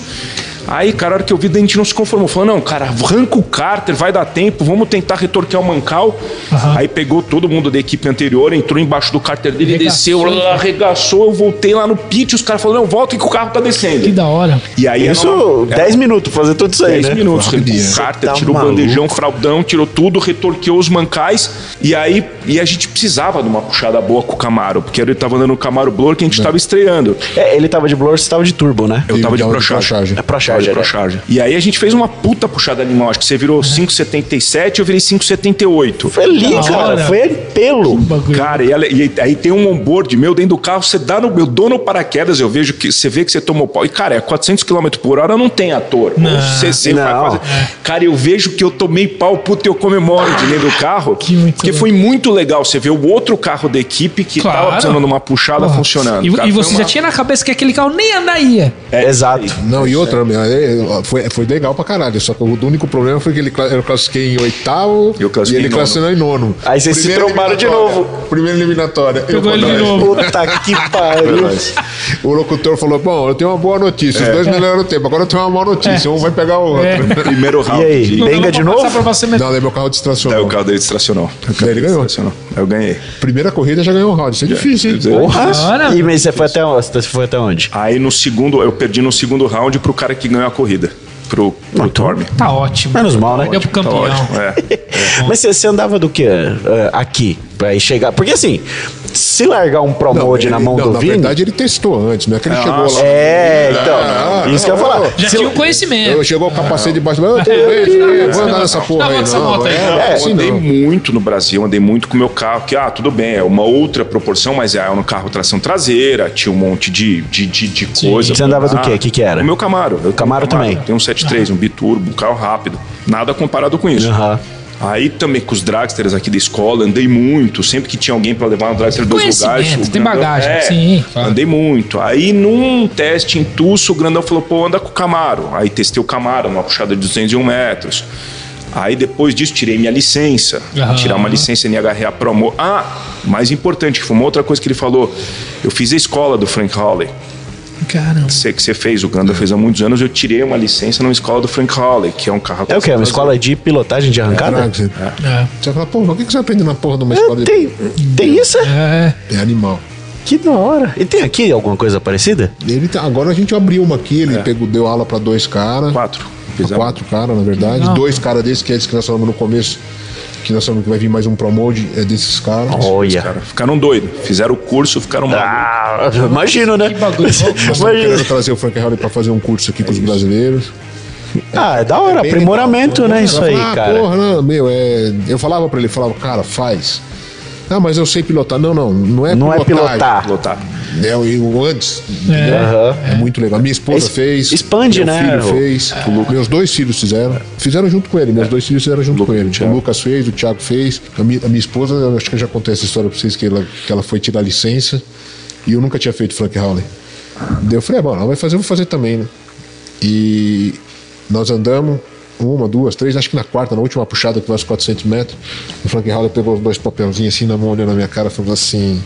aí, cara, a hora que eu vi, a gente não se conformou. Falou, não, cara, arranca o cárter, vai dar tempo, vamos tentar retorquear o mancal. Uhum. Aí pegou todo mundo da equipe anterior, entrou embaixo do cárter dele, desceu, lá, arregaçou, eu voltei lá no pit, os caras falaram, não, volta que o carro tá descendo. Que da hora. E aí era Isso, uma- É. 10 minutos pra fazer tudo isso aí, 10 né? minutos. Porra, Ele Bia. o cárter, Tá tirou o maluco. bandejão, fraldão, tirou tudo, retorqueou os mancais. E aí e a gente precisava de uma puxada boa com o Camaro, porque ele tava andando no Camaro Blur que a gente tava estreando. É, ele tava de blur, você tava de turbo, né? Eu E tava de tava um de procharge. procharge. É procharge, Tava né? de procharge. E aí a gente fez uma puta puxada animal. Acho que você virou 5,77, eu virei 5,78. Foi ali, Da cara. hora. Foi pelo. Bagulho. Cara, e, ela- e aí tem um onboard meu dentro do carro, você dá no meu dono paraquedas, eu vejo que você vê que você tomou pau. E cara, é 400 km por hora, não tem ator. Ou você, você vai Não. fazer- É. Cara, eu vejo que eu tomei pau, puta, eu comemoro de dentro do carro. Que muito porque louco. foi muito legal você ver o outro carro da equipe que Claro. tava precisando de uma puxada Porra. funcionando. E, Cara, e foi você uma- já tinha na cabeça que aquele carro nem andaria. É. Exato. Não, e outra, meu, é, foi, foi legal pra caralho. Só que o único problema foi que ele, cla- eu classifiquei em oitavo Eu classifiquei e em ele nono. classificou em nono. Aí vocês se Primeiro ele me Chamaram de eliminatória. novo. Primeira eliminatória. Pegou Eu ele de falei, novo. Puta que pariu. O locutor falou: Bom, eu tenho uma boa notícia. Os dois melhoraram o tempo. Agora eu tenho uma má notícia. Um vai pegar o outro. É. Primeiro round. E aí? de- Não dava Benga pra de passar novo? pra você mesmo. Não, daí meu carro distracionou. É, o carro dele distracionou. Daí ele ganhou. Distracionou. Eu ganhei. Primeira corrida já ganhou um round. Isso é difícil, hein? Porra. Bora. E mas você foi até onde? Você foi até onde? Aí no segundo, eu perdi no segundo round pro cara que ganhou a corrida. Pro, pro Torme. Tá ótimo. Menos mal, né? Deu pro Tá campeão. ótimo. É. Mas você, você andava do que aqui? Pra ir chegar. Porque assim, se largar um promote ele- na mão não, do na Vini. verdade ele testou antes, não é que ele chegou lá. É, então. Ah, isso que eu ia não, falar. não. Já Se- tinha o conhecimento. Eu chegou o capacete de baixo, eu tenho leite, vou andar nessa porra Não, aí, essa moto não. aí. É, É, assim eu andei não. muito no Brasil, andei muito com o meu carro, que, ah, tudo bem, é uma outra proporção, mas é um carro tração traseira, tinha um monte de, de, de, de coisa. Você andava do Ah, quê? Que que era? O meu Camaro. Eu tenho um Camaro também. Tem um 7.3, um biturbo, um carro rápido. Nada comparado com isso. Aham. Aí também com os dragsters aqui da escola, andei muito. Sempre que tinha alguém pra levar um dragster dos Conhecimento, lugares. É. o tem grandão- bagagem, sim, claro. Andei muito. Aí num teste em Tusso, o grandão falou: pô, anda com o Camaro. Aí testei o Camaro, uma puxada de 201 metros. Aí depois disso, tirei minha licença. Aham. Tirar uma licença NHRA Promo. Ah, mais importante, que foi uma outra coisa que ele falou: eu fiz a escola do Frank Hawley Caramba. você que você fez, o Gandalf fez há muitos anos, eu tirei uma licença numa escola do Frank Hawley, que é um carro... É o quê? Uma escola de pilotagem de arrancada? Caraca, você, É. você fala, porra, o que que você aprende na porra de uma É, escola de... tem, tem isso? é? É. É animal. Que da hora. E tem aqui alguma coisa parecida? Ele tá- agora a gente abriu uma aqui, É. ele pegou, deu aula pra dois caras. Quatro. Pra quatro caras, na verdade. Dois caras desses, que é esse que nós falamos no começo, que nós falamos que vai vir mais um promode, é desses caras. Os Olha. caras ficaram doidos. Fizeram o curso, ficaram mal. Ah, imagino, né? Que bagulho. Nós estamos querendo Imagino. trazer o Frank Howley pra fazer um curso aqui com os É brasileiros. Ah, é da hora. Aprimoramento, né? Isso aí, ah, cara. porra, não, meu, é... Eu falava pra ele, falava, cara, faz. Ah, mas eu sei pilotar. Não, não, não é Não é pilotagem. pilotar. Lotar. É o- o antes. Aham. É muito legal. Minha esposa Es- fez. expande, meu né, filho o- fez. o Lu- Meus dois filhos fizeram. Fizeram junto com ele. Meus dois filhos fizeram junto com ele. O Lucas fez, o Thiago fez. A minha, a minha esposa, eu acho que eu já contei essa história pra vocês, que ela, que ela foi tirar licença. E eu nunca tinha feito Frank Howley. Daí eu falei, ah, bom, ela vai fazer, eu vou fazer também, né? E nós andamos uma, duas, três, acho que na quarta, na última puxada, que foi uns 400 metros. O Frank Howley pegou os dois papelzinhos assim na mão, olhando na minha cara, falou assim: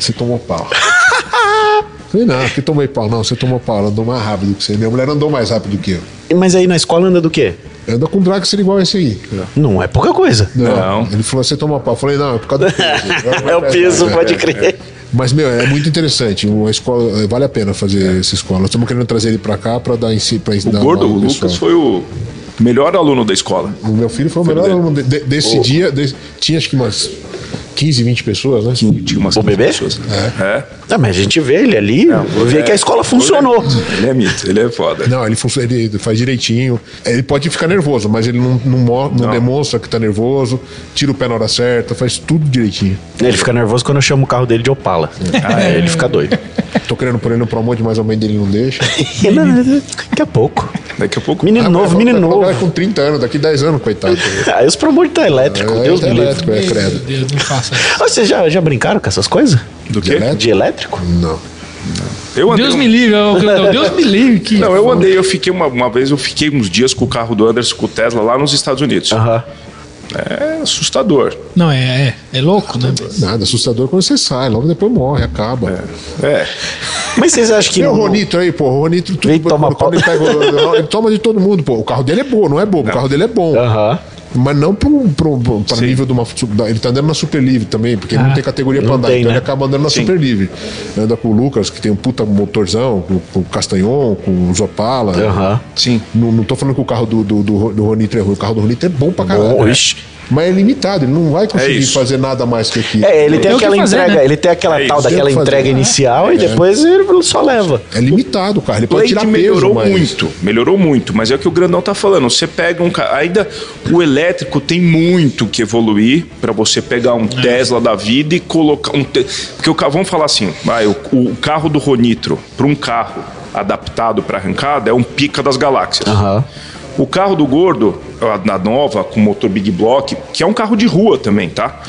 Você tomou pau. Falei, não, que tomei pau. Não, você tomou pau, ela andou mais rápido que você. Minha mulher andou mais rápido que eu. Mas aí na escola anda do quê? Anda com um Draxler igual esse aí. Não é pouca coisa. Não. Não. Ele falou, você tomou pau. Eu falei, não, é por causa do peso. É o peso, pode crer. Mas, meu, é muito interessante. Uma escola, é, vale a pena fazer essa escola. Nós estamos querendo trazer ele pra cá pra dar em si, pra O ensinar. gordo, aula o pro Lucas, pessoal. foi o melhor aluno da escola. O meu filho foi o melhor aluno de- de- desse dia. de- tinha acho que umas 15, 20 pessoas, né? Tinha umas O bebê? pessoas. É. Ah, mas a gente vê ele ali, vê que a escola funcionou. Ele é mito, ele é foda. Não, ele, func- ele faz direitinho. Ele pode ficar nervoso, mas ele não, não, mo- não demonstra que tá nervoso, tira o pé na hora certa, faz tudo direitinho. Ele fica nervoso quando eu chamo o carro dele de Opala. Ah, é, ele fica doido. Tô querendo pôr ele no promote, mas a mãe dele não deixa. Não, não, não, Daqui a pouco. Daqui a pouco... Ah, Menino novo, menino Vai colocar novo. Tá com 30 anos, daqui 10 anos, coitado. Aí os promotores tá elétrico, É, Deus é me livre. elétrico, é credo. Meu Deus, não faça isso. Ah, Vocês já, já brincaram com essas coisas? Do quê? Direto? De elétrico? Não. Eu andei Deus um- me livre, é ô, Gandão, Deus me livre. Que... Não, eu andei, eu fiquei uma, uma vez, eu fiquei uns dias com o carro do Anderson, com o Tesla, lá nos Estados Unidos. Aham. É assustador. Não, é, é, é louco, né? Nada, assustador quando você sai, logo depois morre, acaba. É. Mas vocês acham que. Tem o não- Ronito aí, pô. O Ronito, tudo, Vem tomar quando ele, pega o- ele toma de todo mundo, pô. O carro dele é bom, não é bobo. O carro dele é bom. Aham. Mas não para nível de uma. su- da- Ele tá andando na Super Livre também, porque ele não tem categoria pra Não andar. tem, então né? ele acaba andando na Super Livre. Anda com o Lucas, que tem um puta motorzão, com, com o Castanhon, com o Zopala. Aham. Sim. Não, não tô falando que o carro do, do, do, do Ronito é ruim. O carro do Ronito é bom pra caralho. Bom, ixi. Mas é limitado, ele não vai conseguir isso. fazer nada mais que aquilo. É, ele tem Tem o que aquela fazer, entrega, né? ele tem aquela É tal isso. daquela Tem o que fazer. entrega inicial e depois ele só leva. É limitado, cara. Ele pode Blade tirar peso, melhorou mas... muito, melhorou muito, mas é o que o Grandão tá falando. Você pega um ca- ainda o elétrico tem muito que evoluir para você pegar um Tesla da vida e colocar um te- porque o carro vamos falar assim, vai, o, o carro do Ronitro para um carro adaptado para arrancada é um pica das galáxias. Aham. O carro do gordo, a- na nova, com motor Big Block, que é um carro de rua também, tá?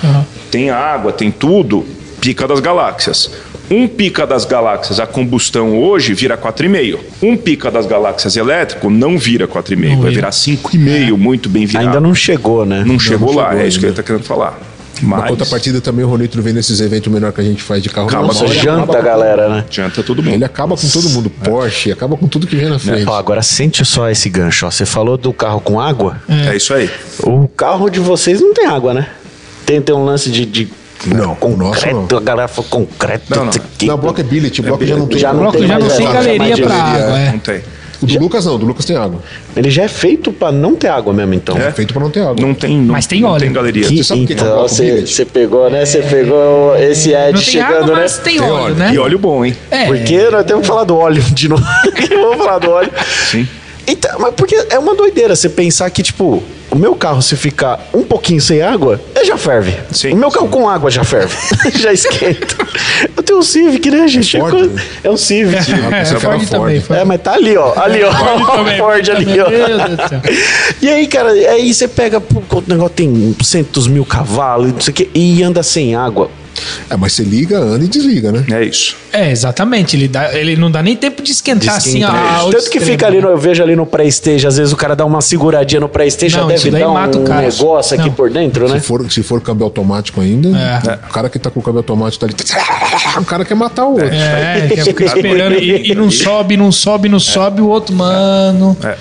Tem água, tem tudo, pica das galáxias. Um pica das galáxias a combustão hoje vira 4,5. Um pica das galáxias elétrico não vira É. 4,5, vai virar 5,5, muito bem virado. Ainda não chegou, né? Não chegou lá, é isso que ele tá querendo falar. Mas Na contrapartida também o Ronito vem nesses eventos menor que a gente faz de carro. Acaba normal, com- ele janta a galera, né? adianta todo mundo. Ele acaba com todo mundo. Porsche, acaba com tudo que vem na frente. Ó, agora sente só esse gancho, ó. Você falou do carro com água. É isso aí. O carro de vocês não tem água, né? Tem, tem um lance de. de Não, o nosso concreto, não. a garrafa concreta. Não, não. aqui. Na bloco é billet, o bloco já não tem. já O não bloco tem já mais não essa tem chamada galeria de pra galeria, água, Não é. tem. O do Lucas não, o do Lucas tem água. Ele já é feito pra não ter água mesmo, então. É feito pra não ter água. Não tem. Não, Mas tem não óleo. tem galeria. Que- Você sabe o que que é um então, bloco você billet? você pegou, né? Você pegou esse Ed Não tem chegando, água, né? mas tem óleo, né? E óleo bom, hein? É, Porque nós temos que falar do óleo de novo. Vamos falar do óleo. Sim. Então, mas porque é uma doideira você pensar que, tipo, o meu carro, se ficar um pouquinho sem água, ele já ferve. Sim, o meu carro sim. com água já ferve. já esquenta. Eu tenho um Civic, né, gente? Ford, É, co- né? é um Civic. Ah, é, você fala Ford também. Ford. É, mas tá ali, ó. Ali, ó. Ford também, Ford ali, também. ó. Meu Deus do céu. E aí, cara, aí você pega. pô, O negócio tem centos mil cavalos e não sei o quê. E anda sem água. É, mas você liga, anda e desliga, né? É isso. É, exatamente. Ele, dá, ele não dá nem tempo de esquentar assim Esquenta. a. Tanto que fica ali, no- eu vejo ali no pré-stage, às vezes o cara dá uma seguradinha no pré-stage, já Não, deve isso daí dar um mata o cara. negócio aqui Não. por dentro, né? Se for, se for câmbio automático ainda, É. o cara que tá com o câmbio automático tá ali. O cara quer matar o outro. É, que fica esperando e, e não sobe, não sobe, não sobe, o outro, mano. É.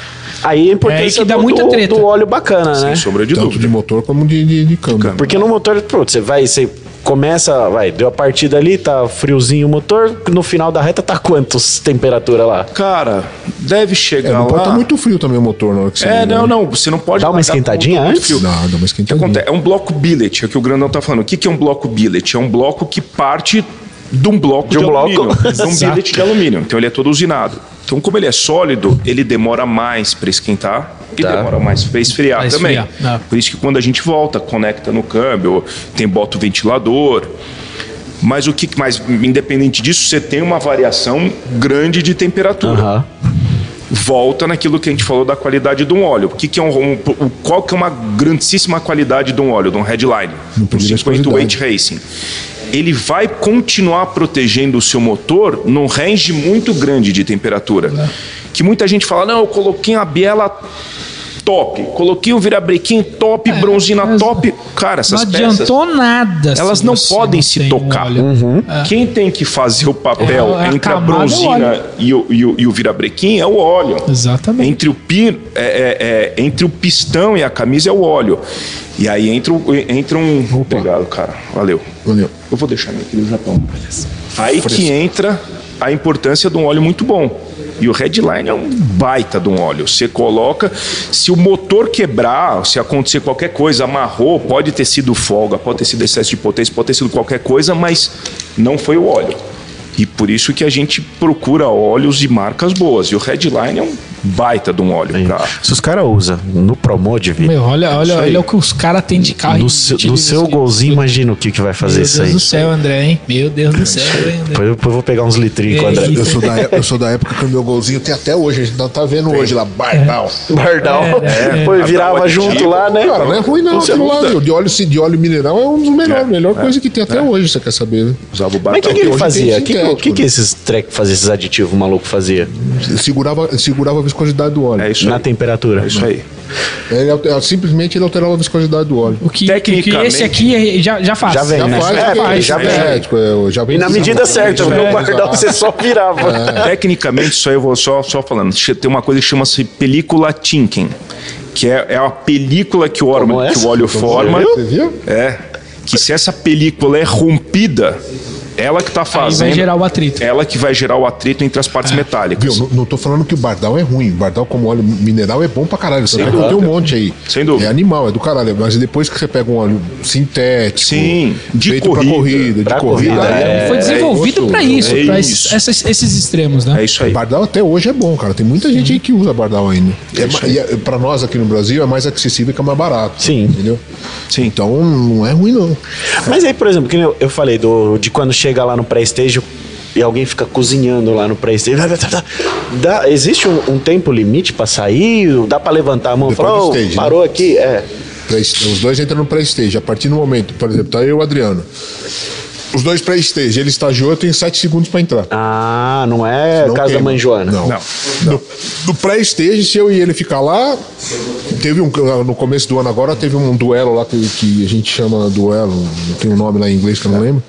Aí a importância É, e que dá do, muita do- treta. do óleo bacana, né? Sem sombra de Tanto dúvida. de motor como de, de, de câmbio. Porque no motor, pronto, você vai, você começa, vai, deu a partida ali, tá friozinho o motor, no final da reta tá quantos temperatura lá? Cara, deve É, chegar não pode lá. estar muito frio também o motor na hora que você Então, ah. É, liga, não, né? não. Você não pode. Dá uma largar com esquentadinha muito antes? frio. Dá, dá uma O que esquentadinha. acontece? É um bloco billet, é o que o Grandão tá falando. O que, que é um bloco billet? É um bloco que parte de um bloco de, um bloco. alumínio. De um billet de alumínio. Então ele é todo usinado. Então, como ele é sólido, ele demora mais para esquentar e Tá. demora mais para esfriar Pra também. esfriar, tá. Por isso que quando a gente volta, conecta no câmbio, tem bota o ventilador. Mas o que mais, independente disso, você tem uma variação grande de temperatura Aham. volta naquilo que a gente falou da qualidade de um óleo. O que, que é um, um- o- qual que é uma grandíssima qualidade de um óleo, de um headline, Não um precisa 58 Racing? Ele vai continuar protegendo o seu motor num range muito grande de temperatura. Né. Que muita gente fala, não, eu coloquei a biela top, coloquei o virabrequim top, bronzina É, mas- top. Cara, Não essas peças... adiantou nada. se Elas não você podem não se tem um tocar. óleo. Uhum. Quem tem que fazer o papel É, a entre a camada é o óleo. bronzina e o, e, o, e o virabrequim é o óleo. Exatamente. Entre o, pi- é, é, é, entre o pistão e a camisa é o óleo. E aí entra, o- entra um. Obrigado, cara. Valeu. Valeu. Eu vou deixar meu aqui no Japão. Aí que entra a importância de um óleo muito bom. E o Redline é um baita de um óleo. Você coloca, se o motor quebrar, se acontecer qualquer coisa, amarrou, pode ter sido folga, pode ter sido excesso de potência, pode ter sido qualquer coisa, mas não foi o óleo. E por isso que a gente procura óleos de marcas boas. E o Redline é um baita de um óleo. Pra... Tá. Se os caras usam no Promode, Vi, Meu, olha, olha, olha o que os caras têm de carro. no, seu- no seu Meu golzinho, imagina o que, que vai fazer isso assim. Deus aí. do céu, André, hein? Meu Deus do céu, hein, André? Depois, depois eu vou pegar uns litrinhos com o É André. Eu sou, da, é- eu sou da época que o meu golzinho tem até hoje, a gente não tá vendo hoje lá, barbal. Bardal. é, Pô, Então, virava Aditivo. junto lá, né? Cara, não é ruim não, Você aquilo lá, muda. meu. De óleo, de óleo mineral é um dos melhores, melhor coisa que tem é. até hoje, você quer saber, né? Usava o Mas o que, que batalhão. ele hoje fazia? O tem que, que, sintético, que, que né? esses trek fazia, esses aditivos maluco fazia? Segurava, segurava a viscosidade do óleo. É isso Na aí. temperatura. É isso aí. Ele al- simplesmente ele alterava a viscosidade do óleo. O que, Tecnicamente- o que esse aqui é- já, já faz. Já vem, né? Faz, É, porque faz, já é vem. energético, é, já vem E na medida certa, exatamente, no é, bardal exato. você só virava. É. Tecnicamente, isso aí eu vou só, só falando. Che- Tem uma coisa que chama-se película Tinken, que é, é a película que o, Como é óleo, que essa? o óleo forma. Você viu? É. Que se essa película é rompida, ela que tá fazendo. gerar o atrito. É. Ela que vai gerar o atrito entre as partes Viu, metálicas. não, não tô falando que o bardal é ruim. O bardal como óleo mineral é bom pra caralho. Você que eu tenho um monte aí. Sem dúvida. É animal, é do caralho. Mas depois que você pega um óleo sintético, Sim, de feito corrida. pra corrida, Pra de corrida. corrida, aí é. Foi desenvolvido outro- pra isso, é pra isso. esses, essas- esses extremos, né? É isso aí. Bardal até hoje é bom, cara. Tem muita gente aí que usa Bardal ainda. É, ma- e é- pra nós aqui no Brasil é mais acessível que é mais barato. Sim. Entendeu? Sim. Então não é ruim, não. Mas aí, por exemplo, que nem eu, eu falei do, de quando chega lá no pré-stage e alguém fica cozinhando lá no pré-stage. Dá- Existe um, um tempo limite pra sair? Dá pra levantar a mão e Depois falar, do "Ô, stage, né?" parou aqui? É. Pra es- Os dois entram no pré-stage. A partir do momento, por exemplo, tá eu e o Adriano. Os dois pra stage. Ele estagiou, eu tenho 7 segundos pra entrar. Ah, não é Não Casa da queima. Mãe Joana. Não. Não. Do, do pré-stage, se eu e ele ficar lá, teve um. No começo do ano agora, teve um duelo lá que, que a gente chama duelo, tem um nome lá em inglês que É. eu não lembro.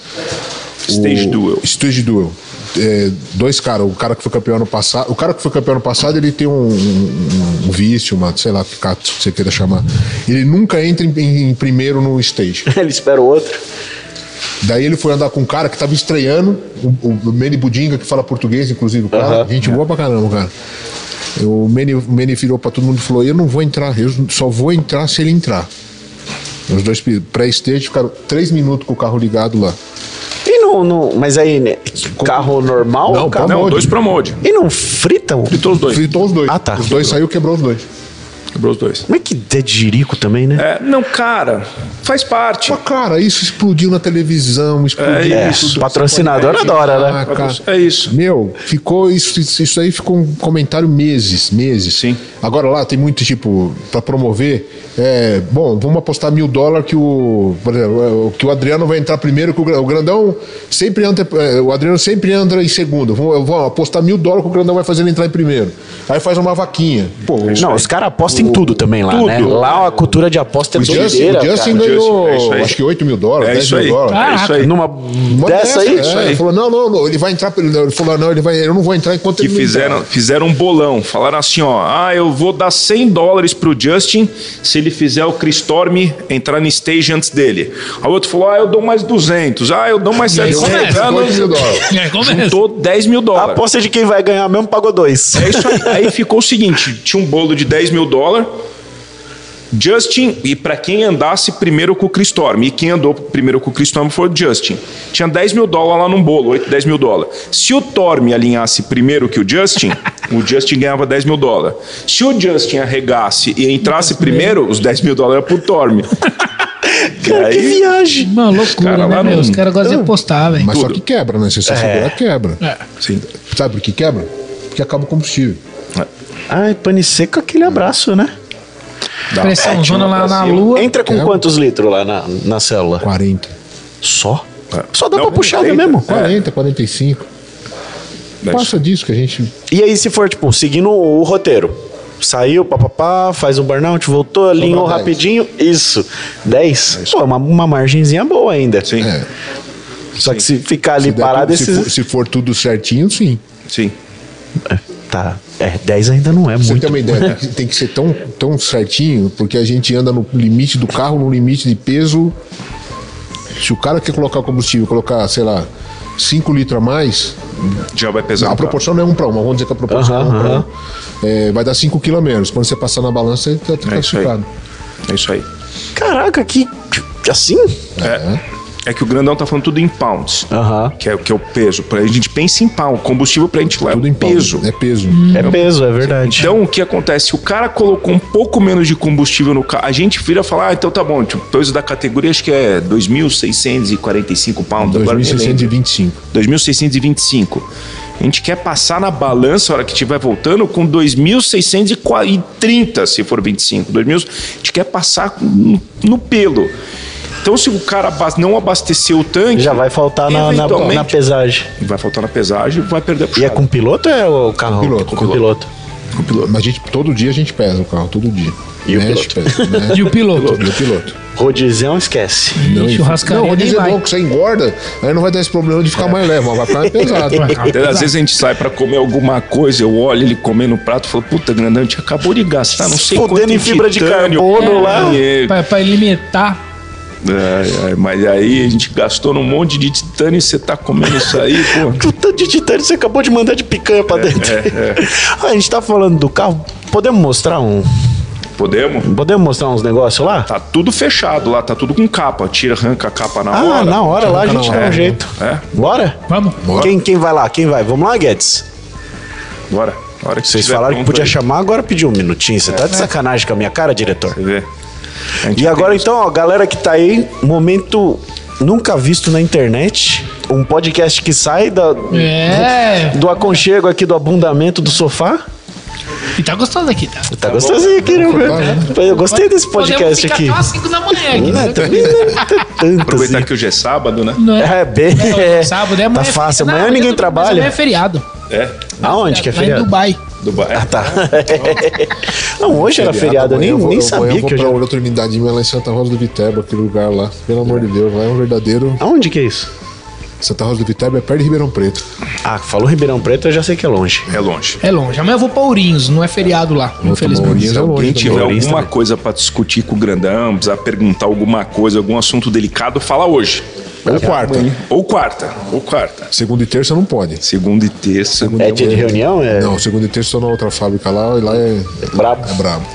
Stage O- Duel. Stage Duel. É, dois caras, o cara que foi campeão ano passado. O cara que foi campeão ano passado, ele tem um, um- um vício, uma, sei lá, que cato você queira chamar. Ele nunca entra em- em- em primeiro no stage. Ele espera o outro. Daí ele foi andar com um cara que tava estreando, o, o Manny Budinga, que fala português, inclusive, o cara. Gente boa pra caramba, cara. O Manny, o Manny virou pra todo mundo e falou: Eu não vou entrar, eu só vou entrar se ele entrar. Os dois pi- pré-stage ficaram três minutos com o carro ligado lá. E não, não- mas aí, né, carro normal? Não, carro... Não, Mode. dois pro mod. E não fritam? Fritou os dois. Fritou os dois. Ah, tá. Os dois saiu quebrou os dois. Quebrou os dois. Como é que é dirico também, né? É, não, cara, faz parte. Mas, cara, isso explodiu na televisão, explodiu. É É, isso, o patrocinador adora, né? Ah, cara. É isso. Meu, ficou isso, isso isso aí ficou um comentário meses, meses. Sim. Agora lá tem muito tipo pra promover. É, bom, vamos apostar mil dólares que o por exemplo, é, o- que o Adriano vai entrar primeiro, que o, Gra- o Grandão sempre entra, é, o Adriano sempre entra em segundo. Vamos, vamos apostar mil dólares que o Grandão vai fazer ele entrar em primeiro. Aí faz uma vaquinha. Pô, o, Não, os caras apostam em tudo também lá, né? Tudo. Lá a cultura de aposta é o Justin, doideira, o Justin cara. ganhou Justin, é isso aí. acho que 8 mil dólares, É 10 isso mil aí. dólares. É isso aí. Numa dessa aí? É, isso aí. Ele falou, não, não, não, ele vai entrar pelo. Ele falou, não, ele vai, eu não vou entrar enquanto que ele não fizeram, entrar. fizeram um bolão. Falaram assim, ó, ah, eu vou dar 100 dólares pro Justin se ele fizer o Chris Storm entrar no stage antes dele. Aí o outro falou, ah, eu dou mais 200. Ah, eu dou mais E aí 700. começa, Ah, não, Dois mil dólares. E aí começa. Juntou 10 mil A dólares. aposta de quem vai ganhar mesmo pagou dois. É isso aí. Aí ficou o seguinte, tinha um bolo de 10 mil dólares, Justin, e pra quem andasse primeiro com o Chris Storm, e quem andou primeiro com o Chris Storm foi o Justin. Tinha 10 mil dólares lá num bolo, 8, 10 mil dólares. Se o Torme alinhasse primeiro que o Justin, o Justin ganhava 10 mil dólares. Se o Justin arregasse e entrasse primeiro, os 10 mil dólares eram pro Torme. Cara, que viagem. Uma loucura, Cara, lá né, meu? não- Os caras gostam de apostar, velho. Mas só que quebra, né? Se você segurar, quebra. É. Sim. Sabe por que quebra? Porque acaba o combustível. Ai, pane seco aquele abraço, né? Pressão zona lá na Brasil. lua. Entra com quantos litros lá na, na célula? 40. Só? Só dá Não, pra puxada eita. mesmo. 40, 45. Passa disso que a gente. E aí, se for, tipo, seguindo o roteiro. Saiu, papapá, faz um burnout, voltou, alinhou dez. rapidinho. Isso. 10. Pô, uma, uma margenzinha boa ainda. Sim, É. Só que se ficar ali Se, der parado, tudo- se, esses. for, se for tudo certinho, sim. sim. Tá. É, 10 ainda não é Você muito. tem uma ideia, tem que- tem que ser tão, tão certinho, porque a gente anda no limite do carro, no limite de peso. Se o cara quer colocar combustível, colocar, sei lá, 5 litros a mais, Já vai pesar. a no prato. proporção não é um para uma, vamos dizer que a proporção Aham, é um para aham. um. É, vai dar 5 quilos a menos. Quando você passar na balança, tá tá É isso aí. classificado. É isso aí. Caraca, que. que- Assim? É que o grandão tá falando tudo em pounds. Aham. Que é, que é o peso. Pra, a gente pensa em pound. Combustível pra gente levar. Tudo em pau, peso. É peso. É peso, é verdade. Então, o que acontece? O cara colocou um pouco menos de combustível no carro. A gente vira e fala, ah, então tá bom. Tipo, peso da categoria acho que é 2.645 pounds. agora eu me lembro. 2625. 2.625. A gente quer passar na balança, a hora que estiver voltando, com 2.630, se for 25. 2.000, a gente quer passar no, no pelo. Então, se o cara abas- não abasteceu o tanque... Já vai faltar na, na, eventualmente, na pesagem. Vai faltar na pesagem, vai perder a E puxada. é com piloto ou é o carro? piloto, Com com piloto. com o piloto. Mas a gente, todo dia a gente pesa o carro, todo dia. E o Mexe, pesa, né? E o piloto? E o piloto. Rodizão esquece. Não, enfim. churrascaria Não, vou nem dizer vai. bom que você engorda, aí não vai dar esse problema de ficar mais leve, mas vai ficar mais pesado. Até às vezes a gente sai pra comer alguma coisa, eu olho ele comendo no prato e falo, puta, grandão, a gente acabou de gastar não sei Fudendo quanto em fibra de titânio." carbono lá. É, Pra, pra alimentar. Ai, ai, mas aí a gente gastou num monte de titânio e você tá comendo isso aí, pô. O tanto de titânio que você acabou de mandar de picanha É, pra dentro. A gente tá falando do carro. Podemos mostrar um. Podemos? Podemos mostrar uns negócios lá? Tá tudo fechado lá, tá tudo com capa. Tira, arranca a capa na Ah, hora. na hora lá a na gente dá um hora. jeito. É? Bora? Vamos. Quem, quem vai lá? Quem vai? Vamos lá, Guedes. Bora. Na hora que Vocês tiver falaram que pronto podia aí, É. chamar, agora pediu um minutinho. Você tá de sacanagem com a minha cara, diretor? Você vê. A gente E agora tem- então, ó, galera que tá aí, momento nunca visto na internet. Um podcast que sai da- É. do aconchego aqui do abundamento do sofá E tá gostoso aqui, tá? um Tá gostosinho aqui, né? meu? Eu gostei desse Podemos podcast ficar aqui. até umas 5 da manhã aqui. Não, né? é, também não é tanto Aproveitar assim. que hoje é sábado, né? Não é? É, bem. Sábado é amanhã. Tá fácil. Não, Amanhã mas ninguém tudo- mas Amanhã é trabalha. feriado. É, Aonde que é Lá em feriado? Dubai. do bar. É, Tá. Não, hoje era feriado. Eu nem, amanhã eu vou- nem eu vou- sabia eu vou que eu pra já... outra unidade lá em Santa Rosa do Viterbo, aquele lugar lá. Pelo amor de Deus, lá é um verdadeiro. Aonde que é isso? Santa Rosa do Viterbo é perto de Ribeirão Preto. Ah, falou Ribeirão Preto, eu já sei que é longe. é longe. É longe. Amanhã eu vou pra Ourinhos, não é feriado lá, infelizmente. Ourinhos é Quem longe. tiver Paulista, alguma né? coisa pra discutir com o Grandão, precisar perguntar alguma coisa, algum assunto delicado, fala hoje. Ou É quarta. Ou quarta, ou quarta. Segunda e terça não pode. Segunda e terça. É dia de reunião? É... Não, segunda e terça só na outra fábrica lá e lá é, Brabo. é brabo.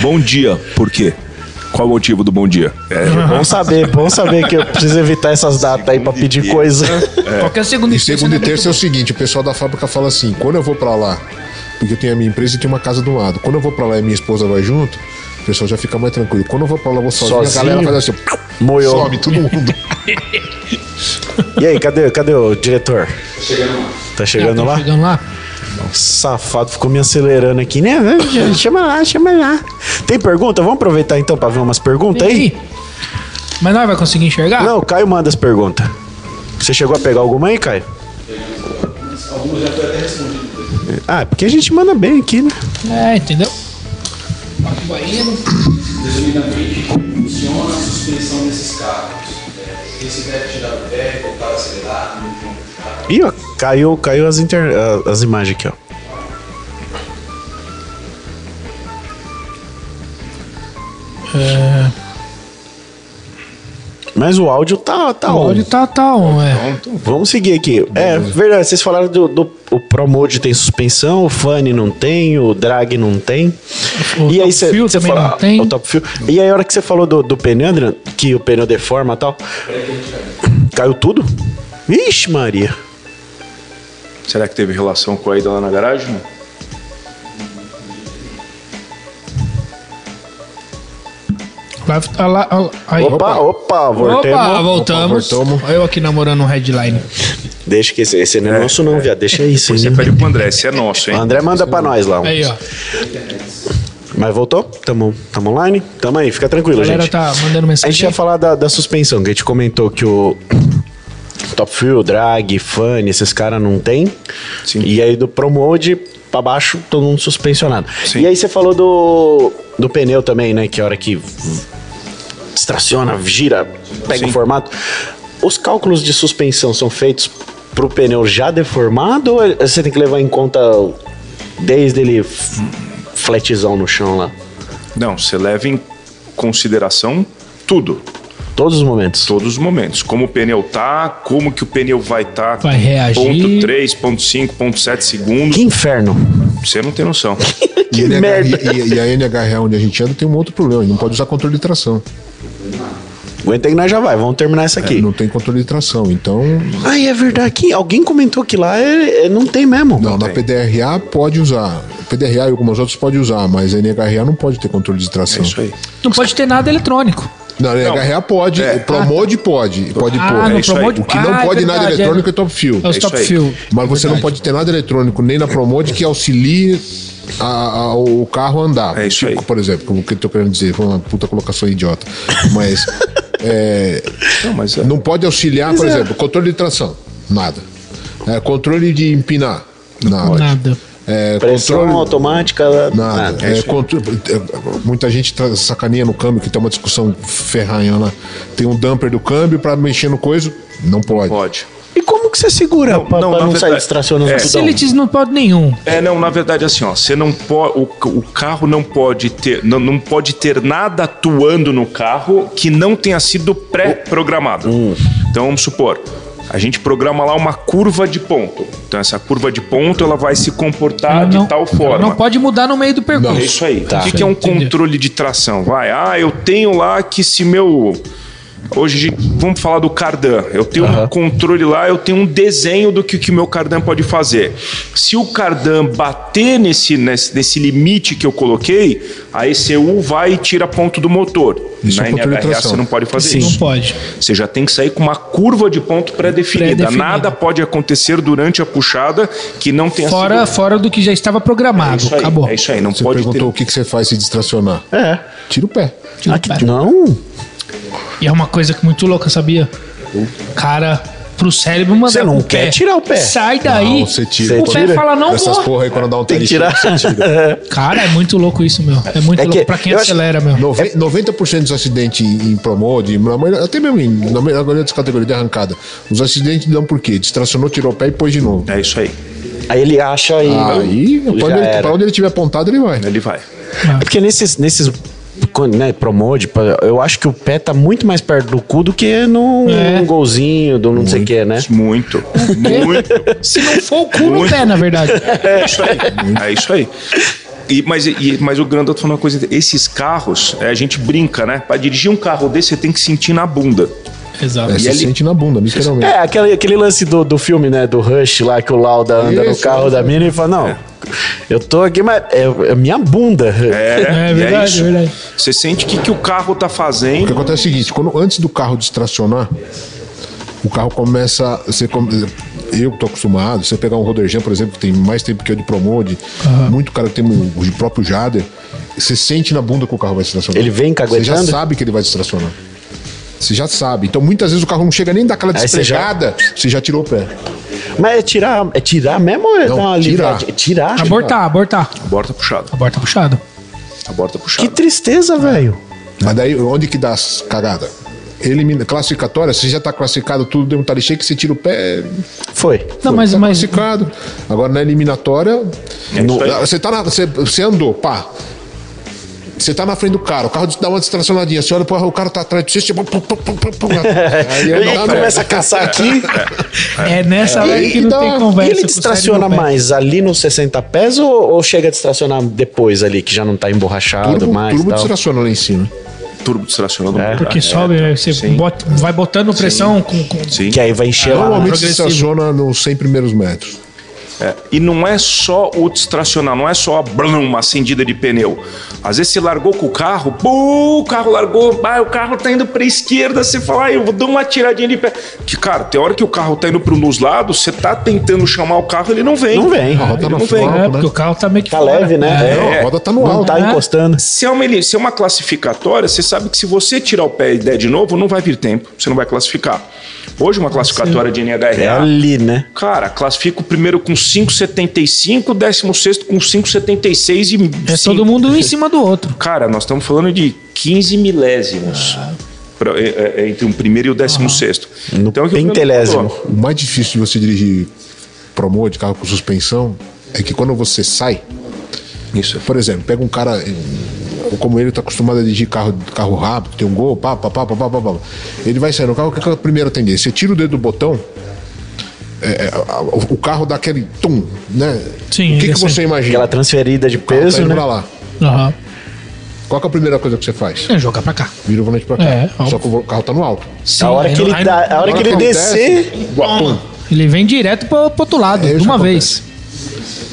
Bom dia, por quê? Qual o motivo do bom dia? É, Bom saber, bom saber que eu preciso evitar essas datas aí pra pedir coisa. Qualquer segunda E segunda e né? terça é o seguinte, o pessoal da fábrica fala assim, quando eu vou pra lá, porque eu tenho a minha empresa e tenho uma casa do lado, quando eu vou pra lá e minha esposa vai junto, o pessoal já fica mais tranquilo. Quando eu vou pra lá, eu vou sozinho, Sozinho? a galera faz assim, pau, Moiou. sobe um todo mundo. E aí, cadê, cadê o diretor? Tá chegando lá? Chegando lá. Safado, ficou me acelerando aqui, né? Chama lá, chama lá. Tem pergunta? Vamos aproveitar então pra ver umas perguntas aí? Ih, Mas nós vai conseguir enxergar? Não, o Caio manda as perguntas. Você chegou a pegar alguma aí, Caio? Ah, porque a gente manda bem aqui, né? É, entendeu? Resumidamente, como funciona a suspensão desses carros? É, Quem se deve tirar o pé, voltar a acelerar, não tem como ficar. Ih, ó, caiu, caiu as, inter- a- as imagens aqui, ó. É. Mas o áudio tá, tá o on. áudio tá, tá on, é. Vamos seguir aqui. É, verdade, vocês falaram do, do o Pro Mode tem suspensão, o Funny não tem, o Drag não tem. O e aí Top você Fuel você também fala- não tem. o Top Fuel. E aí a hora que você falou do, do pneu, André, que o pneu deforma e tal, caiu tudo? Ixi Maria. será que teve relação com a ida lá na garagem? Vai, tá lá, ó, aí. Opa, opa, voltemos. Opa, voltamos. Opa, voltamos. Eu aqui namorando um headline. Deixa que esse, esse não é, nosso não, viado. Deixa isso, Você hein? pede pro André, esse é nosso, O hein? André manda pra nós lá. um. Aí, ó. Mas voltou? Tamo, tamo online? Tamo aí, fica A tranquilo, galera gente. tá mandando A gente mensagem. ia falar da, da suspensão, que a gente comentou que o Top Fuel, Drag, Funny, esses caras não tem. E aí do Promode pra baixo, todo mundo suspensionado. E aí você falou do, do pneu também, né? Que a hora que distraciona, gira, pega o formato. Os cálculos de suspensão são feitos pro pneu já deformado ou você tem que levar em conta desde ele f- flatzão no chão lá? Não, você leva em consideração tudo, Todos os momentos. todos os momentos. Como o pneu tá, como que o pneu vai estar. Vai reagir. Ponto 3, ponto 5, ponto 7 segundos. Que inferno! Você não tem noção. E, NH, e, e a NHR onde a gente anda tem um outro problema, não pode usar controle de tração. Aguenta que nós já vai, vamos terminar isso aqui. Não tem controle de tração, então... Ai, é verdade que alguém comentou que lá é, é- não tem mesmo. Não, na PDRA pode usar. PDRA e algumas outras pode usar, mas a NHRA não pode ter controle de É tração. aí. Não pode ter nada eletrônico. Não, a NHRA pode, É. o Promode pode, pode Ah, pôr. no isso aí. Promode- O que não Ah, é pode nada verdade, eletrônico é, top fio. É, é o isso Top aí. Fuel. Mas você não pode ter nada eletrônico nem na Promode que auxilie a- a- o carro a andar. É isso Tipo, aí. Por exemplo, como que eu tô querendo dizer, foi uma puta colocação idiota. Mas é, Não, mas é. não pode auxiliar, por exemplo, controle de tração, nada. É, controle de empinar, nada. Nada. É, Pressão automática, nada. Nada. É, contro- é, muita gente tra- sacaneia no câmbio, que tem uma discussão ferranha lá. Tem um damper do câmbio pra mexer no coisa. Não pode. Pode. E como que você segura pra pra não, não, na sair verdade- distracionando É. tudão? Facilities não pode nenhum. É, não, na verdade assim, ó, você não pode, o, c- o carro não pode ter, não, não pode ter nada atuando no carro que não tenha sido pré-programado. Então vamos supor, a gente programa lá uma curva de ponto. Então essa curva de ponto, ela vai se comportar Ela Tá de não- tal forma. ela Não pode mudar no meio do percurso. É isso aí. Tá. O que, que é um Entendi. controle de tração? Vai, ah, eu tenho lá que se meu Hoje vamos falar do cardan. Eu tenho um controle lá, eu tenho um desenho do que que o meu cardan pode fazer. Se o cardan bater nesse, nesse, nesse limite que eu coloquei, a ECU vai e tira ponto do motor. Isso é Na um controle de NHRA tração. você não pode fazer Não isso. pode. Você já tem que sair com uma curva de ponto pré-definida. Pré-definida. Nada pode acontecer durante a puxada que não tenha Fora, sido... fora do que já estava É programado. isso aí, Acabou. É isso aí, não Você pode ter... perguntou o que, que você faz se distracionar. É. Tira o pé. Tira o pé. Não. E é uma coisa que muito louca, sabia? Cara, pro cérebro mandar Você não pro pé. quer tirar o pé. Sai daí. Não, você tira. O pé Tira. fala, não Essas vou. porra aí quando dá um Tem que tênis, tirar. você tira. Cara, é muito louco isso, meu. É muito É louco que pra quem eu acho- acelera, meu. Nove- 90% dos acidentes em promote, na maioria- até mesmo em, na maioria das categorias de arrancada, os acidentes dão por quê? Distracionou, tirou o pé e pôs de novo. É isso aí, Aí ele acha e. Aí, Ah, Já pode- era. pra onde ele tiver apontado, ele vai. né? ele vai. É porque nesses. nesses quando, né, promode, pra- eu acho que o pé tá muito mais perto do cu do que num, num golzinho, do não sei o que, né? Muito, muito. Se não for o cu no Muito. pé, na verdade. É isso aí. É isso aí. E, mas, e- mas o Grandão tá falando uma coisa. Esses carros, é, a gente brinca, né? Pra dirigir um carro desse, você tem que sentir na bunda. Exato. É, você ele- sente na bunda, literalmente. É, aquele, aquele lance do, do filme, né? Do Rush lá, que o Lauda anda no Isso, carro isso. da mina e fala, não, eu tô aqui, mas é, é minha bunda. É, e verdade, é verdade. Você sente o que, que o carro tá O que fazendo. acontece é o seguinte, quando, antes do carro distracionar, o carro começa. Você come- eu que tô acostumado, você pegar um Roderjan, por exemplo, que tem mais tempo que eu de Promode, muito cara que tem um- o próprio Jader, você sente na bunda que o carro vai distracionar. Ele vem caguetando? Você já sabe que ele vai distracionar. Você já sabe. Então muitas vezes o carro não chega nem daquela Aí você já- despregada, você já tirou o pé. Mas é tirar, é tirar mesmo ou é Não, dar uma tirar. aliviada? É tirar? Abortar, abortar. A borda puxada. Aborta puxado. A borda Que puxada. É. tristeza, velho. Mas daí, onde que dá as cagada? Elimina, classificatória, você já tá classificado tudo deu um tally shake, você tira o pé, Foi. Não, mas, tá mas classificado. Agora na eliminatória, É no- isso aí. você, tá na- você, você andou, pá. Você tá na frente do cara, o carro dá uma distracionadinha. Você olha, porra, o cara tá atrás de você, você pum, pum, pum, pum, pum, pum. Aí E eu aí não- começa a caçar aqui. é nessa hora que e não dá- tem E conversa. Então, ele com o distraciona cérebro, pé. mais ali nos 60 pés ou, ou chega a distracionar depois ali, que já não tá emborrachado Turbo, mais e turbo tal? distraciona lá em cima. Turbo distracionando. Porque É, sobe, então, né? você Sim. bota- vai botando pressão com, com- Sim. Que aí vai encher lá. Normalmente progressivo. distraciona nos 100 primeiros metros. É, E não é só o distracionar, não é só a brum, uma acendida de pneu. Às vezes você largou com o carro, bum, o carro largou, ah, o carro tá indo pra esquerda, você fala, ah, eu vou dar uma tiradinha de pé. Que, cara, tem hora que o carro tá indo para nos lados, você tá tentando chamar o carro, ele não vem. Não vem. A roda tá Ele no não vem. foco, É, né? porque o carro tá meio que. Tá fora. leve, né? Não, a roda tá no Não alto. tá encostando. Se é, uma, ele- se é uma classificatória, você sabe que se você tirar o pé e der de novo, não vai vir tempo, você não vai classificar. Hoje, uma classificatória de É NHRA, ali, né? Cara, classifica o primeiro com 5,75, o décimo sexto com 5,76 e. É cinco. todo mundo um em cima do outro. Cara, nós estamos falando de 15 milésimos pra- é- é- entre o primeiro e o décimo sexto. No é o que o Fernando pentelésimo. falou. O mais difícil de você dirigir promo de carro com suspensão é que quando você sai, Isso. por exemplo, pega um cara eh, como ele tá acostumado a dirigir carro, carro rápido, tem um gol, pá, pá, pá, pá, pá, pá, pá. Ele vai sair no carro, o que que é a primeira tendência? Você tira o dedo do botão, é, é, a- o- o carro dá aquele tum, né? Sim, o que, ele que você sai. imagina? Aquela transferida de O carro tá peso, indo né? pra lá. Aham. Qual que é a primeira coisa que você faz? É jogar pra cá. Vira o volante pra cá. É, óbvio. Só que o carro tá no alto. Sim, A hora aí que não- ele, aí dá- não- a hora que ele acontece. descer, Ele vem direto pro, pro outro lado, É, de isso uma acontece. vez.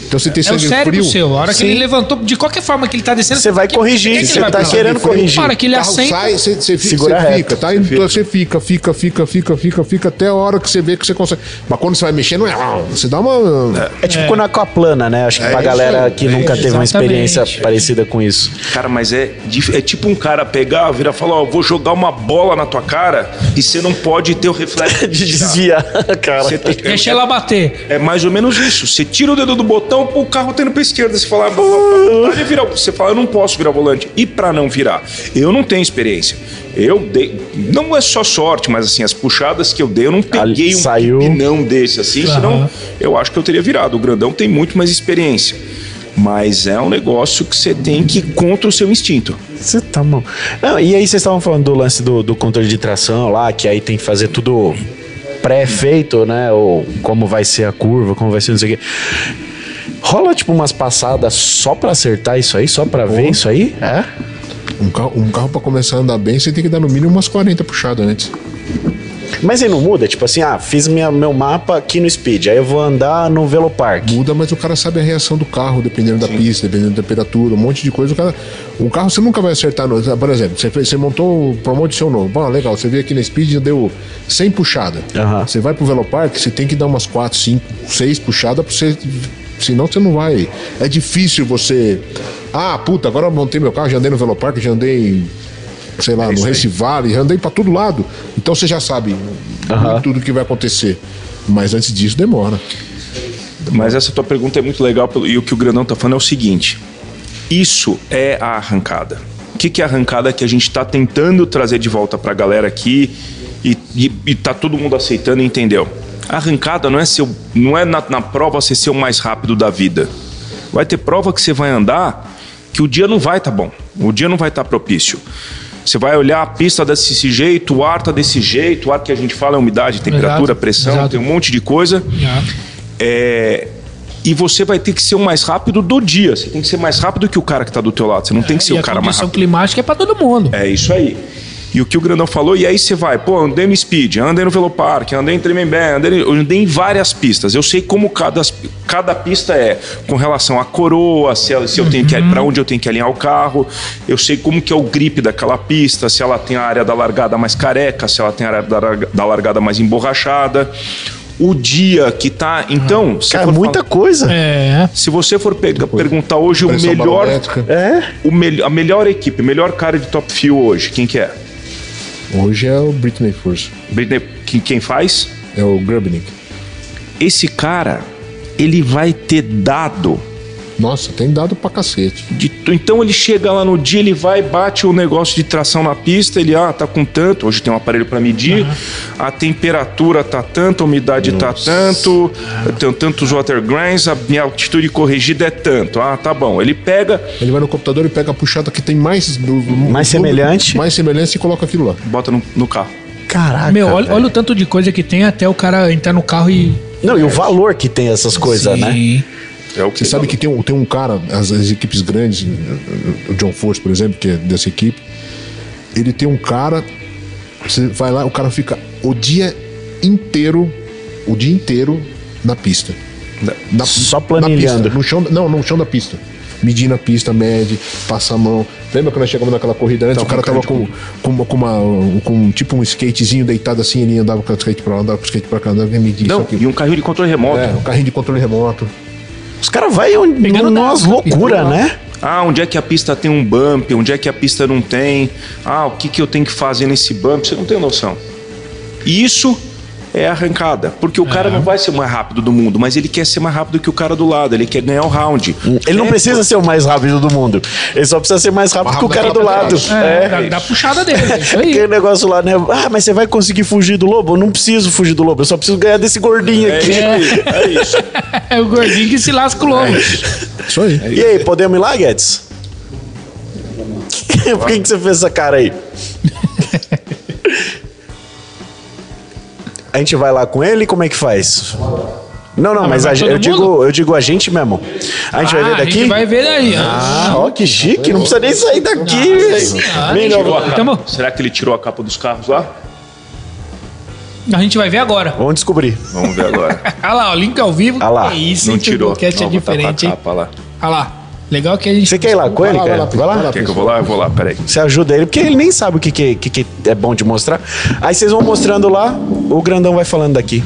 Então você É tem o sangue cérebro frio. seu. A hora que ele levantou, de qualquer forma que ele tá descendo, você vai que- corrigir. que que Você ele vai tá pensar? querendo corrigir. Para que ele O carro assenta. sai, você, você, fica- Segura você reto, fica, tá? Então você fica, fica, fica, fica, fica, fica, até a hora que você vê que você consegue. Mas quando você vai mexer, não é. Você dá uma. É tipo quando a aquaplana, né? É Acho que pra galera que nunca teve uma experiência Exatamente. parecida com isso. Cara, mas é, dif- é tipo um cara pegar, virar e falar: Ó, vou jogar uma bola na tua cara e você não pode ter o reflexo De desviar, cara. Você tá- tem- Deixa ela bater. É mais ou menos isso. Você tira o dedo do botão, pô, o carro tá indo pra esquerda. Você fala, "Ah, blá, blá, blá, blá", ele vira, você fala, eu não posso virar volante. E pra não virar? Eu não tenho experiência. Eu dei. Não é só sorte, mas assim, as puxadas que eu dei, eu não peguei um saiu. pinão desse assim, senão eu acho que eu teria virado. O grandão tem muito mais experiência. Mas é um negócio que você tem que ir contra o seu instinto. Você tá mal. Não, e aí vocês estavam falando do lance do, do controle de tração lá, que aí tem que fazer tudo pré-feito, né? Ou como vai ser a curva, como vai ser não sei o quê. Rola tipo umas passadas só pra acertar isso aí, só pra ver isso aí? É? Um carro, um carro pra começar a andar bem, você tem que dar no mínimo umas 40 puxadas antes. Mas aí não muda? Tipo assim, ah, fiz minha, meu mapa aqui no Speed, aí eu vou andar no Velopark. Muda, mas o cara sabe a reação do carro, dependendo da pista, dependendo da temperatura, um monte de coisa. O, cara, o carro você nunca vai acertar. No, por exemplo, você, fez- você montou o Promote seu novo. Bom, legal, você veio aqui na Speed e deu 100 puxadas. Aham. Você vai pro Velopark, você tem que dar umas 4, 5, 6 puxadas pra você. Senão você não vai. É difícil você. Ah, puta, agora eu montei meu carro, já andei no Velopark, já andei. Sei lá, no Race Valley, já andei pra todo lado. Então você já sabe tudo que vai acontecer. Mas antes disso demora. Mas essa tua pergunta é muito legal pelo- e o que o Grandão tá falando é o seguinte: isso é a arrancada. O que, que é a arrancada que a gente tá tentando trazer de volta pra galera aqui e, e, e tá todo mundo aceitando e entendeu? A arrancada não é seu, não é na, na prova você ser o mais rápido da vida. Vai ter prova que você vai andar que o dia não vai tá bom, o dia não vai tá propício. Você vai olhar a pista desse jeito, o ar tá desse jeito, o ar que a gente fala é umidade, temperatura, Exato, pressão, exato. tem um monte de coisa. É, e você vai ter que ser o mais rápido do dia. Você tem que ser mais rápido que o cara que tá do teu lado. Você não tem que ser É, e o a cara mais condição rápido. climática é pra todo mundo. É isso aí. E o que o Grandão falou, e aí você vai, pô, andei no Speed, andei no Velopark, andei em Tremembé, andei, eu andei em várias pistas. Eu sei como cada, cada pista é com relação à coroa, se, ela- se eu tenho Uhum. que para onde eu tenho que alinhar o carro, eu sei como que é o grip daquela pista, se ela tem a área da largada mais careca, se ela tem a área da, larga- da largada mais emborrachada. O dia que tá. Então, se Cara, for muita falar- coisa. É. se você for pegar- perguntar hoje o Pressão melhor, barométrica. É? o mel- a melhor equipe, melhor cara de top fio hoje, quem que é? Hoje é o Britney Force. Britney, que- quem faz? É o Grubnik. Esse cara, ele vai ter dado. Nossa, tem dado pra cacete. de tu- então ele chega lá no dia, ele vai, bate o negócio de tração na pista, ele, ah, tá com tanto, hoje tem um aparelho pra medir, a temperatura tá tanto, a umidade tá tanto, eu tenho tantos water grains, a minha altitude corrigida é tanto. Ah, tá bom. Ele pega, Ele vai no computador e pega a puxada que tem mais. do- do- Mais do- semelhante. Mais semelhança e coloca aquilo lá. bota no, no carro. Caraca. É. Meu, olha, velho. olha o tanto de coisa que tem até o cara entrar no carro e. Não, e o valor que tem essas coisas, né? Sim. É o que Você sabe que tem um, tem um cara, as, as equipes grandes, eh, o John Force, por exemplo, que é dessa equipe, ele tem um cara, você vai lá, o cara fica o dia inteiro, o dia inteiro na pista. Na- Só na planilhando. pista, no chão, não, no chão da pista. Medindo a pista, mede, passa a mão. Lembra quando nós chegamos naquela corrida antes? o cara tava com, com, uma, com, uma- com tipo um skatezinho deitado assim, ele andava com o skate pra lá, andava com o skate pra cá, andava e media Não, isso e aqui. um carrinho de controle remoto. É, um carrinho de controle remoto. Os caras vai onde- Pegando numas dado, loucura, capítulo lá. né? Ah, onde é que a pista tem um bump? Onde é que a pista não tem? Ah, o que, que eu tenho que fazer nesse bump? Você não tem noção. E Isso é arrancada. Porque o É. cara não vai ser o mais rápido do mundo, mas ele quer ser mais rápido que o cara do lado. Ele quer ganhar o round. Ele não É, precisa ser o mais rápido do mundo. Ele só precisa ser mais rápido que o cara do lado. É, É. Da, da puxada dele. é Isso Aquele aí. negócio lá, né? Ah, mas você vai conseguir fugir do lobo? Eu não preciso fugir do lobo, eu só preciso ganhar desse gordinho É aqui. isso aí. É isso. É o gordinho que se lasca o lobo. Isso aí. E aí, podemos ir lá, Guedes? Por que, que você fez essa cara aí? A gente vai lá com ele, como é que faz? Não, não, mas vai a gen- todo eu, digo, Tá mundo? eu digo a gente mesmo. A gente vai ver Ah, A daqui? gente vai ver daí. Ah, ó, que chique, não precisa nem sair Ah, daqui, velho. Tirou a Melhor. capa. Tamo. Será que ele tirou a capa dos carros lá? A gente vai ver agora. Vamos descobrir. Vamos ver agora. Olha lá, o link ao vivo. Ah lá, que isso, não hein, tirou. Turbocat é Não, vou tapar diferente, a hein? capa lá. Olha lá. Legal que a gente. Você quer ir lá com ele, lá, vai cara? lá, Vai lá. Quer que eu vou lá? Eu vou lá, peraí. Você ajuda ele, porque ele nem sabe o que, que, que- que é bom de mostrar. Aí vocês vão mostrando lá, o grandão vai falando daqui.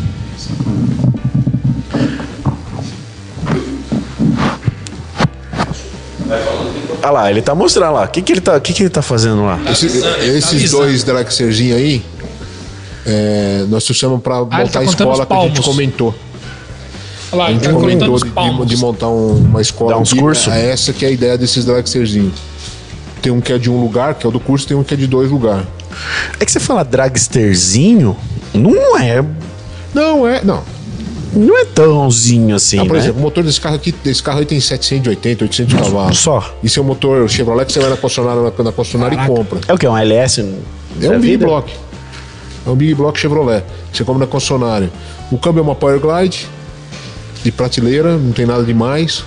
Olha lá, ele tá mostrando lá. O que, que, ele tá, o que, que ele tá fazendo lá? Esse- avisando, ele tá esses avisando. dois Draxerzinhos aí, é, nós trouxemos pra ele montar tá a contando escola os que a gente palmos. comentou. Olha lá, A ele gente tá comentando comentou os um de, de- palmos. de montar um- uma escola. Dar uns aqui, curso? É essa que é a ideia desses Draxerzinhos. Tem um que é de um lugar, que é o do curso, tem um que é de dois lugares. É que você fala dragsterzinho, não é, Não, é. Não. não é tãozinho assim, Ah, por né? exemplo, o motor desse carro aqui, desse carro aí tem 780, 800 cavalos. Só. E seu motor Chevrolet, que você vai na concessionária, na, na concessionária e compra. É o que? Um LS? É da um Big vida? Block. É um Big Block Chevrolet. Você compra na concessionária. O câmbio é uma Power Glide de prateleira, não tem nada demais.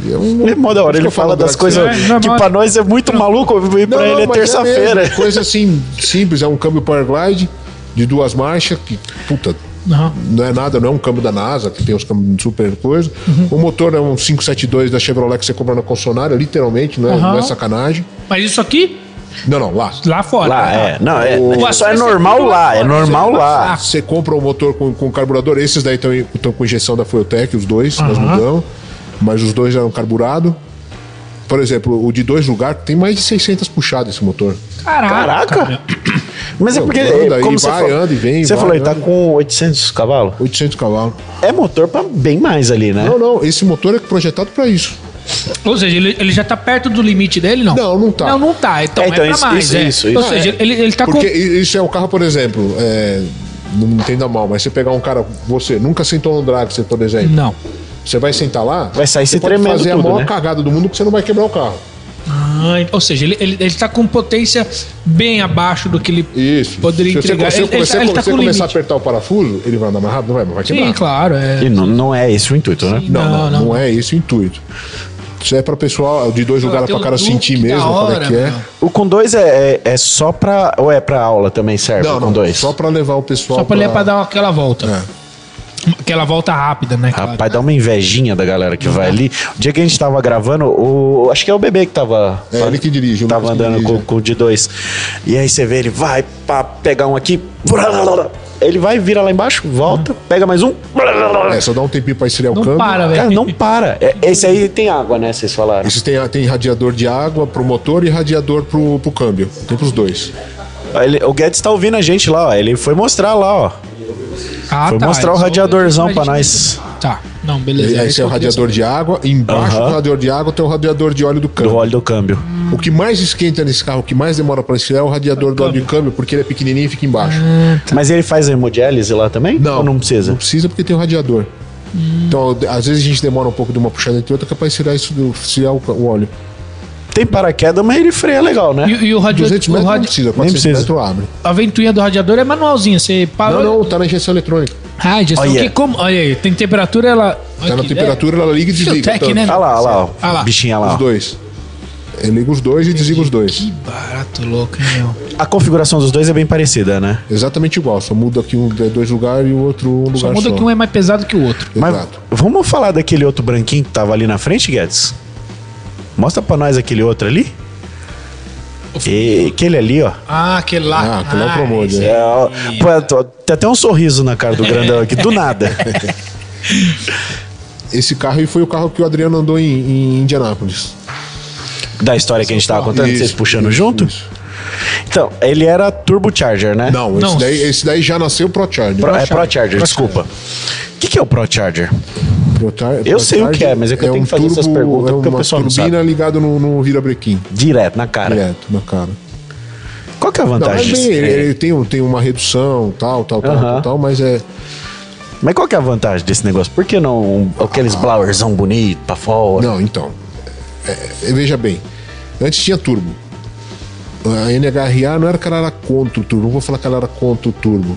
E É, um- É mó da hora, Por isso que ele eu falo fala das Draxler. coisas É, normal. que pra nós é muito maluco e pra Não, não, ele é mas mesmo. terça-feira. coisa assim, simples, é um câmbio Power Glide de duas marchas, que, puta, Não. não é nada, não é um câmbio da NASA, que tem os câmbios super coisa. Uhum. O motor é um 572 da Chevrolet que você compra na concessionária, literalmente, não é, Uhum. não é sacanagem. Mas isso aqui, Não, não, lá. lá fora. Lá, é. Não, é. O- Isso é normal lá, é normal lá. Você compra o motor com, com carburador, esses daí estão com injeção da Fueltec, os dois, nós mudamos, mas os dois eram carburado. Por exemplo, o de dois lugares tem mais de 600 puxadas esse motor. Caraca. Caraca! Mas é Não, porque. anda como e você vai, falou, anda e vem, Você vai, falou, ele tá anda. com 800 cavalos. 800 cavalos. É motor pra bem mais ali, né? Não, não, esse motor é projetado pra isso. Ou seja, ele, ele já tá perto do limite dele, não? Não, não tá. Não, não tá. Então é, É, então, pra isso, mais. isso, é. isso, Ou isso. seja, ele, ele tá Porque com... i- isso é um carro, por exemplo, é, não me entenda mal, mas você pegar um cara, você nunca sentou num Dragster, por exemplo. Não. Você vai sentar lá, Vai sair você se pode tremendo fazer tudo, a maior né? cagada do mundo que você não vai quebrar o carro. Ah, ou seja, ele, ele, ele tá com potência bem abaixo do que ele Isso. poderia Se você, entregar. se ele, ele você, tá, ele tá você com começar limite. a apertar o parafuso, ele vai andar mais rápido, não vai, mas vai quebrar. Sim, claro. É. E não, não é esse o intuito, né? Não, não, não, não é esse o intuito. Isso é pra pessoal de dois lugares tem pra o cara Duke, sentir que da mesmo como hora, é que é. meu. O com dois é, é, é só pra. Ou é pra aula também, serve? Não, o com não, dois. só pra levar o pessoal. Só pra ele é pra dar aquela volta. É. Aquela volta rápida, né? claro. Rapaz, dá uma invejinha da galera que vai ali. O dia que a gente tava gravando, o, acho que é o bebê que tava. É, ele que dirige, o Tava Lucas que andando dirige. com, com o de dois. E aí você vê ele, vai pra pegar um aqui. blalalala. Ele vai, vira lá embaixo, volta, pega mais um. blalalala. É, só dá um tempinho pra esfriar o Não câmbio. para, Cara, velho. não para. É, Esse aí tem água, né? Vocês falaram. Esse tem, tem radiador de água pro motor e radiador pro, pro câmbio. Tem pros dois. Ó, ele- o Guedes tá ouvindo a gente lá, ó. Ele foi mostrar lá, ó. Ah, Foi mostrar o isso- radiadorzão pra isso nós. a gente- Tá. Não, beleza. Esse, Era esse isso é o que eu queria radiador de água, e embaixo Aham. do radiador de água tem o radiador de óleo do câmbio. Do óleo do câmbio. O que mais esquenta nesse carro, o que mais demora pra esfriar é o radiador do óleo de câmbio, porque ele é pequenininho e fica embaixo. Mas ele faz a hemodiálise lá também? Ou não Não precisa? precisa porque tem o radiador. Hum. Então, de- às vezes a gente demora um pouco de uma puxada entre outra, que é pra esfriar, isso, do- esfriar o, ca- o óleo. Tem paraquedas, mas ele freia legal, né? E, e o radiador. 200 O metros não radi... precisa, nem 400 precisa. metros abre. A ventoinha do radiador é manualzinha. Você parou. Não, não, tá na injeção eletrônica. Ah, injeção. Olha. Que como... Olha aí, tem temperatura, ela. Tá na temperatura, ela liga e desliga. Tec, tanto. né? Olha lá, olha lá, ó. Ah lá. Bichinha lá. Os ó. dois. Ele liga os dois e desliga os dois. Que barato louco, hein, meu. A configuração dos dois é bem parecida, né? Exatamente igual, só muda que um é dois lugares e o outro um lugar Só muda que um é mais pesado que o outro. Mas Exato. vamos falar daquele outro branquinho que tava ali na frente, Guedes? Mostra pra nós aquele outro ali. E, aquele ali, ó. Ah, aquele lá. Ah, aquele é o Promode, esse né? É, ó. Pô, tô- tem até um sorriso na cara do grandão aqui, do nada. Esse carro aí foi o carro que o Adriano andou em, em Indianápolis. da história Tá, é que a gente tava contando, Isso, vocês puxando isso, junto. isso. Então, ele era turbocharger, né? Não, esse, Não. Daí, esse daí já nasceu Pro Charger. Pro- é Procharger, desculpa. O que, que é o Procharger? Pro Char- Eu Pro sei o que é, mas é que eu tenho que fazer essas perguntas, é porque o pessoal não turbina ligado no, no virabrequim, Direto, na cara. direto na cara. Qual que é a Não, mas vantagem? bem, disso? ele, É. ele tem, um- tem uma redução, tal, tal, tal, Aham. tal, tal, mas é... Mas qual que é a vantagem desse negócio? Por que não um- aqueles blowerzão bonito pra fora? Não, então. é, é, veja bem. Antes tinha turbo. A NHRA não era que ela era contra o turbo. Não vou falar que ela era contra o turbo.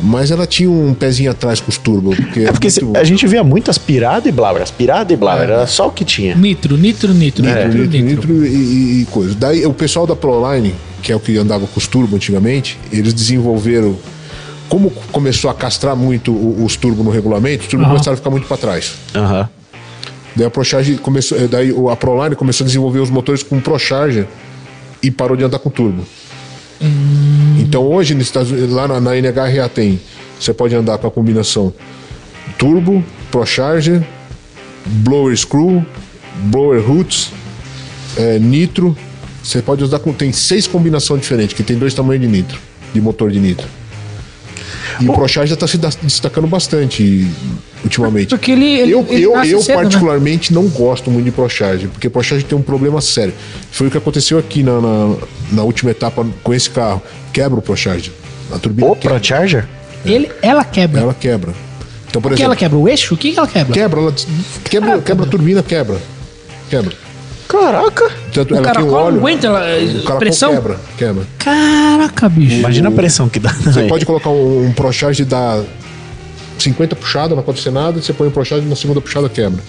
Mas ela tinha um pezinho atrás com os turbo. Porque É porque muito- se- a gente via muitas pirada e blauer, pirada e blauer, era só o que tinha. É. Nitro, nitro, nitro, nitro, nitro, É, nitro, nitro. nitro e, e- e coisa. Daí o pessoal da Proline, que é o que andava com os turbo antigamente, eles desenvolveram. Como começou a castrar muito o- os turbo no regulamento, os turbo começaram a ficar muito para trás. Aham. Daí a Procharge começou, eh, daí o- a Proline começou a desenvolver os motores com Procharger e parou de andar com turbo. Então hoje nos Estados Unidos, lá na, na NHRA tem, você pode andar com a combinação turbo, Procharger, blower screw, blower roots, eh, nitro. Você pode usar com tem seis combinações diferentes, que tem dois tamanhos de nitro, de motor de nitro. E o Procharger está se da- destacando bastante ultimamente. Porque ele. ele Eu, ele eu, nasce eu cedo, né? particularmente não gosto muito de Procharge, porque Procharge tem um problema sério. Foi o que aconteceu aqui na, na, na última etapa com esse carro. Quebra o Procharge. A turbina O quebra, Procharger? Ele, ela quebra. ela quebra. Então, por O que exemplo, ela quebra? O eixo? O que que ela quebra? quebra, ela des- quebra, quebra a turbina, quebra. Quebra. Caraca! Tanto O ela tem caracol um não óleo, aguenta ela, eh, o caracol pressão? quebra, quebra. Caraca, bicho. Imagina a pressão que dá. Você né? pode colocar um, um Procharge da um 50 puxada, não acontece nada, você põe o Procharge na segunda puxada quebra.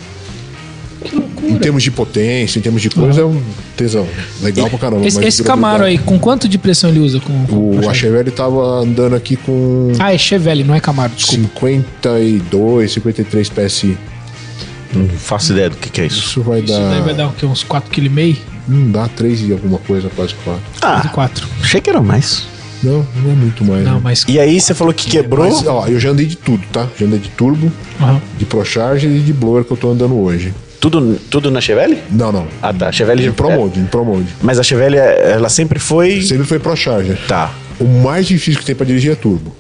Que loucura. Em loucura. termos de potência, em termos de coisa, é um tesão. Legal pra caramba. Esse, mas esse Camaro aí, com quanto de pressão ele usa? Com, durabilidade. O Achevelli tava andando aqui com Ah, é Chevelle, não é Camaro, desculpa. 52, 53 PSI. Não faço ideia do que, que é isso. Isso vai Isso daí dar. vai dar o quê? Uns 4,5 kg? Não dá 3 e alguma coisa, quase 4. De Ah, 4. achei que era mais. Não, não é muito mais. Não, né? mas. E aí você falou que quebrou. Mas, ó, eu já andei de tudo, tá? Já andei de turbo, Aham. de Procharge e de blower que eu tô andando hoje. Tudo, tudo na Chevelle? Não, não. Ah, tá. Chevelle Em de Pro Mode, em Pro Mode. Mas a Chevelle, é, ela sempre foi. Sempre foi Procharger. Tá. O mais difícil que tem pra dirigir é turbo.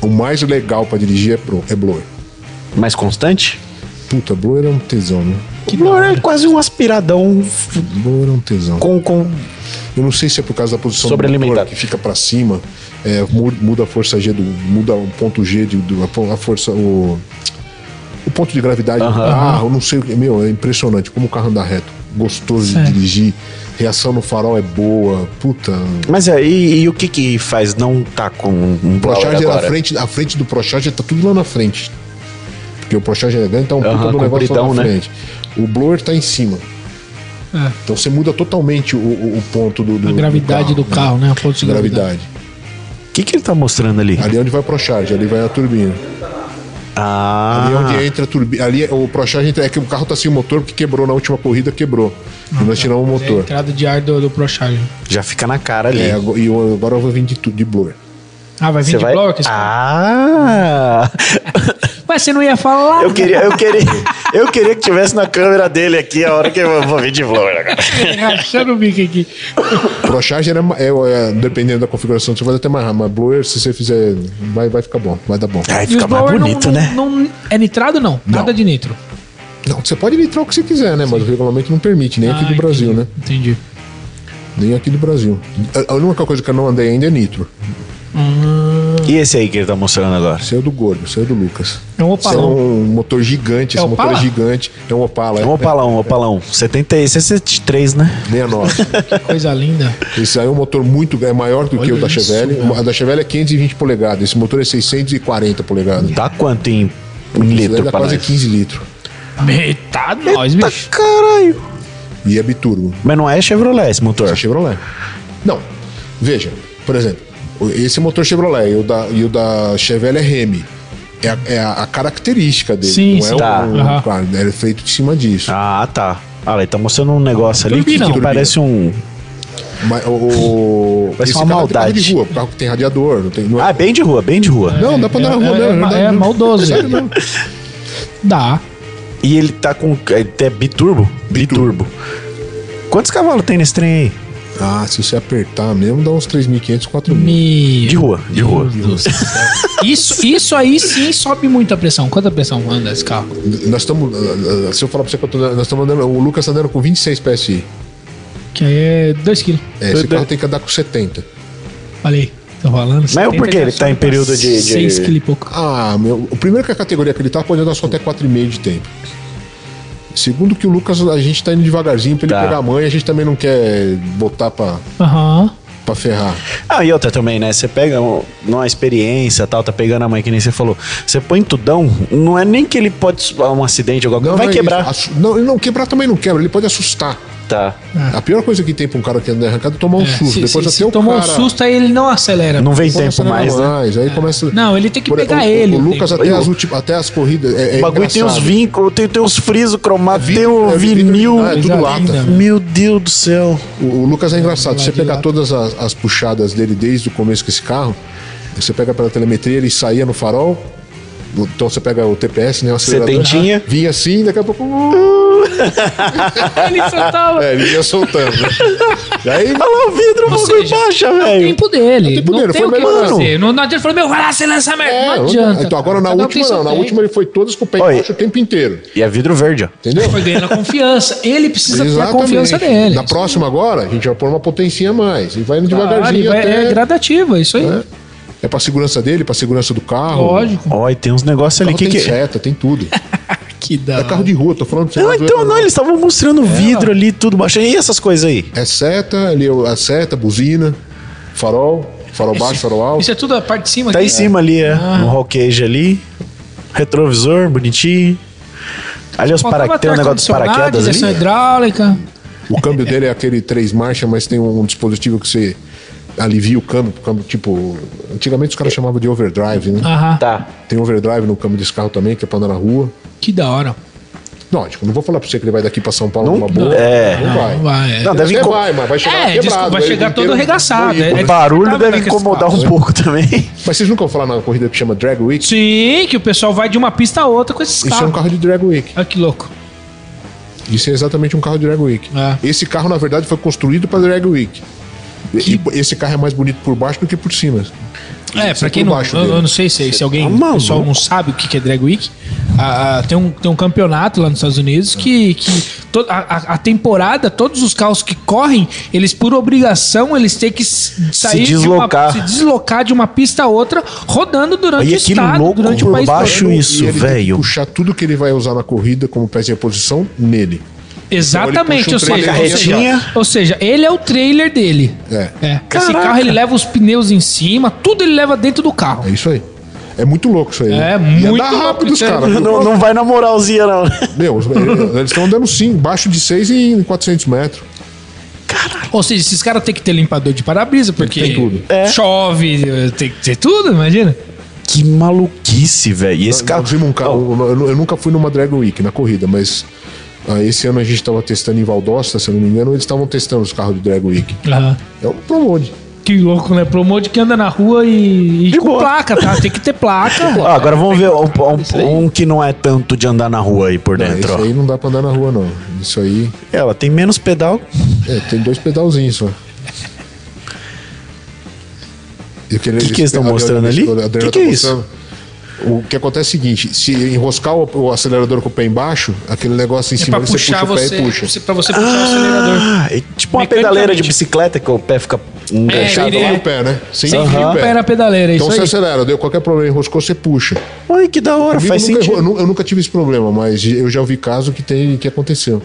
O mais legal pra dirigir é, pro, é blower. Mais constante? Puta, blower é um tesão, né? Que é quase um aspiradão f- Blower é um tesão. com. com... Eu não sei se é por causa da posição Sobrealimentado. motor que fica pra cima, é, mu- muda a força G do. muda o ponto G de, do- a po- a força. O, o ponto de gravidade do carro, eu não sei o que. Meu, é impressionante como o carro anda reto. Gostoso Certo. de dirigir, reação no farol é boa, puta. Mas aí, e o que que faz não tá com um blower Procharger na agora? frente, a frente do Procharger tá tudo lá na frente. Porque o Procharger é grande, tá um Aham, puta do negócio lá compridão, na né? frente. O blower tá em cima. É. Então você muda totalmente o, o- o ponto do, do- A do gravidade do carro, né? O ponto de né? Gravidade. O que que ele tá mostrando ali? Ali é onde vai o Procharge, ali vai a turbina. Ah, Ali é onde entra a turbina. Ali é- o Procharge entra. É que o carro tá sem o motor porque quebrou na última corrida, quebrou. e nós tiramos o É a motor. entrada de ar do, do Procharger. já fica na cara ali. É, ago- e eu- agora eu vou vir de, tu- de blower. Ah, vai vir Você de vai. bloco? esse carro? Ah! Mas você não ia falar? né? Eu queria, eu queria, eu queria que tivesse na câmera dele aqui a hora que eu vou vir de blower agora. Achando o bico aqui. Procharger é, ma- é, é, dependendo da configuração, você vai até mais rápido. Mas blower, se você fizer, vai, vai ficar bom, vai dar bom. Aí E os fica mais blower não- bonito, não- né? não- é nitrado não? Nada de nitro. Não, você pode nitrar o que você quiser, né? Mas o regulamento não permite, nem aqui Ah, do Brasil, entendi, né? Entendi. Nem aqui do Brasil. A- A única coisa que eu não andei ainda é nitro. E esse aí que ele tá mostrando agora? Saiu é do Gordo, saiu do Lucas. É um Esse é opalão. um motor gigante, É esse motor é Opala? gigante. É um Opala, É é, um opalão, opalão. 70, 63, né? 69. Coisa linda. Esse aí é um motor muito é maior do que Olha o da isso, Chevelle. cara. A da Chevelle é 520 polegadas, esse motor é 640 polegadas. Dá quanto em, em Esse daí litro dá pra quase nós? 15 litros. Metade nós, Tá bicho. caralho. E é biturbo. Mas não é Chevrolet esse motor. Esse é Chevrolet. Não. Veja, por exemplo, o- esse motor Chevrolet e o da, e o da Chevelle é Remy. É a, é a- a característica dele. Sim, não sim. é um- Tá. um- Aham. claro, ele é feito de cima disso. Ah, tá. Ah, ele tá mostrando um negócio ali que, Turbina. que parece um. Mas o, o- Parece esse uma carro tem carro maldade. de rua, é um carro que tem radiador, não tem. Não, é- Ah, bem de rua, bem de rua. não dá pra andar na rua, É- não, é- não dá- é não- maldoso, Sério, ele. né? não. Dá. E ele tá com. É, é biturbo? Biturbo. Quantos cavalos tem nesse trem aí? Ah, se você apertar mesmo, dá uns 3.500, 4.000. Me... De rua, de Uhum. rua. Isso, isso aí sim sobe muito a pressão. Quanta pressão anda esse carro? Nós estamos. ah, ah, Se eu falar pra você que eu tô, nós estamos andando. O Lucas tá andando com 26 PSI. Que aí é 2kg. É, esse carro tem que andar com 70. Falei. tá Tô falando. Mas por que ele tá em período de. 6 de... kg e pouco. Ah, meu. O primeiro que a categoria que ele tá pode andar só até 4,5 de tempo. Segundo que o Lucas, a gente tá indo devagarzinho pra ele Tá. pegar a mãe, a gente também não quer botar pra, Aham. pra ferrar. Ah, e outra também, né? Você pega um- numa experiência tal, tá pegando a mãe que nem você falou. Você põe tudão, não é nem que ele pode. su- Um acidente ou alguma Não, coisa. Vai não é quebrar. isso. Assu- Não, ele não quebrar também não quebra, ele pode assustar. Tá. A pior coisa que tem pra um cara que anda arrancado é tomar um É, susto. se- Depois se- até se o tomar cara- um susto, aí ele não acelera. Não vem Pô, tempo acelera mais, né? mais, Aí começa. Não, ele tem que pegar o, ele. O, o Lucas tempo. até Aí, as, o- últimas, até as corridas. É, é O bagulho tem uns engraçado. vínculos, tem, tem uns frisos cromados, tem vidro- um é vidro- vinil. Ah, é tudo Coisa lata. linda. Meu Deus do céu. O, o Lucas é engraçado. Se você de pegar lata. todas as, as puxadas dele desde o começo com esse carro, você pega pela telemetria, ele saía no farol. Então você pega o TPS, né? O acelerador. Setentinha. Vinha assim, daqui a pouco. Ele soltava. É, ele vinha soltando. né? E aí. Olha lá o vidro, o bagulho seja, baixa, É O velho. tempo dele. É tempo dele, não tem foi o que melhorando. fazer. Não, não adianta ele falar, meu, vai lá, acelera essa merda. É, não adianta. Então agora na Cada um tem última seu não, na tempo. última ele foi todas com o pé Olha. embaixo o tempo inteiro. E é vidro verde, ó. Entendeu? Foi ganhando a confiança. Ele precisa ter a Exatamente. confiança dele. Na próxima agora, a gente vai pôr uma potencinha a mais. E vai indo Claro, devagarzinho. ele vai- até... É gradativo, é isso aí. né? É pra segurança dele, pra segurança do carro. Lógico. Ó, e tem uns negócios O ali. carro Que tem que... é? seta, tem tudo. Que da É carro de rua, tô falando pra você. Não, mas eu- então não, eles estavam mostrando vidro ali, tudo baixando. E essas coisas aí? É seta, ali é a seta, buzina, farol, farol baixo, farol alto. Isso é tudo a parte de cima Tá aqui. em cima ali, é. Um roll cage ali. Retrovisor, bonitinho. Ali os para... tem um negócio dos paraquedas direção ali. hidráulica. O câmbio dele é aquele três marchas, mas tem um dispositivo que você alivia o câmbio, o câmbio, tipo, antigamente os caras chamavam de overdrive, né? Aham. Tá. Tem overdrive no câmbio desse carro também, que é pra andar na rua. Que da hora. Lógico, não vou falar pra você que ele vai daqui pra São Paulo numa boa. É. Não vai. Vai, é. Não, deve Até incom- vai, mas vai chegar É, quebrado. desculpa, vai ele chegar inteiro todo arregaçado, moído, é. né? O barulho Sabe deve daqueles incomodar carros, um né? pouco também. Mas vocês nunca ouviram falar na corrida que chama Drag Week? Sim, que o pessoal vai de uma pista a outra com esses Isso é um carros. carro de Drag Week. Olha que louco. Isso é exatamente um carro de Drag Week. É. Esse carro, na verdade, foi construído pra Drag Week. E- e esse carro é mais bonito por baixo do que por cima. É, Isso pra é quem por não. baixo Eu, dele. eu não sei se, se alguém. maluco? o pessoal não sabe o que que é Drag Week. Ah, ah, tem, um, tem um campeonato lá nos Estados Unidos que. que to- a, a- a temporada, todos os carros que correm, eles, por obrigação, eles têm que s- sair. deslocar. De uma, se deslocar de uma pista a outra, rodando durante E o aquele estado, louco durante o por país todo. baixo E isso, ele tem que velho. Puxar tudo que ele vai usar na corrida como pezinha de posição nele. Exatamente, Então ou seja, ele puxa um ou trailer seja, ou seja, ele é o trailer dele. É. Esse carro ele leva os pneus em cima, tudo ele leva dentro do carro. É isso aí. É muito louco isso aí. É né? E muito andar louco rápido os isso aí. caras. Não, não vai na moralzinha, não. Meu, eh, eles estão andando sim, baixo de 6 em 400 metros. Ou seja, esses caras têm que ter limpador de para-brisa, porque Tem tudo. É. chove, tem que ter tudo, imagina. Que maluquice, velho. E esse Nós carro. Oh. vimos um carro- eu, eu nunca fui numa Drag Week na corrida, mas ah, esse ano a gente estava testando em Valdosta, se eu não me engano, eles estavam testando os carros de Drag Week. É um promode. Que louco, né? Promode que anda na rua e, e De com boa. placa, tá? Tem que ter placa. Ó, agora vamos ver um, um- um que não é tanto de andar na rua aí por Não, dentro. Isso ó. aí não dá pra andar na rua, não. Isso aí. Ela tem menos pedal. É, tem dois pedalzinhos só. O que, que eles estão mostrando ali? Que que é isso? tá O que acontece é o seguinte: se enroscar o, o acelerador com o pé embaixo, aquele negócio em É pra cima ali, você puxar puxa o pé você, e puxa. pra você puxar o acelerador. Ah, é tipo uma pedaleira de bicicleta que o pé fica um enganchado. Fechado ele- lá no pé, É, né? Sem Aham. fio o Pé na pedaleira, é Então isso você aí. acelera, deu qualquer problema, enroscou, você puxa. Ai, que da hora, Comigo faz nunca errou, sentido. eu nu- eu nunca tive esse problema, mas eu já ouvi caso que, tem, que aconteceu.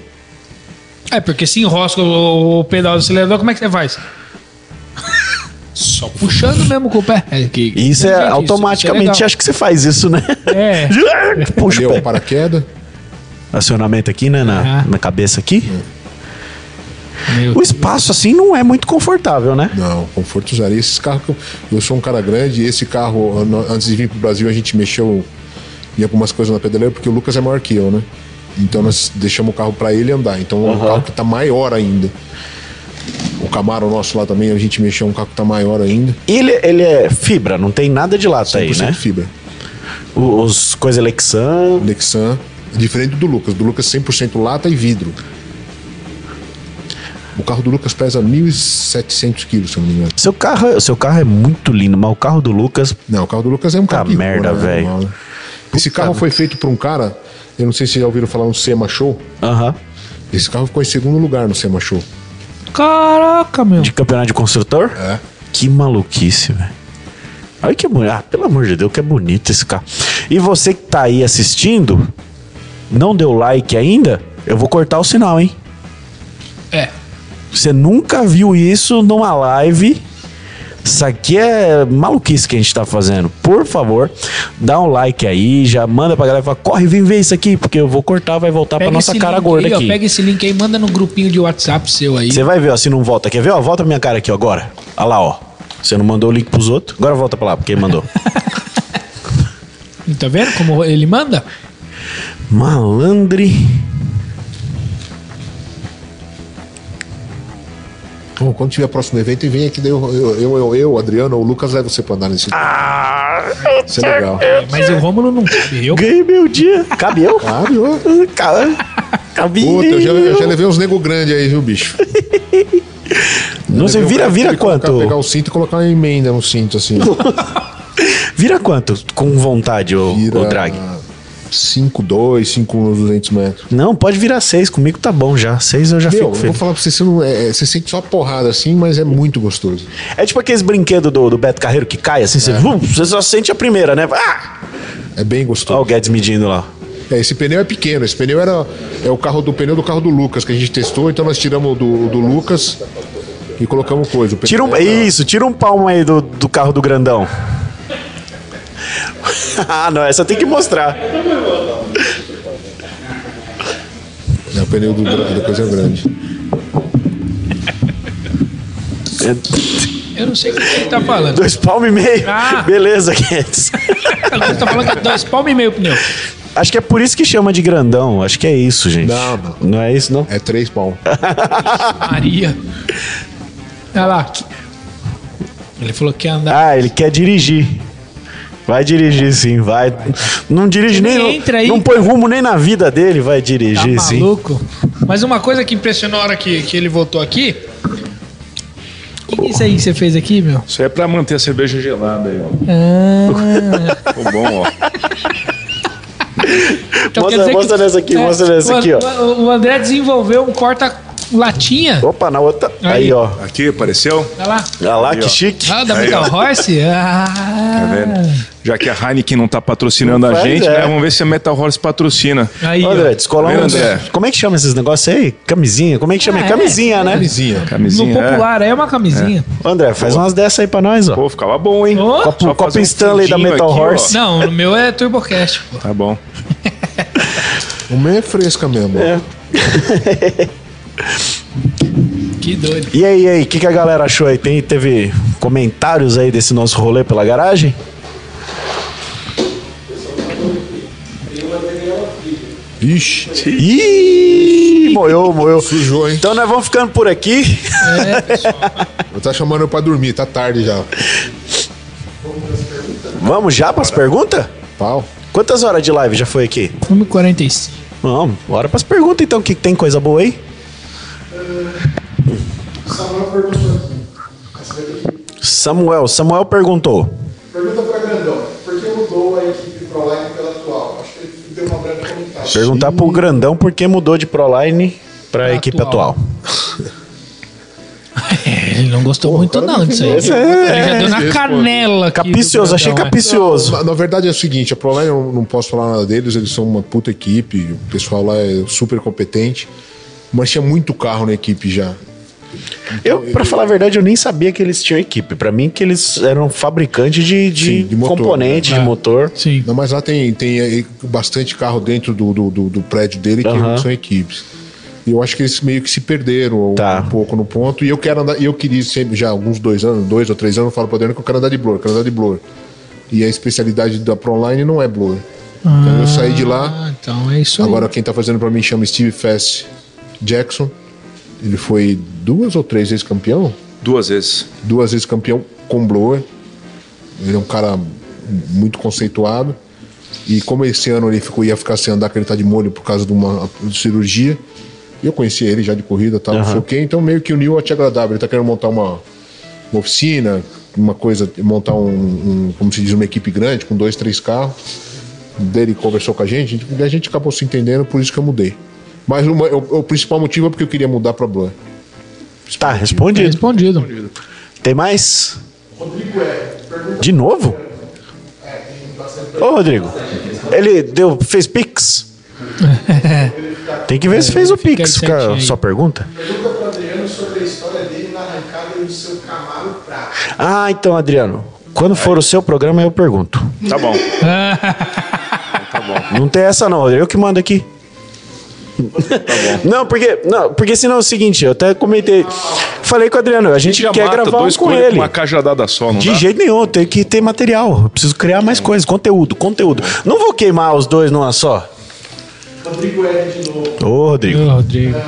É, porque se enrosca o, o pedal do acelerador, como é que você faz? Só puxando mesmo com o pé. É, que- E Isso Gente, é isso- automaticamente, isso é acho que você faz isso, né? É. Puxa Deu o pé. um paraquedas. Acionamento aqui, né? Na, Ah. na cabeça aqui. legal. Meu O espaço assim não é muito confortável, né? Não, conforto zero. E esses carros que eu, eu sou um cara grande, e esse carro, an- antes de vir pro Brasil, a gente mexeu em algumas coisas na pedaleira, porque o Lucas é maior que eu, né? Então nós deixamos o carro pra ele andar. Então é um carro que tá maior ainda. O Camaro nosso lá também, a gente mexeu um carro que tá maior ainda. Ele, ele é fibra, não tem nada de lata aí, 100% né? fibra. O- Os coisa Lexan. Lexan, diferente do Lucas. Do Lucas 100% lata e vidro. O carro do Lucas pesa 1.700 quilos, se eu não me engano. Seu carro, seu carro é muito lindo, mas o carro do Lucas Não, o carro do Lucas é um Puta carro. que voa, merda, né? velho. Normal, né? Esse carro foi feito por um cara, eu não sei se já ouviram falar no Sema Show. Aham. Esse carro ficou em segundo lugar no Sema Show. Deus. Caraca, meu. De campeonato de construtor? É. Que maluquice, velho. Olha que bonito. Ah, pelo amor de Deus, que é bonito esse carro. E você que tá aí assistindo, não deu like ainda? Eu vou cortar o sinal, hein? É. Você nunca viu isso numa live. Isso aqui é maluquice que a gente tá fazendo. Por favor, dá um like aí, já manda pra galera e fala, corre, vem ver isso aqui, porque eu vou cortar, vai voltar pra nossa esse cara link gorda aí, ó, aqui. pega esse link aí, manda no grupinho de WhatsApp seu aí. Você vai ver, ó, se não volta. Quer ver, ó? Volta pra minha cara aqui, ó, agora. Olha lá, ó. Você não mandou o link pros outros? Agora volta pra lá, porque ele mandou. Tá vendo como ele manda? Malandre. Então, quando tiver próximo evento, vem aqui, daí eu, eu, eu, eu, eu, o Adriano, o Lucas leva você pra andar nesse. Ah, Isso é legal. Mas o Rômulo não cabe. Eu Ganhei meu dia. Cabe eu? Cabe, ó. Cara, cabe Puta, eu já, eu já eu. levei uns nego grande aí, viu, bicho? Não sei, Levei um vira, vira cara pra ele colocar- pegar quanto? o cinto e colocar uma emenda no cinto, assim. Vira quanto? Com vontade, o, Vira o drag. 5,2, 5,1, 200 um, metros. Não, pode virar seis. Comigo tá bom já. Seis eu já Meu, eu fico vou feliz. falar pra você, você, não, é, é, você sente só a porrada assim, mas é muito gostoso. É tipo aqueles brinquedos do, do Beto Carreiro que cai assim, você, vum, você só sente a primeira, né? Ah! É bem Olha gostoso. o Guedes medindo lá. É, esse pneu é pequeno, esse pneu era é o carro do pneu do carro do Lucas que a gente testou, então nós tiramos do, do Lucas e colocamos coisa. O pneu Tira um, era- isso, tira um palmo aí do, do carro do grandão. ah, não, essa tem que mostrar. pneu do, da coisa é grande. Eu não sei o que ele tá falando. É, Dois palmos e meio. Ah. Beleza, Guedes. Ele tá falando que é dois palmos e meio pneu. Acho que é por isso que chama de grandão. Acho que é isso, gente. Não, não. Não é isso, não? É três pau. Maria. Olha lá. Ele falou que ia andar. Ah, ele quer dirigir. Vai dirigir sim, vai. Não dirige Ele nem. entra aí. Não põe rumo nem na vida dele, vai Tá dirigir sim. maluco. Mas uma coisa que impressionou a hora que, que ele voltou aqui. O que é isso aí que você fez aqui, meu? Isso aí é pra manter a cerveja gelada aí, ó. Ah, Ficou bom, ó. Mostra- então quer dizer mostra que, nessa aqui, mostra nessa o- aqui, ó. O, o André desenvolveu um corta-latinha. Opa, na outra. Aí, Aí. ó. Aqui, apareceu? Olha lá. Olha lá, Aí, que ó. chique. Ah, da Aí, Metal ó. Horse? Tá vendo? Ah. Já que a Heineken não tá patrocinando Não a faz, gente, é. né? Vamos ver se a Metal Horse patrocina. Aí, ó. Ó, André, descola Vem, uns- André. Como é que chama esses negócios aí? Camisinha? Como é que chama? Ah, é. Camisinha, né? Camisinha. No Camisinha. é. popular, é, uma camisinha. André, faz umas dessas aí pra nós, ó. Pô, ficava bom, hein? Ô. Só Copo- fazer copo um Stanley da fundinho Metal aqui, ó. Horse. Não, o meu é TurboCast, pô. Tá bom. O meu é fresca mesmo. ó. Que doido. E aí, e aí, o que, que a galera achou aí? Tem, teve comentários aí desse nosso rolê pela garagem? Ixi, Ih, moeu, moeu. sujou, hein? Então nós vamos ficando por aqui. É, Tá chamando eu pra dormir, tá tarde já. Vamos já pras perguntas? Pau. Quantas horas de live já foi aqui? 1,45. Não, bora pras perguntas então, o que, que tem coisa boa aí? Samuel, Samuel perguntou. Pergunta pra Grandão, por que mudou a equipe ProLine pela atual? Acho que ele deu uma breve comentário. Perguntar pro Grandão por que mudou de Proline pra equipe atual. atual. É, ele não gostou muito não disso aí. Esse é- ele já deu na canela aqui Capicioso, do é. achei grandão, capicioso. Na, na verdade é o seguinte, a ProLine eu não posso falar nada deles, eles são uma puta equipe, o pessoal lá é super competente, mas tinha muito carro na equipe já. Eu, pra falar a verdade, eu nem sabia que eles tinham equipe. Pra mim, que eles eram fabricantes de, de Sim, de motor. né? componente, de É. motor. é. Sim. Não, mas lá tem, tem eh, bastante carro dentro do, do, do- do prédio dele que Aham. são equipes. E eu acho que eles meio que se perderam um- Tá. um pouco no ponto. E eu quero andar, e eu queria sempre, já há alguns dois anos, dois ou três anos, eu falo pra Adriano que eu quero andar de blower, quero andar de blower. E a especialidade da ProLine não é blower. Então eu saí de lá, Ah, então é isso aí. Agora quem tá fazendo pra mim chama Steve Fess Jackson. Ele foi duas ou três vezes campeão? Duas vezes. Duas vezes campeão com blower. Ele é um cara muito conceituado. E como esse ano ele ficou, ia ficar sem andar, que ele tá de molho por causa de uma cirurgia. E eu conhecia ele já de corrida, tal, não sei o quê. Então meio que uniu a te agradável. Ele tá querendo montar uma, uma oficina, uma coisa, montar um, um, como se diz, uma equipe grande, com dois, três carros dele conversou com a gente, e a gente acabou se entendendo, por isso que eu mudei. Mas o, ma- o- o principal motivo é porque eu queria mudar pra Blur. Tá, Tá respondido. respondido. Tem mais? De novo? Ô, Rodrigo, ele deu, fez pix? Tem que ver se fez o É, fica pix aí com a certinho aí. sua pergunta. Pergunta pro Adriano sobre a história dele na arrancada do seu Camaro Prata. Ah, então, Adriano, quando for o seu programa, eu pergunto. Tá bom. Não tem essa não, Rodrigo. Eu que mando aqui. não, porque, não, porque senão é o seguinte, eu até comentei. Falei com o Adriano, a gente já quer mata gravar um dois com coelhos ele. uma cajadada só, não De dá? jeito nenhum, eu tenho que ter material. Eu preciso criar mais coisas, conteúdo, conteúdo. Não vou queimar os dois numa só. Rodrigo R. Então, de novo. Ô, Rodrigo. Ô, Rodrigo.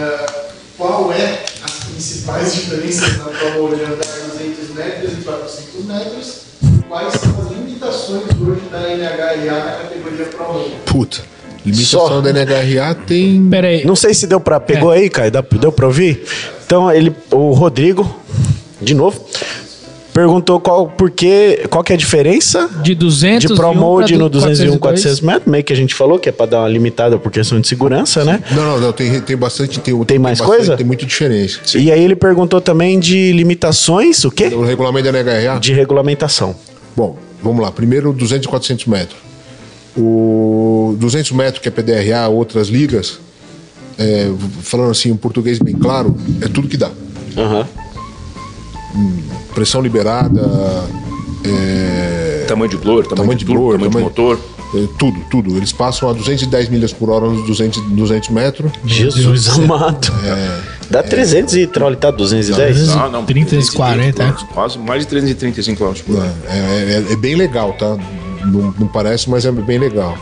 Qual é as principais diferenças na tua olhando da 200 metros e 400 metros? Quais são as limitações hoje da NHRA na categoria ProLine? Puta. Limitação Só. da NHRA tem. Pera aí. Não sei se deu pra. Pegou aí, Caio? Dá- Deu pra ouvir? Então, ele, o Rodrigo, de novo, perguntou qual, por quê, qual que é a diferença De um 200 de Pro Mode no 201 400 metros, meio que a gente falou que é pra dar uma limitada por questão de segurança, né? Não, não, não, tem, tem bastante. Tem, tem, mais bastante- coisa? Tem muita diferença. E aí ele perguntou também de limitações, o quê? O regulamento da NHRA? De regulamentação. Bom, vamos lá. Primeiro, 200 e 400 metros. O 200 metros, que é PDRA, outras ligas, é, falando assim, em português bem claro, é tudo que dá. Hum, Pressão liberada, é, Tamanho de blur, tamanho, de blur, tamanho, de motor. eh, tudo, tudo. Eles passam a 210 milhas por hora nos 200, 200 metros. Jesus amado. Dá 300 e troll, tá? 210? Ah, não. 30, 40, é. Quase mais de 335 km por hora. É, é- é bem legal, tá? Não, não parece, mas é bem legal.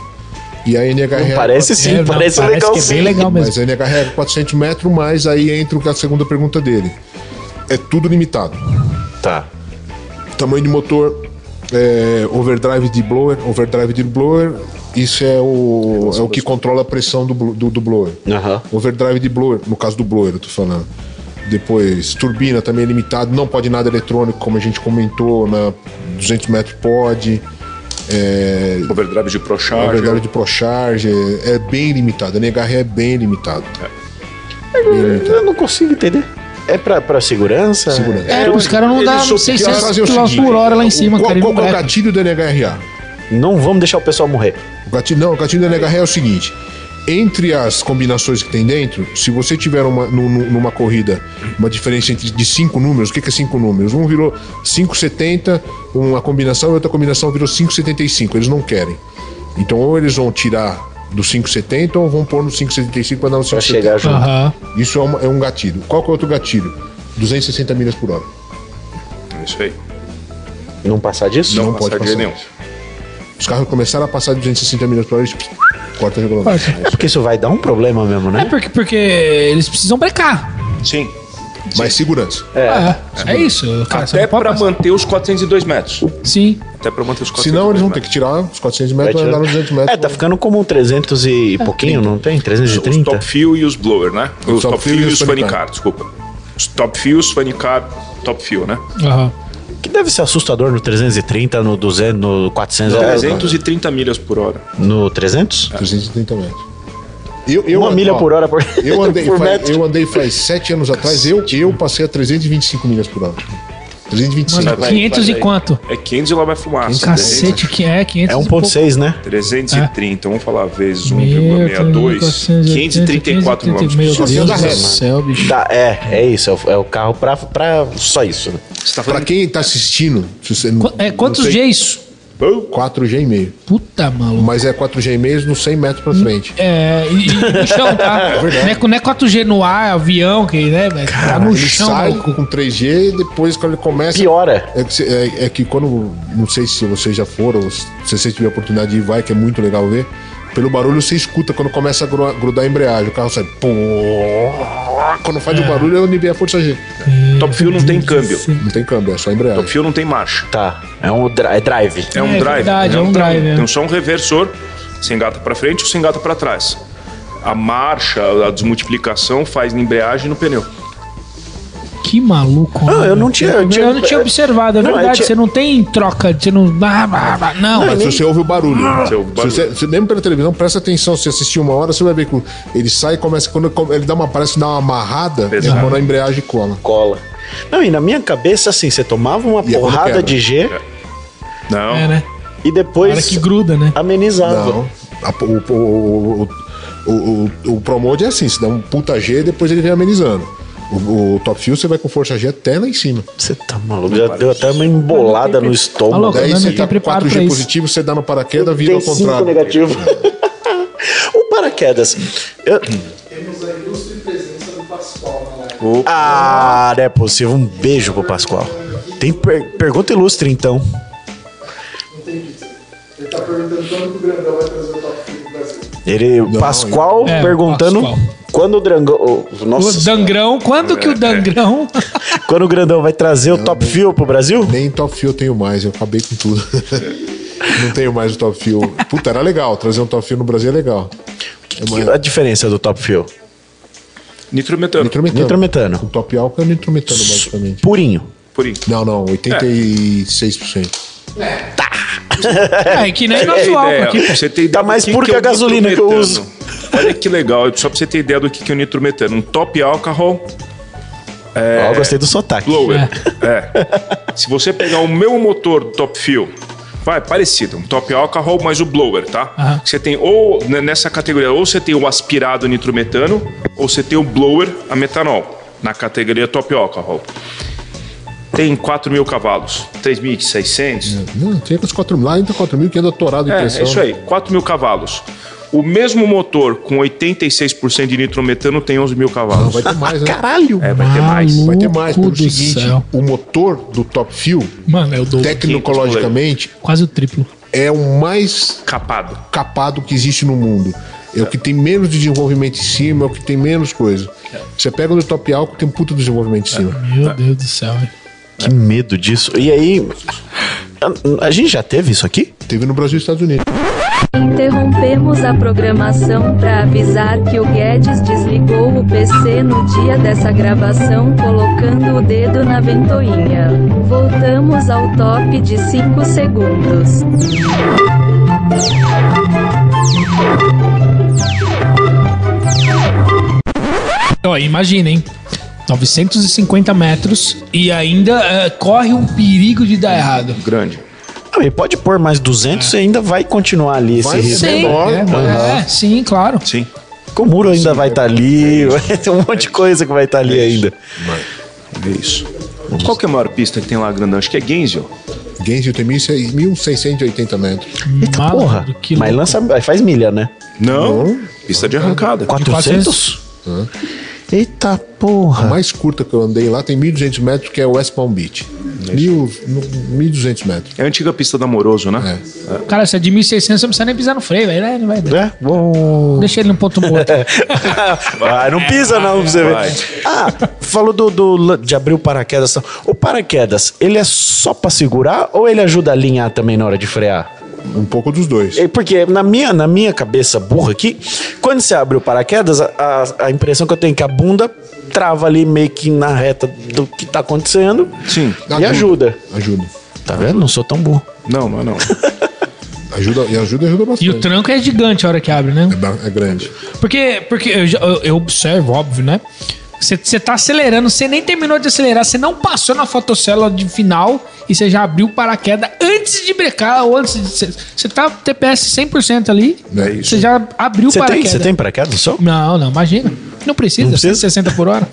E a NHR. Parece sim, não, parece, legal que é sim. bem legal mesmo. Mas a NHR é 400 metros, mas aí entra o que é a segunda pergunta dele. É tudo limitado. Tá. Tamanho de motor, é, overdrive de blower, overdrive de blower, isso é o, é o que controla a pressão do, blo- do, do blower. Aham. Overdrive de blower, no caso do blower, eu tô falando. Depois, turbina também é limitado, não pode nada eletrônico, como a gente comentou, na 200 metros pode. É, Overdrive de a Procharge. verdade de ProCharge é, é bem limitado. A NHR é bem limitado. Eu não consigo entender. É pra, pra segurança? Segurança. É, os caras não dá sou- elas 600 fazem o km seguinte, por hora lá em cima, qual, cara. ele Qual não que é o breca. gatilho da NHRA? Não vamos deixar o pessoal morrer. O gatilho, não, o gatilho da NHRA é o seguinte: entre as combinações que tem dentro, se você tiver uma, nu- nu- numa corrida uma diferença entre, de cinco números, o que, que é cinco números? Um virou 5,70, uma combinação, e outra combinação virou 5,75. Eles não querem. Então, ou eles vão tirar do 5,70 ou vão pôr no 5,75 para dar um 5,70. Pra chegar junto. Aham. Isso é, uma- é um gatilho. Qual que é outro gatilho? 260 milhas por hora. É Isso aí. Não passar disso? Não passa pode de jeito passar. Os carros começaram a passar de 260 milhas por hora e corta a Corta. regulamento. É porque isso vai dar um problema mesmo, É né? porque, porque eles precisam brecar. nenhum. Sim. Mas segurança. É, é isso. Cara, você Até não pode pra passar. manter os 402 metros. Sim. Até pra manter os 402 Senão eles vão ter metros. que tirar os 400 Vai metros e tirar- andar nos 200 É, metros. tá ficando como um 300 e pouquinho, não tem? Os 330? top fuel e os blower, né? Os, top, fuel e os funny funny car, desculpa. Os top fuel, os funny car, top fuel, né? Aham. Que deve ser assustador no 330, no 200, no 400, é, 330 milhas por hora. no 300? 330 metros. Eu, eu, É. Uma ó, milha por hora por, Eu andei, por faz, metro. eu andei faz 7 anos atrás, eu, eu passei a 325 milhas por hora. 325. Mas vai- 500 vai- e quanto? É 500 e lá vai fumaça. Cacete, que é 500 É e pouco. 1.6, né? 330, vamos falar vezes Meu, 1,62. 480, 534 quilômetros. Meu Só Deus se do anda reto. céu, bicho. Tá, é, é isso. é o- É o carro pra, pra só isso. né? Você tá Pra falando quem tá assistindo, se você não, Qu- é, quantos não G sei, é isso? 4G e meio. Puta, maluco. Mas é 4G e meio nos 100 metros pra frente. É, e, e no chão, tá? não, é, não é 4G no ar, avião, que, né, velho? Tá no ele chão, sai maluco. com 3G e depois quando ele começa. Piora. É que, cê- é- é que quando. Não sei se vocês já foram, ou se se você tiver a oportunidade de ir, vai, que é muito legal ver. Pelo barulho você escuta quando começa a gru- grudar a embreagem. O carro sai. pô, Quando É. faz o barulho, eu nível a força G. Top Fuel não tem câmbio. Não tem câmbio, é só embreagem. Top Fuel não tem marcha. Tá. É um dri- é drive. É um É drive. verdade, é um drive, é. Tem só um reversor, sem gata pra frente ou sem gata pra trás. A marcha, a desmultiplicação faz na embreagem e no pneu. Que maluco. Não, né, eu meu? não tinha- eu tinha- eu não tinha observado, é Não, eu verdade. tinha- Você não tem troca, você não. Ah, ah, ah, não, Mas se você ouve o barulho. Você ouve o Se você- barulho. se- mesmo pela televisão, presta atenção. Se assistir uma hora, você vai ver que ele sai e começa. Quando ele come- ele dá uma, parece dar uma amarrada, Pesado. ele manda a embreagem e cola. um Cola. Não, e na minha cabeça, assim, você tomava uma E é quando porrada quebra. de G então- Não. é, né? e Na hora depois que gruda, né? amenizava. Não. A- o, o, o, o, o, o Promode é assim, você dá um puta G depois ele vem amenizando. O, o Top Fuel você vai com força G até lá em cima. Você tá maluco? Já deu até uma embolada no estômago. Maluco, Daí não, você não tá tem preparo 4G pra isso. positivo, você dá no paraquedas, vira Tem ao cinco contrário. negativo. o Um paraquedas. Eu- Temos a ilustre presença do Pascoal na live. Ah, não é possível. Um beijo pro Pascoal. Tem per- pergunta ilustre, então. Não tem pizza. Ele tá perguntando quando que o Grandão vai trazer o top Filho pro Brasil. Ele, Pascoal eu- É, perguntando Pascoal. quando o Drangão. o- O nossa, É. Dangrão, quando que o Dangrão. quando o Grandão vai trazer o Top Fuel pro Brasil? Nem Top Fuel eu tenho mais, eu acabei com tudo. Não tenho mais o Top Fuel. Puta, era legal, trazer um Top Fuel no Brasil é legal. Que- é. a diferença do Top Fuel? Nitrometano. Nitrometano. Nitrometano. O Top Alca é nitrometano, basicamente. Purinho. Por aí. Não, não, 86%. É, que nem Você nós tem o álcool ideia, aqui. você tem Tá ideia mais do que puro que é a o gasolina que eu uso. nitrometano. Olha que legal, só pra você ter ideia do que que é o nitrometano. Um top alcohol É. Ó, gostei do sotaque. blower. É. Se você pegar o meu motor do top fuel, vai, parecido, um top alcohol, mas o blower, tá? Aham. Você tem ou, n- nessa categoria, ou você tem o aspirado nitrometano, ou você tem o blower a metanol, na categoria top alcohol. tem 4 mil cavalos, 3.600. Não, tinha que os 4 mil. Lá entra 4 mil que anda torado em É, pressão. é isso aí, 4 mil cavalos. O mesmo motor com 86% de nitrometano tem 11 mil Não, cavalos. vai ter mais, né? Caralho! É, vai ter mais. Vai ter mais, pelo Maluco do seguinte, céu. o motor do Top Fuel, Mano, é o dobro. tecnologicamente, Quase o triplo. é o mais Capado. capado que existe no mundo. É o que tem menos de desenvolvimento em cima, é o que tem menos coisa. Você pega o do Top Alco, tem um puto desenvolvimento em cima. É. Meu Deus do céu, velho. Que medo disso. E aí. a- a gente já teve isso aqui? Teve no Brasil e Estados Unidos. Interrompemos a programação para avisar que o Guedes desligou o PC no dia dessa gravação, colocando o dedo na ventoinha. Voltamos ao top de 5 segundos. Ó, imagina, hein? 950 metros e ainda eh, corre um perigo de dar errado. Grande. Ah, e pode pôr mais 200 e ainda vai continuar ali esse Vai risco. ser menor, é, mas- é, sim, claro. Sim. O muro ainda vai estar ali, vai ter um monte de coisa que vai estar ali ainda. É isso. Qual que é a maior pista que tem lá, grandão? Acho que é Gainesville. Gainesville tem 1.600 1.680 metros. Eita porra! Malandro, que Mas louco. lança, aí faz milha, né? Não. Pista de arrancada. 400? Eita Ah. A porra! mais curta que eu andei lá tem 1.200 metros, que é West Palm Beach. Mil- no- 1.200 metros. É a antiga pista da Amoroso, né? É. Cara, se é de 1600, você não precisa nem pisar no freio, velho. né? Não vai dar. É, bom. É. Deixa ele no ponto morto. Vai, não pisa não pra você ver. vai. Ah, falou do, do- de abrir o paraquedas. O paraquedas, ele é só pra segurar ou ele ajuda a alinhar também na hora de frear? Um pouco dos dois. É Porque na minha, na minha cabeça burra aqui, quando você abre o paraquedas, a, a- a impressão que eu tenho é que a bunda trava ali meio que na reta do que tá acontecendo Sim. e ajuda. Ajuda. Tá vendo? Não sou tão burro. Não, não, é não. Ajuda e ajuda, ajuda bastante. E o tranco é gigante a hora que abre, né? É ba- é grande. Porque, porque eu, já- eu- eu observo, óbvio, né? Você- Você tá acelerando, você nem terminou de acelerar, você não passou na fotocélula de final e você já abriu o paraquedas antes de brecar ou antes de. você- Você tá TPS 100% ali, É isso. você já abriu o Você tem, paraquedas. você tem paraquedas só? Não, não, imagina. Não precisa, Não precisa? 160 por hora.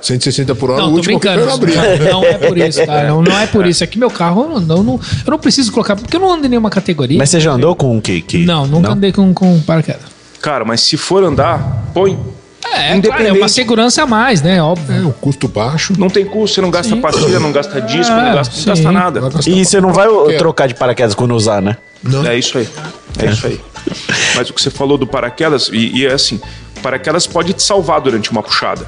160 por hora, Não, o tô último que brincando. eu abri. Não, não é por isso, tá? Não, não é por isso. Aqui meu carro, eu não, não- não- eu não preciso colocar, porque eu não ando em nenhuma categoria. Mas você já andou com o que? que- não, nunca andei com, com paraquedas. Cara, mas se for andar, põe. É, claro, é uma segurança a mais, né? Óbvio. É um custo baixo. Não tem custo, você não gasta pastilha, não gasta disco, Ah, não gasta, não sim. gasta nada. vai gastar E pra- você não vai Porque- trocar de paraquedas quando usar, né? Não. É isso aí. É isso aí. Mas o que você falou do paraquedas, e, e é assim, paraquedas pode te salvar durante uma puxada.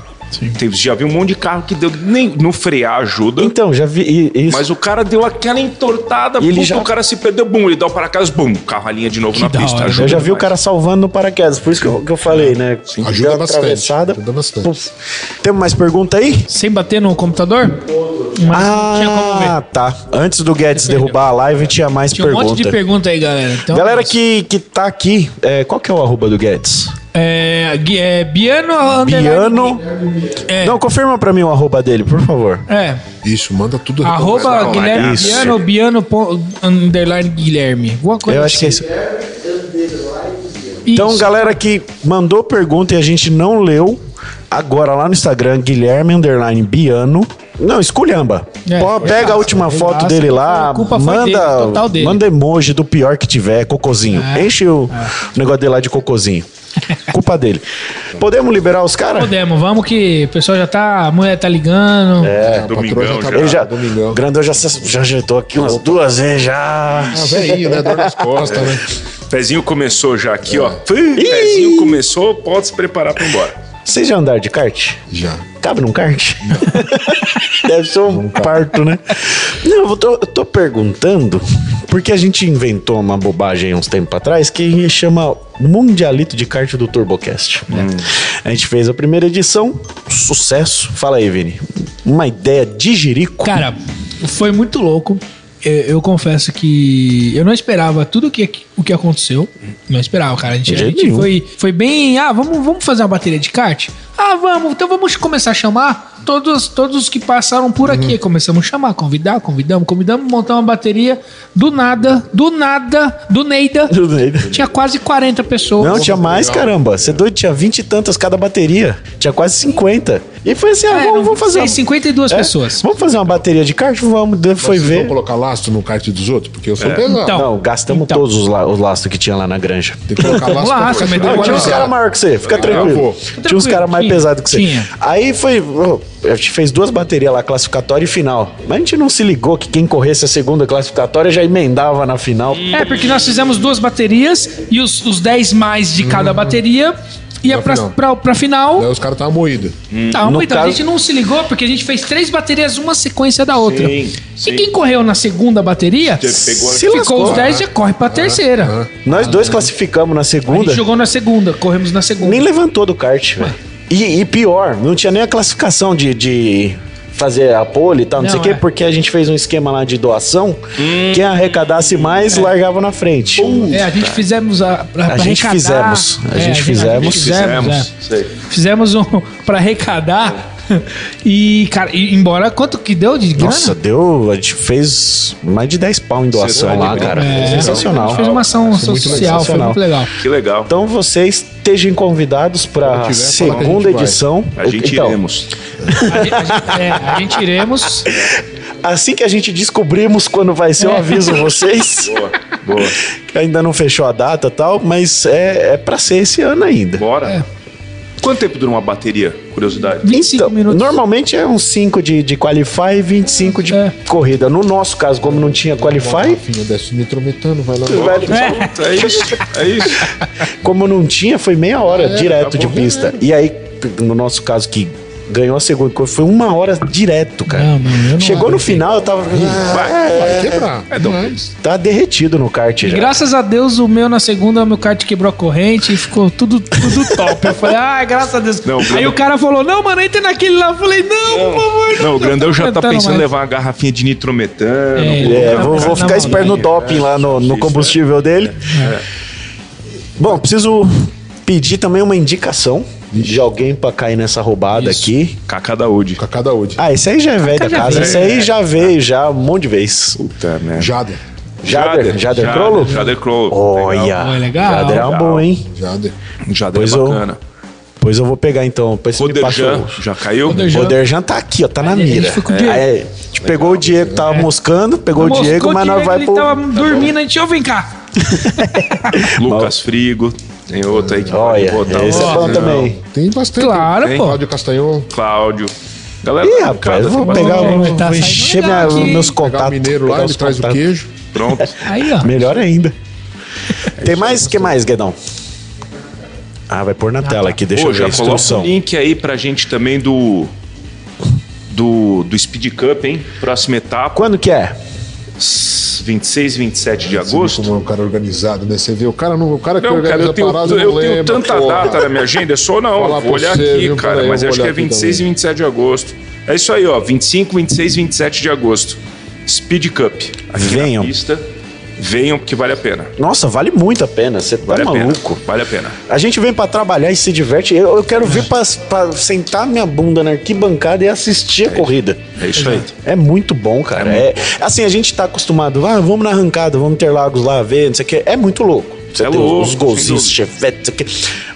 Tem, já vi um monte de carro que deu nem no frear ajuda. Então, já vi e- isso. Mas o cara deu aquela entortada, E ele puta, já- o cara se perdeu, bum, ele dá o paraquedas, bum, o carro alinha de novo na da pista. hora. ajuda eu já vi o demais. cara salvando no paraquedas, por isso que eu, que eu falei, né? Deu Ajuda uma bastante, atravessada. ajuda bastante. Puf. Temos mais pergunta aí? Sem bater no computador? Mas não tinha como ver. Ah, tá. Antes do Guedes derrubar a live, tinha mais Tinha um pergunta. monte de pergunta aí, galera. Então, Galera que, que tá aqui, é, qual que é o arroba do Guedes? É, Gui- é, Biano. underline- Biano. É. Não, confirma pra mim o arroba dele, por favor. É. Isso, manda tudo. Arroba uma Guilherme olhada. Biano, Biano pon- underline Guilherme. Alguma coisa Eu acho que é isso. é Então, galera que mandou pergunta e a gente não leu, agora lá no Instagram, Guilherme Underline Biano. Não, esculhamba. É, Pô, foi pega a fácil, última foi foto fácil, dele a lá, culpa foi dele, manda, total dele. É. manda emoji do pior que tiver, cocôzinho. Enche o negócio dele lá de cocôzinho. culpa dele. Podemos liberar os caras? Podemos, vamos que o pessoal já tá. A mulher tá ligando. É, a patroa já Domingão tá já. brava, Ele já, Domingão. o Grandão já, se- já ajeitou aqui umas duas vezes já. Ah, velhinho, né? Dor nas costas, né? Pezinho começou já aqui, ó. É. Pezinho começou, pode se preparar pra ir embora. Vocês já andaram de kart? Já. Cabe num kart? Deve ser um parto, né? Não, eu tô, eu tô perguntando porque a gente inventou uma bobagem aí uns tempos atrás que chama Mundialito de Kart do Turbocast. né? A gente fez a primeira edição, sucesso. Fala aí, Vini. Uma ideia de jirico. Cara, foi muito louco. Eu, eu confesso que eu não esperava tudo que, o que aconteceu. Não esperava, cara. A gente, a jeito gente nenhum. foi, foi bem. Ah, vamos, vamos fazer uma bateria de kart? Ah, vamos. Então vamos começar a chamar todos, todos que passaram por Uhum. aqui. Começamos a chamar, convidar, convidamos, convidamos, montar uma bateria. Do nada, do nada, do Neida. Tinha quase 40 pessoas. Não, tinha mais, caramba. Você é doido, tinha 20 e tantas cada bateria. Tinha quase 50. E foi assim, ah, É, vamos, não, vamos fazer fez 52 é, pessoas. Vamos fazer uma bateria de kart? Vamos, daí foi Vocês vão ver. colocar lastro no kart dos outros? Porque eu sou pesado. Então. Não, gastamos Então. todos os, la os lastros que tinha lá na granja. Tem que colocar lastro. pra Lastro, fora. mas Ah, Olha, tinha uns cara. caras maior que você, fica eu tranquilo. vou. Tinha uns caras mais Tinha, pesados que você. tinha. Aí foi. oh, A gente fez duas baterias lá, classificatória e final. Mas a gente não se ligou que quem corresse a segunda classificatória já emendava na final. É, porque nós fizemos duas baterias e os, os 10 mais de cada bateria ia pra, final. pra, pra Daí final. os caras estavam moídos. Hum? Tá, No então a caso- gente não se ligou porque a gente fez três baterias, uma sequência da outra. Sim, E sim. quem correu na segunda bateria, Você pegou- Se ficou lascou. os 10 já corre pra terceira. Nós dois classificamos na A gente Ah, segunda. jogou na segunda, corremos na segunda. Nem levantou do kart, velho. E, e pior, não tinha nem a classificação de, de fazer a pole e tal, não, Não, sei o quê, é. porque a gente fez um esquema lá de doação. Hum. Quem arrecadasse mais, largava na frente. Um É, a gente fizemos a. pra- pra A gente arrecadar. É, fizemos, a gente fizemos. fizemos, é. Sei. Fizemos um pra arrecadar. E, cara, e embora quanto que deu de grana? Nossa, deu. A gente fez mais de 10 pau em doação tá lá, de cara. brincadeira. É, A Sensacional. gente fez uma ação muito social, foi sensacional. muito legal. Que legal. Então vocês estejam convidados para Quando tiver, fala que a segunda gente vai. edição. a gente Então, iremos. A gente, a gente- é, a gente iremos. Assim que a gente descobrirmos quando vai ser, eu aviso vocês. Boa, boa. que Ainda não fechou a data e tal, mas é, é para ser esse ano ainda. Bora. Quanto tempo dura uma bateria? Curiosidade. 25 Então, minutos. normalmente é uns 5 de, de qualify e 25 de É. corrida. No nosso caso, como não tinha qualify, Rafinha desce nitrometano, vai lá. velho, É. isso, é isso. como não tinha, foi meia hora direto de pista. E aí, no nosso caso, que ganhou a segunda corrida, foi uma hora direto, cara. Não, mano, eu não Chegou no final, eu tava. Ah, Vai quebrar. É, mas... tá derretido no kart E já. graças a Deus, o meu na segunda, o meu kart quebrou a corrente e ficou tudo, tudo top. Eu falei, ah, graças a Deus. Não, Aí Bruno- o cara falou, não, mano, entra naquele lá. Eu falei, não, por favor, não. Não, o Grandão já tá aguentando pensando em mais. levar uma garrafinha de nitrometano. É, colocar É, Não, vou, vou não, ficar não, esperto no não. doping lá no, no Isso, combustível dele. Bom, preciso pedir também uma indicação de alguém pra cair nessa roubada aqui. Cacá Daúde. Cacá da Ode. Ah, esse aí já é velho da Tá já né? casa. veio. Esse aí já veio já um monte de vez. Puta merda. Jader. Jader, Jader Crollo? Jader Crollo. Olha, Olha, legal. Jader é uma Legal. boa, hein? Jader. Legal. Jader Pois é eu- bacana. Pois eu vou pegar então. Depois você me passa Roderjan, o- já caiu? O Roderjan tá aqui, ó, tá na Aí a gente mira. fica com o É. Diego. Aí, a gente pegou o Diego, né? que tava moscando, pegou o Moscou Diego, mas nós vai ele pro. tava dormindo, a gente, ó, vem cá. Lucas Frigo. Tem outro aí que Olha, pode botar. um esse é outro, bom não. também. Tem bastante. Claro, Hein? pô. Cláudio Castanhon. Cláudio. Galera, Ih, tá rapaz, brincada, eu vou tá pegar, bastante. vou, Vai tá vou saindo encher legal minha- aqui. meus Pegar o contatos. mineiro pegar lá, ele os traz o contatos. queijo. Pronto. Aí, ó. Melhor É ainda. Tem mais? que mais, Guedão? Ah, vai pôr na tá. tela aqui, deixa Pô, eu ver a já coloca instrução. o link aí pra gente também do... Do, do Speed Cup, hein? Próxima etapa, Quando que é? 26, 27 de Você vê agosto. como é um cara organizado, né? Você vê o cara, não, o cara que Não, organiza cara, eu tenho, a parada eu não tenho lembra, tanta porra. data né? na minha agenda, eu sou não, Falar vou pra olhar você, aqui, viu? cara, Peraí, mas eu vou acho que é olhar aqui 26 e também. 27 de agosto. É isso aí, ó, 25, 26 e 27 de agosto. Speed Cup, aqui Venham. na pista. Venham, porque vale a pena. Nossa, vale muito a pena, você tá Vale a pena. maluco. Vale a pena. A gente vem pra trabalhar e se diverte. Eu, eu quero vir pra, pra sentar minha bunda na arquibancada e assistir a corrida. É isso aí. É muito bom, cara. É assim, a gente tá acostumado, ah, vamos na arrancada, vamos ter lagos lá ver, não sei o que. É muito louco. Você É tem louco, os sem golzinhos, dúvida. chevette, não sei o quê.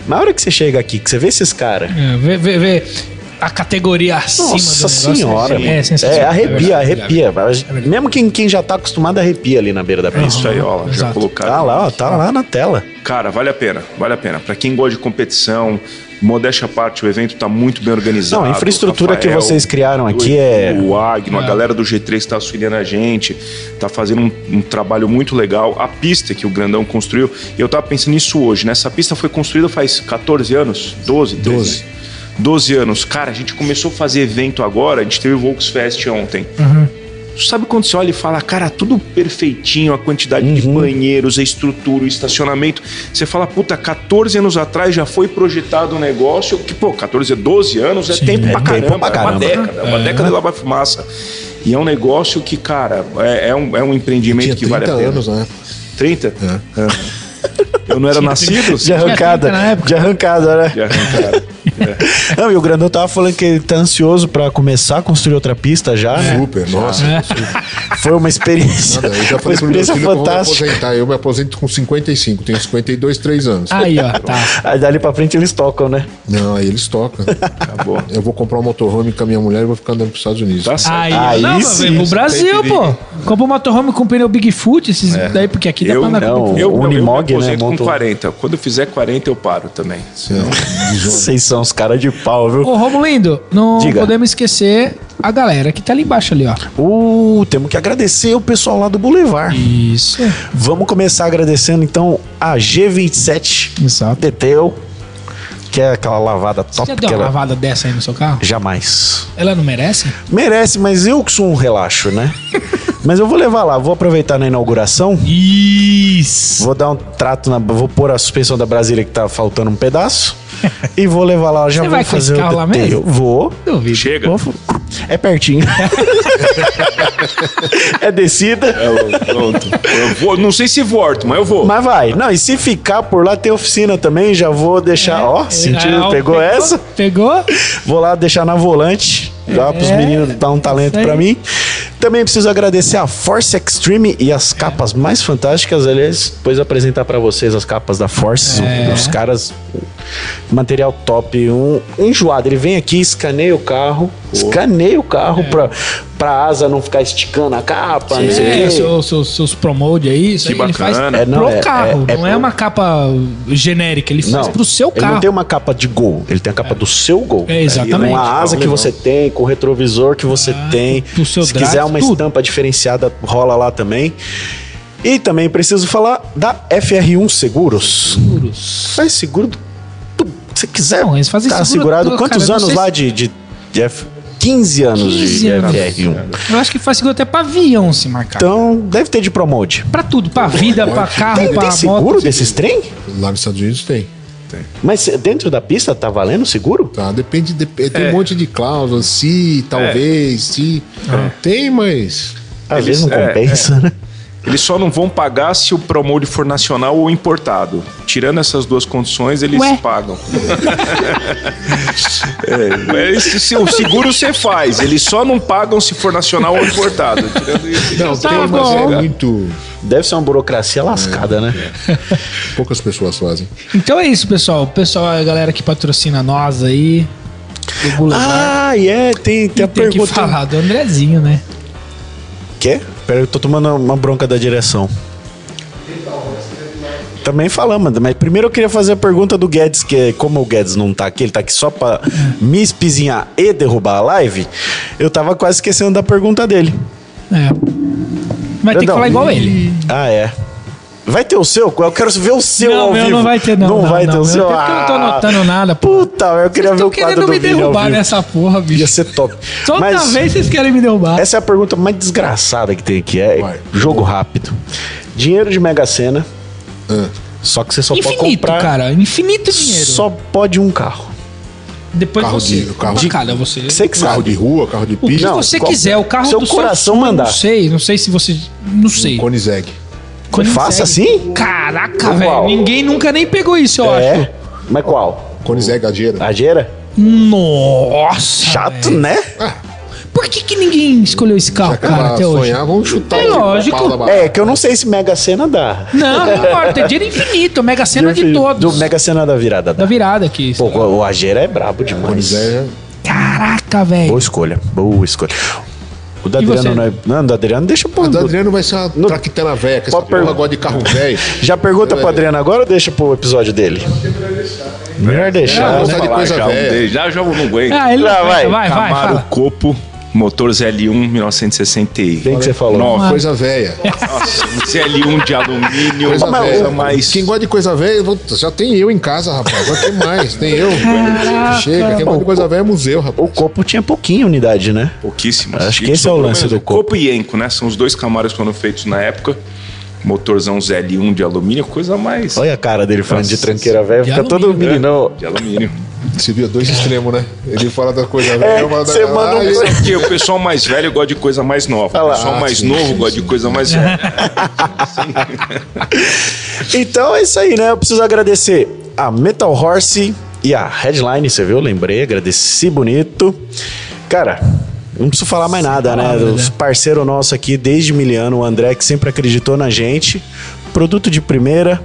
Mas a hora que você chega aqui, que você vê esses caras. É, vê, vê, vê a categoria acima Nossa do negócio. senhora, mano. É, é, sensacional. arrepia, É verdade, arrepia. Mesmo quem, quem já tá acostumado, arrepia ali na beira da É pista. isso aí, ó, já Exato. colocaram. Tá lá, ó, tá lá na tela. Cara, vale a pena, vale a pena. Pra quem gosta de competição, modéstia à parte, o evento tá muito bem organizado. Não, a infraestrutura O que Rafael, vocês criaram aqui é- O Agno, a galera do G3 tá auxiliando a gente, tá fazendo um, um trabalho muito legal. A pista que o Grandão construiu, eu tava pensando nisso hoje, né? Essa pista foi construída faz 14 anos, 12, 13. 12. 12 anos. Cara, a gente começou a fazer evento agora, a gente teve o Volksfest ontem. Tu Sabe quando você olha e fala, cara, tudo perfeitinho, a quantidade de banheiros, a estrutura, o estacionamento. Você fala, puta, 14 anos atrás já foi projetado um negócio que, pô, 14, 12 anos é tempo pra tempo caramba, pra caramba. é uma década, é uma década da fumaça. E é um negócio que, cara, é, é um, é um empreendimento Tinha que vale 30 a pena. anos, né? 30? Eu não era nascido? De arrancada. Tinha 30 na época. De arrancada, né? De arrancada. É. Não, e o Grandão tava falando que ele tá ansioso pra começar a construir outra pista já, É. né? Super, nossa. Foi uma experiência. Nada, É. eu já uma falei pro meu experiência filho que eu vou me fantástica. aposentar. Eu me aposento com 55, tenho 52, 3 anos. Aí, ó, tá. Aí dali pra frente eles tocam, né? Não, aí eles tocam. Acabou. Eu vou comprar um motorhome com a minha mulher e vou ficar andando pros Estados Unidos. Tá certo. Aí, Aí não, sim, vem pro isso Brasil, tem pô. perigo. Compra um motorhome com pneu Bigfoot, esses daí, porque aqui dá Eu pra andar É. não. com Eu, O não, Unimog, eu me aposento né, com montou. 40. Quando eu fizer 40, eu paro também. Assim, Vocês são os caras de pau, viu? Ô, Romulindo, não Diga. podemos esquecer a galera que tá ali embaixo ali, ó. Uh, temos que agradecer o pessoal lá do Boulevard. Isso. Vamos começar agradecendo então a G27 Exato. Detail, que é aquela lavada top Já que deu uma ela lavada dessa aí no seu carro? jamais Ela não merece? merece, mas eu que sou um relaxo, né? mas eu vou levar lá, vou aproveitar na inauguração, Isso. vou dar um trato na, vou pôr a suspensão da Brasília que tá faltando um pedaço e vou levar lá, já Você vou vai com fazer esse o carro lá detail. Vou. Duvido. Chega. Vou- É pertinho. é descida. É, eu- pronto. Eu vou, não sei se volto, mas eu vou. Mas vai. Não, e se ficar por lá, tem oficina também. Já vou deixar. Ó, sentido, É. Ah, pegou essa? Pegou? Vou lá deixar na volante. Dá pros meninos dar um talento É, aí. pra mim. Também preciso agradecer a Force Extreme e as capas mais fantásticas. Aliás, depois apresentar pra vocês as capas da Force. É. Os caras. Material top. Um enjoado. Ele vem aqui, escaneia o carro. Escaneia o É. carro pra, pra asa não ficar esticando a capa. não sei o É, quê. seu- seu- seus promote aí, isso Que aí ele faz bacana. É, não, pro é- carro. é- é não é pro- uma capa genérica, ele faz Não, pro seu Ele não carro. tem um- uma capa de gol, ele tem a capa do seu gol. É, exatamente. Com a asa que você tem, com o retrovisor que você tem. do seu Se drive, quiser uma tudo. estampa diferenciada, rola lá também. E também preciso falar da FR1 Seguros. Seguros. Faz seguro do- do- se quiser. Não, eles fazem tá seguro segurado. do- Quantos cara, eu não anos sei lá de, de, de F- 15 anos 15 de anos. FR1. Eu acho que faz seguro até pra avião se marcar. Então, deve ter de promote. pra tudo, pra vida, pra carro, Tem, pra tem moto. seguro desses trem? Lá nos Estados Unidos tem. Mas dentro da pista tá valendo seguro? Tá, depende, dep- tem um monte de cláusulas, se, talvez, se. É. Tem, mas. Às Eles- vezes não é, compensa, né? Eles só não vão pagar se o promode for nacional ou importado. Tirando essas duas condições, eles Ué? pagam. é, mas se- se- o seguro você faz, eles só não pagam se for nacional ou importado. Tirando isso, Não, eles- tem, mas é bom. muito. Deve ser uma burocracia lascada, né? Poucas pessoas fazem. Então é isso, pessoal. O pessoal, a galera que patrocina nós aí. Do Boulevard. Ah, e é, tem, tem E a tem que pergunta. falar do Andrezinho, né? Quê? Pera, eu tô tomando uma bronca da direção. Também falamos, mas primeiro eu queria fazer a pergunta do Guedes, que é, como o Guedes não tá aqui, ele tá aqui só pra me espizinhar e derrubar a live, eu tava quase esquecendo da pergunta dele. É. Vai ter que Grandão. falar igual ele. Ah, é. Vai ter o seu? Eu quero ver o seu Não, ao meu vivo. não vai ter, não. Não, Não, vai não, ter o meu, seu? até porque eu não tô Ah, anotando nada, pô. Puta, eu queria ver Estão o quadro querendo do me vídeo ao derrubar vivo. nessa porra, Ia bicho. ser top. Toda Mas- vez vocês querem me derrubar. Essa é a pergunta mais desgraçada que tem aqui. É Vai. jogo rápido. Dinheiro de Mega Sena. Ah. Só que você só infinito, pode comprar. cara. Infinito dinheiro. Só pode um carro. Depois Carro você. de- carro Uma de- cada, você. Você que Carro sabe. de rua, carro de O que pista, Não, você qual- quiser, o carro seu do coração sonho, mandar. Não sei, não sei se você. Não sei. Koenigsegg. Quando Faça consegue. assim? Caraca, Qual? velho. Ninguém nunca nem pegou isso, eu acho. É. Mas qual? Koenigsegg, gadeira. A Gera? Nossa. Chato, velho. né? Por que, que ninguém escolheu esse carro, cara, Acaba até hoje? sonhar, vamos chutar É aqui, lógico. pau da barra. É, que eu não sei se Mega Sena dá. Não, não importa. É dinheiro infinito. Mega Sena de Do todos. Mega Sena da virada Da dá. virada aqui. Pô, o a Gera é brabo demais. Koenigsegg, Caraca, velho. Boa escolha. Boa escolha. O da E você? Adriano não é. Não, o da Adriano deixa pro. O do Adriano vai ser uma No- traquitana velha, que essa Pode porra perguntar. gosta de carro velho. Já pergunta pro É. Adriano agora ou deixa pro episódio dele? Melhor deixar. né? É, Tá de Falar coisa já, um velha. de- já, já não aguento. Ah, ele Lá, não aguenta. vai. vai, vai, Camaro fala. Copo, motor ZL1 1969. Quem que você falou? Coisa velha. É, Nossa, um ZL1 de alumínio, Coisa uma velha. coisa mais. Quem gosta de coisa velha, vou- já tem eu em casa, rapaz. Agora tem mais, tem eu. Chega, quem gosta de coisa velha é museu, rapaz. O corpo tinha pouquinha unidade, né? Pouquíssimas. Acho E que esse é o lance pelo menos do é Copo. Copo e Enco, né? São os dois camaros que foram feitos na época. Motorzão ZL1 de alumínio, coisa mais. Olha a cara dele falando de tranqueira velha, De fica todo alumínio, meninão. De alumínio. Você viu dois extremos, né? Ele fala da coisa velha, eu falo da É, você manda um- Ah, isso- Porque o pessoal mais velho gosta de coisa mais nova. O pessoal Ah, mais novo gosta de coisa mais velha. Então é isso aí, né? Eu preciso agradecer a Metal Horse e a Headline, você viu? Lembrei, agradeci bonito. Cara, não preciso falar mais nada, né? Os parceiro nosso aqui desde Miliano, o André, que sempre acreditou na gente. Produto de primeira.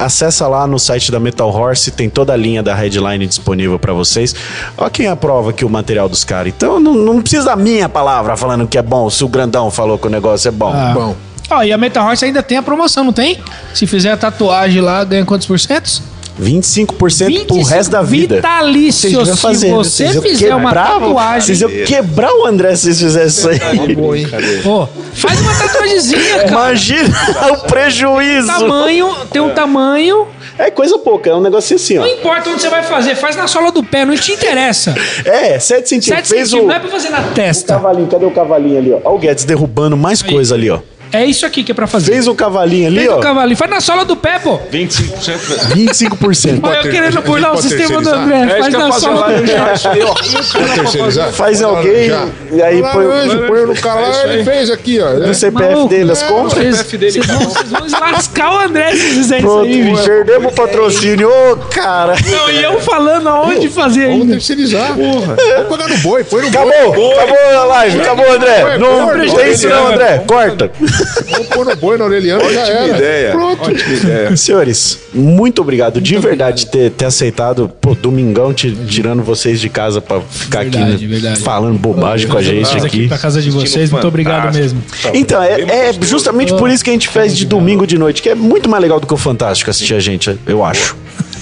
Acessa lá no site da Metal Horse, tem toda a linha da headline disponível pra vocês. Olha quem aprova aqui o material dos caras. Então não, não precisa da minha palavra falando que é bom, se o grandão falou que o negócio é bom. Bom, Ó, e a Metal Horse ainda tem a promoção, não tem? Se fizer a tatuagem lá, ganha quantos por cento? 25% pro resto da vida. Vitalício. Vocês deviam se fazer, né? você Vocês iam fizer uma quebrar- tatuagem. Vocês iam quebrar o André se vocês fizessem isso aí. Pô, faz uma tatuagemzinha, É, cara. Imagina o Tá prejuízo. Tamanho, tem um tamanho. É coisa pouca, é um negocinho assim, ó. Não importa onde você vai fazer, faz na sola do pé, não te interessa. É, 7 7 centímetros. Fez centímetros, o não é pra fazer na testa. cavalinho, cadê o cavalinho ali, ó? Olha o Guedes derrubando mais coisa ali, ó. É isso aqui que é pra fazer. Fez o cavalinho ali, Fez o ó. cavalinho. Faz na sola do pé, pô. 25%. 25%. Olha, eu ter- querendo a gente burlar o pode sistema do terceirizar? André. É isso faz que eu ia na fazer sola do um pé. lá. Isso aí, ó. pra terceirizar. Faz em Bota alguém laranja. e aí põe o- Laranja, põe no cara lá, ele fez aqui, ó. O CPF Maluco, dele, as é, compras. Vocês, vocês vão, vocês vão lascar o André se fizer isso Pronto, aí, é bicho. perdemos o patrocínio. Ô, cara. Não, e eu falando aonde fazer Vamos ainda. terceirizar. Porra. Vamos pagar no boi, põe no Acabou, acabou a live, acabou, André. Foi, Não, foi, não foi, tem isso não, foi, André. Corta. boi, vamos pôr no boi na orelhana já Ótima era. ideia. Pronto. Ótima ideia. Senhores, muito obrigado de verdade ter, ter aceitado, pô, domingão te- tirando vocês de casa pra ficar aqui Verdade, né, verdade. falando bobagem com a gente Vamos aqui. pra casa de vocês, muito obrigado mesmo. Tá. Então, é, é justamente por isso que a gente fez de domingo de noite, que é muito mais legal do que o Fantástico assistir a gente, eu acho.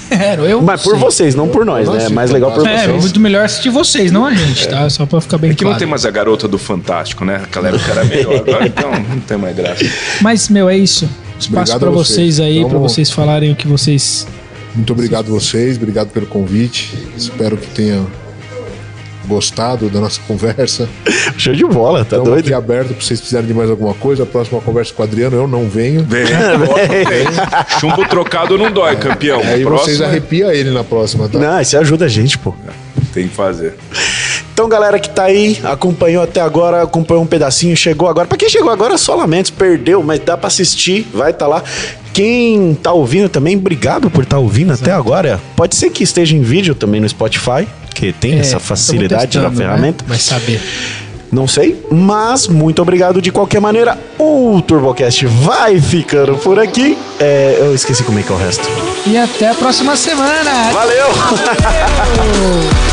Era, eu. Mas por Sim. vocês, não por nós, né? É mais legal por É, vocês. muito melhor assistir vocês, não a gente, tá? Só pra ficar bem É Que não tem claro. mais a garota do Fantástico, né? Aquela época era melhor. Agora, então, não tem mais graça. Mas, meu, é isso. Espaço Obrigado pra a vocês vocês. aí, Então pra Vamos- vocês falarem o que vocês. Muito obrigado vocês, obrigado pelo convite. Espero que tenham gostado da nossa conversa. Show de bola, tá Estamos doido? Então, aqui é aberto para vocês precisarem de mais alguma coisa. A próxima conversa com o Adriano, eu não venho. Vem, vem. Chumbo trocado não dói, campeão. Aí é- vocês Próximo, arrepiam ele na próxima, tá? Não, isso ajuda a gente, pô. né? tem que fazer. Então, galera que tá aí, acompanhou até agora, acompanhou um pedacinho, chegou agora. Pra quem chegou agora, só lamento, perdeu, mas dá pra assistir, vai tá lá. Quem tá ouvindo também, obrigado por tá ouvindo até agora. Pode ser que esteja em vídeo também no Spotify, que tem É, essa tamo facilidade da testando, né? ferramenta. Vai saber. Não sei, mas muito obrigado de qualquer maneira. O TurboCast vai ficando por aqui. É, eu esqueci como é que é o resto. E até a próxima semana. Valeu! Valeu!